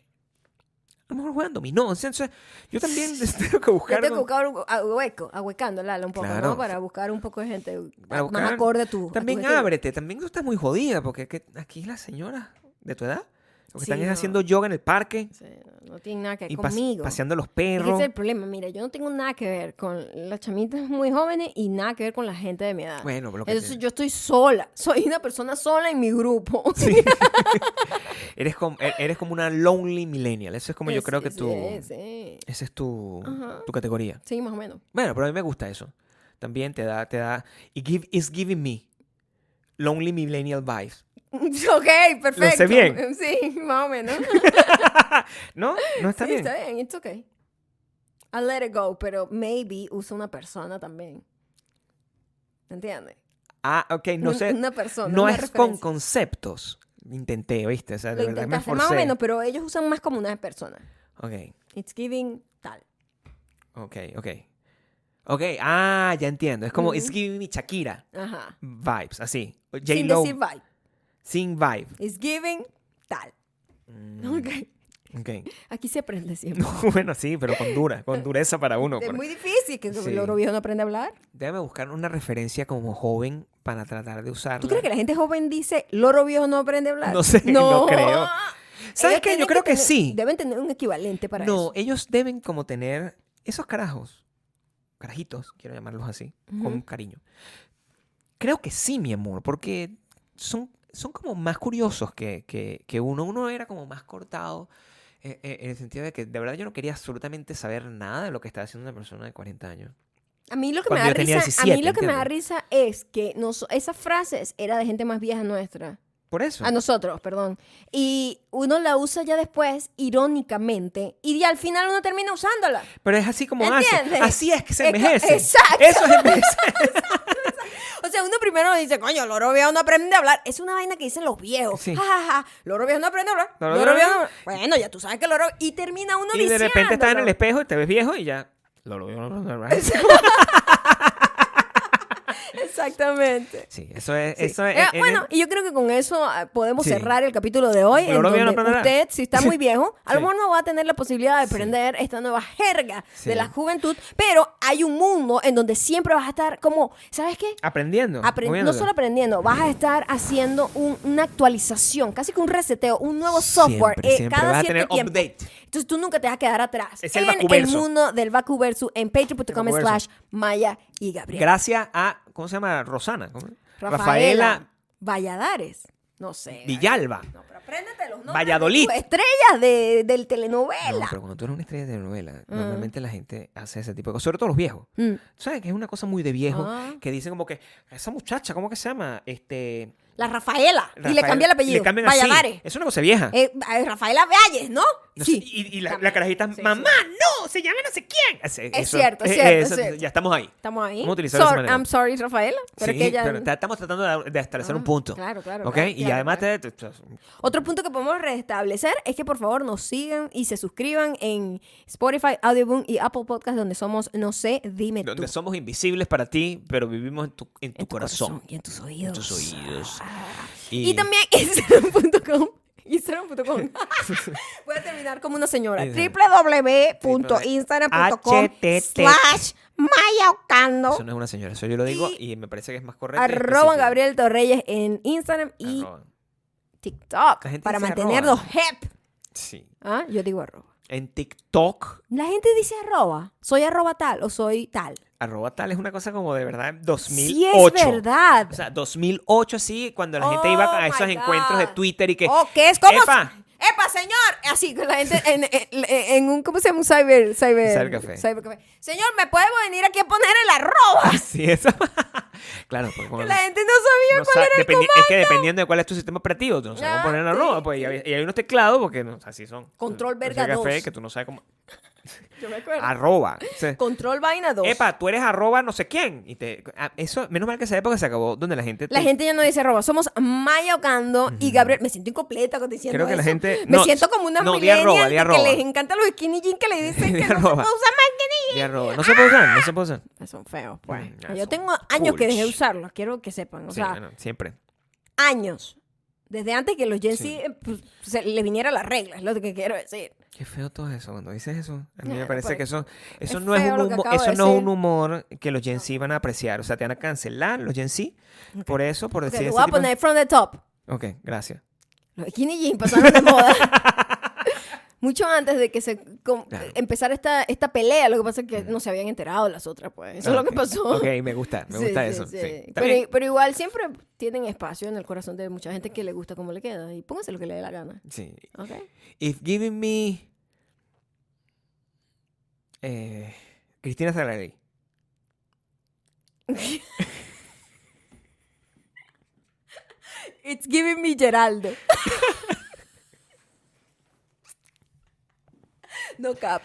B: A lo mejor juegan dominó. O sea, o sea, yo también les tengo que
A: Yo
B: buscar...
A: tengo que
B: algo-
A: buscar un- a- hueco, ahuecando Lala un poco,
B: Claro.
A: ¿no? Para buscar un poco de gente
B: para
A: más
B: buscar-
A: acorde a tu. a tu
B: También
A: estilo.
B: ábrete. También tú estás muy jodida porque que aquí las señoras de tu edad lo que
A: Sí,
B: están es
A: no.
B: haciendo yoga en el parque
A: Sí, no tiene nada que ver
B: y pas-
A: conmigo.
B: paseando los
A: Es que ese
B: perros.
A: es el problema. Mira, yo no tengo nada que ver con las chamitas muy jóvenes y nada que ver con la gente de mi edad.
B: Bueno, pero lo que
A: Entonces
B: te-
A: yo estoy sola. Soy una persona sola en mi grupo.
B: Eres como, e- eres como una lonely millennial. Eso es como yo creo que
A: Sí,
B: tú.
A: Sí, sí.
B: Esa es tu,
A: Ajá.
B: tu categoría.
A: Sí, más o menos.
B: Bueno, pero a mí me gusta eso. También te da, te da. Y give, is giving me lonely millennial vibes.
A: ok, perfecto.
B: bien?
A: Sí, más o menos.
B: ¿No? No está
A: sí,
B: bien.
A: está bien. It's okay. I'll let it go, pero maybe usa una persona también. ¿Entiendes?
B: Ah, ok, no
A: Un-
B: sé.
A: Una persona.
B: no
A: una
B: es con
A: referencia.
B: conceptos. Intenté, ¿viste? O sea, de
A: Lo
B: verdad me
A: intentaste más o
B: esforcé.
A: menos, pero ellos usan más como una persona.
B: Ok,
A: It's giving tal.
B: ok, ok. Ok, ah, ya entiendo. Es como
A: Ujú.
B: it's giving me Shakira
A: Ajá.
B: vibes, así. O
A: Sin
B: J-Lo,
A: decir vibe.
B: sin vibe.
A: It's giving tal.
B: Mm.
A: Ok.
B: Ok.
A: Aquí se aprende siempre.
B: No, bueno, sí, pero con dura, con dureza para uno.
A: Es
B: por-
A: muy difícil que
B: Sí.
A: el loro viejo no aprenda a hablar.
B: Déjame buscar una referencia como joven para tratar de usarla.
A: ¿Tú crees que la gente joven dice loro viejo no aprende a hablar?
B: No sé, no creo. ¿Sabes
A: Ellos
B: qué? Yo
A: tienen
B: creo que,
A: tener-
B: sí.
A: Deben tener un equivalente para
B: no,
A: eso.
B: ellos deben como tener esos carajos, carajitos, quiero llamarlos así, con
A: Ujú.
B: cariño. Creo que sí, mi amor, porque son, son como más curiosos que, que- que uno. Uno era como más cortado eh, eh, en el sentido de que de verdad yo no quería absolutamente saber nada de lo que estaba haciendo una persona de 40 años.
A: A mí lo que me
B: Cuando
A: da
B: yo tenía
A: risa, a
B: 17,
A: mí lo que me da
B: ¿entiendes?
A: risa es que nos- esas frases era de gente más vieja nuestra,
B: Por eso.
A: a nosotros, perdón. Y uno la usa ya después irónicamente y ya al final uno termina usándola.
B: Pero es así como hace.
A: ¿Entiendes?
B: Así es que se
A: Eco-
B: envejece.
A: exacto.
B: Eso es envejecer.
A: O sea, uno primero dice, coño, loro viejo no aprende a hablar. Es una vaina que dicen los viejos.
B: Sí.
A: Ja, ja, ja. Loro viejo no aprende a hablar.
B: Loro
A: Loro,
B: viejo
A: viejo
B: no-
A: no- Bueno, ya tú sabes que loro... Y termina uno
B: Y de repente estás en el
A: diciéndolo.
B: espejo y te ves viejo y ya. Lo lo lo- lo- lo-
A: Exactamente.
B: Sí, eso es.
A: Sí.
B: Eso es
A: Eh,
B: en-
A: bueno, y yo creo que con eso ah, podemos
B: Sí.
A: cerrar el capítulo de hoy.
B: Pero
A: en
B: ahora voy a
A: donde
B: aprender a-
A: usted, si está muy viejo, a lo
B: Sí.
A: mejor no va a tener la posibilidad de aprender esta nueva jerga
B: Sí.
A: de la juventud, pero hay un mundo en donde siempre vas a estar como, ¿sabes qué?
B: aprendiendo.
A: Apren- no
B: moviéndote.
A: solo aprendiendo, vas a estar haciendo un- una actualización, casi que un reseteo, un nuevo software.
B: Siempre,
A: eh,
B: siempre.
A: cada
B: Vas a
A: cierto
B: tener
A: tiempo.
B: update.
A: Entonces tú nunca te vas a quedar atrás.
B: Es el
A: en el
B: Bakuverso.
A: mundo del Bakuversu en patreon.com
B: Bakuverso.
A: slash Maya y Gabriel.
B: Gracias a. ¿Cómo se llama? Rosana. ¿cómo?
A: Rafaela Valladares. No sé.
B: Villalba.
A: No, pero apréndete los nombres.
B: Valladolid.
A: de tus estrellas de, del telenovela.
B: No, pero cuando tú eres una estrella de novela, normalmente la gente hace ese tipo de cosas, sobre todo los viejos.
A: Mm.
B: ¿Tú ¿Sabes? Que es una cosa muy de viejo,
A: Ah.
B: que dicen como que, esa muchacha, ¿cómo que se llama? Este,
A: La Rafaela. Y le
B: Rafael-
A: cambia el
B: y
A: apellido.
B: le cambian así.
A: Valladares.
B: Es una cosa vieja.
A: Eh, eh, Rafaela Valles, ¿no?
B: No
A: sí.
B: sé, y y la,
A: También.
B: la carajita,
A: Sí,
B: mamá, no, se llama no sé quién. Es,
A: cierto, es cierto, es cierto.
B: Ya estamos ahí.
A: Estamos ahí.
B: Vamos a utilizarlo de esa
A: Sor-
B: manera.
A: I'm sorry, Rafaela. Pero
B: Sí,
A: que ella...
B: pero está- estamos tratando de, de establecer
A: Ah,
B: un punto.
A: claro, claro,
B: ¿Ok?
A: claro,
B: y
A: claro,
B: además te- te-
A: Otro punto que podemos restablecer es que por favor nos sigan y se suscriban en Spotify, Audioboom y Apple Podcast donde somos No sé, dime
B: donde
A: tú.
B: somos invisibles para ti, pero vivimos en tu, en tu
A: En tu
B: corazón.
A: Y en tus oídos. Ah.
B: En tus oídos.
A: Y, también Instagram.com. Instagram.com. Voy a terminar como una señora. www.instagram.com
B: HTT.
A: slash mayaocando.
B: Eso no es una señora, eso yo lo digo y,
A: Y-
B: me parece que es más correcto. y
A: Arroban
B: específico.
A: Gabriel Torreyes en Instagram y
B: Arroban.
A: TikTok
B: La gente
A: para
B: dice
A: mantenernos
B: arroba.
A: hep.
B: Sí.
A: Ah, Yo digo arroba.
B: En TikTok,
A: La gente dice arroba. Soy arroba tal o soy tal.
B: arroba tal es una cosa como de verdad
A: Sí
B: 2008.
A: es verdad.
B: O sea, 2008 así, cuando la gente
A: Oh
B: iba a
A: my
B: esos
A: God.
B: encuentros de Twitter y que...
A: Oh, ¿qué es? ¿Cómo?
B: ¡Epa!
A: ¡Epa, señor! Así, con la gente en, en- en un, ¿cómo se llama? Un cyber, cyber,
B: Cybercafé.
A: cybercafé. Señor, ¿me puede venir aquí a poner el arroba?
B: Sí, eso. claro, pues como...
A: La gente no sabía
B: no
A: cuál
B: sa-
A: era el
B: dependi-
A: comando.
B: es que dependiendo de cuál es tu sistema operativo, tú no sabes cómo
A: Ah,
B: poner la
A: sí,
B: roba, pues y hay, y hay unos teclados porque no, así son. pues,
A: Control
B: Ese
A: verga
B: café
A: dos.
B: que tú no sabes cómo.
A: Yo me acuerdo.
B: Arroba. O sea,
A: Control vaina 2.
B: Epa, tú eres arroba no sé quién. Y te, ah, eso, menos mal que esa época se acabó donde la gente.
A: La
B: te-
A: gente ya no dice arroba. Somos Maya Ocando y Gabriel. Me siento incompleta con diciendo
B: Creo que la
A: eso.
B: gente-
A: Me
B: no,
A: siento como una
B: no, di
A: millennial
B: arroba, di
A: de
B: arroba.
A: que les encanta los skinny jeans que le dicen
B: Di
A: que no se
B: arroba.
A: puede usar más skinny
B: de arroba. No se puede usar, no
A: Ah,
B: se puede usar.
A: jeans. Son feos, pues.
B: Mm, ya
A: Yo
B: son
A: tengo años que dejé de
B: cool.
A: usarlos. Quiero que sepan. O
B: Sí,
A: sea,
B: bueno, siempre.
A: años. Desde antes que los Gen Z
B: Sí.
A: eh, pues, se- le viniera las reglas, es lo que quiero decir.
B: Qué feo todo eso cuando dices eso. A mí me
A: Claro,
B: parece
A: pues,
B: que eso, eso
A: es
B: no es
A: feo
B: un
A: lo que
B: humor,
A: acabo
B: eso
A: de
B: no es un
A: decir.
B: humor que los Gen Z van a apreciar. O sea, te van a cancelar los Gen Z por eso, por
A: Porque
B: decir
A: te
B: ese
A: voy a
B: tipo de-
A: poner from the top.
B: Ok, gracias.
A: Los skinny jeans pasaron de moda. Mucho antes de que se com-
B: Claro.
A: empezara esta, esta pelea, lo que pasa es que no se habían enterado las otras, pues. Eso es lo
B: Ah, Ok,
A: que pasó.
B: Ok, me gusta, me
A: Sí,
B: gusta
A: sí,
B: eso.
A: sí.
B: sí. Está bien.
A: Pero, pero igual siempre tienen espacio en el corazón de mucha gente que le gusta cómo le queda. Y pónganse lo que le dé la gana.
B: Sí.
A: ¿Ok?
B: If giving me. Eh, Cristina Salarey.
A: It's giving me Geraldo. no cap.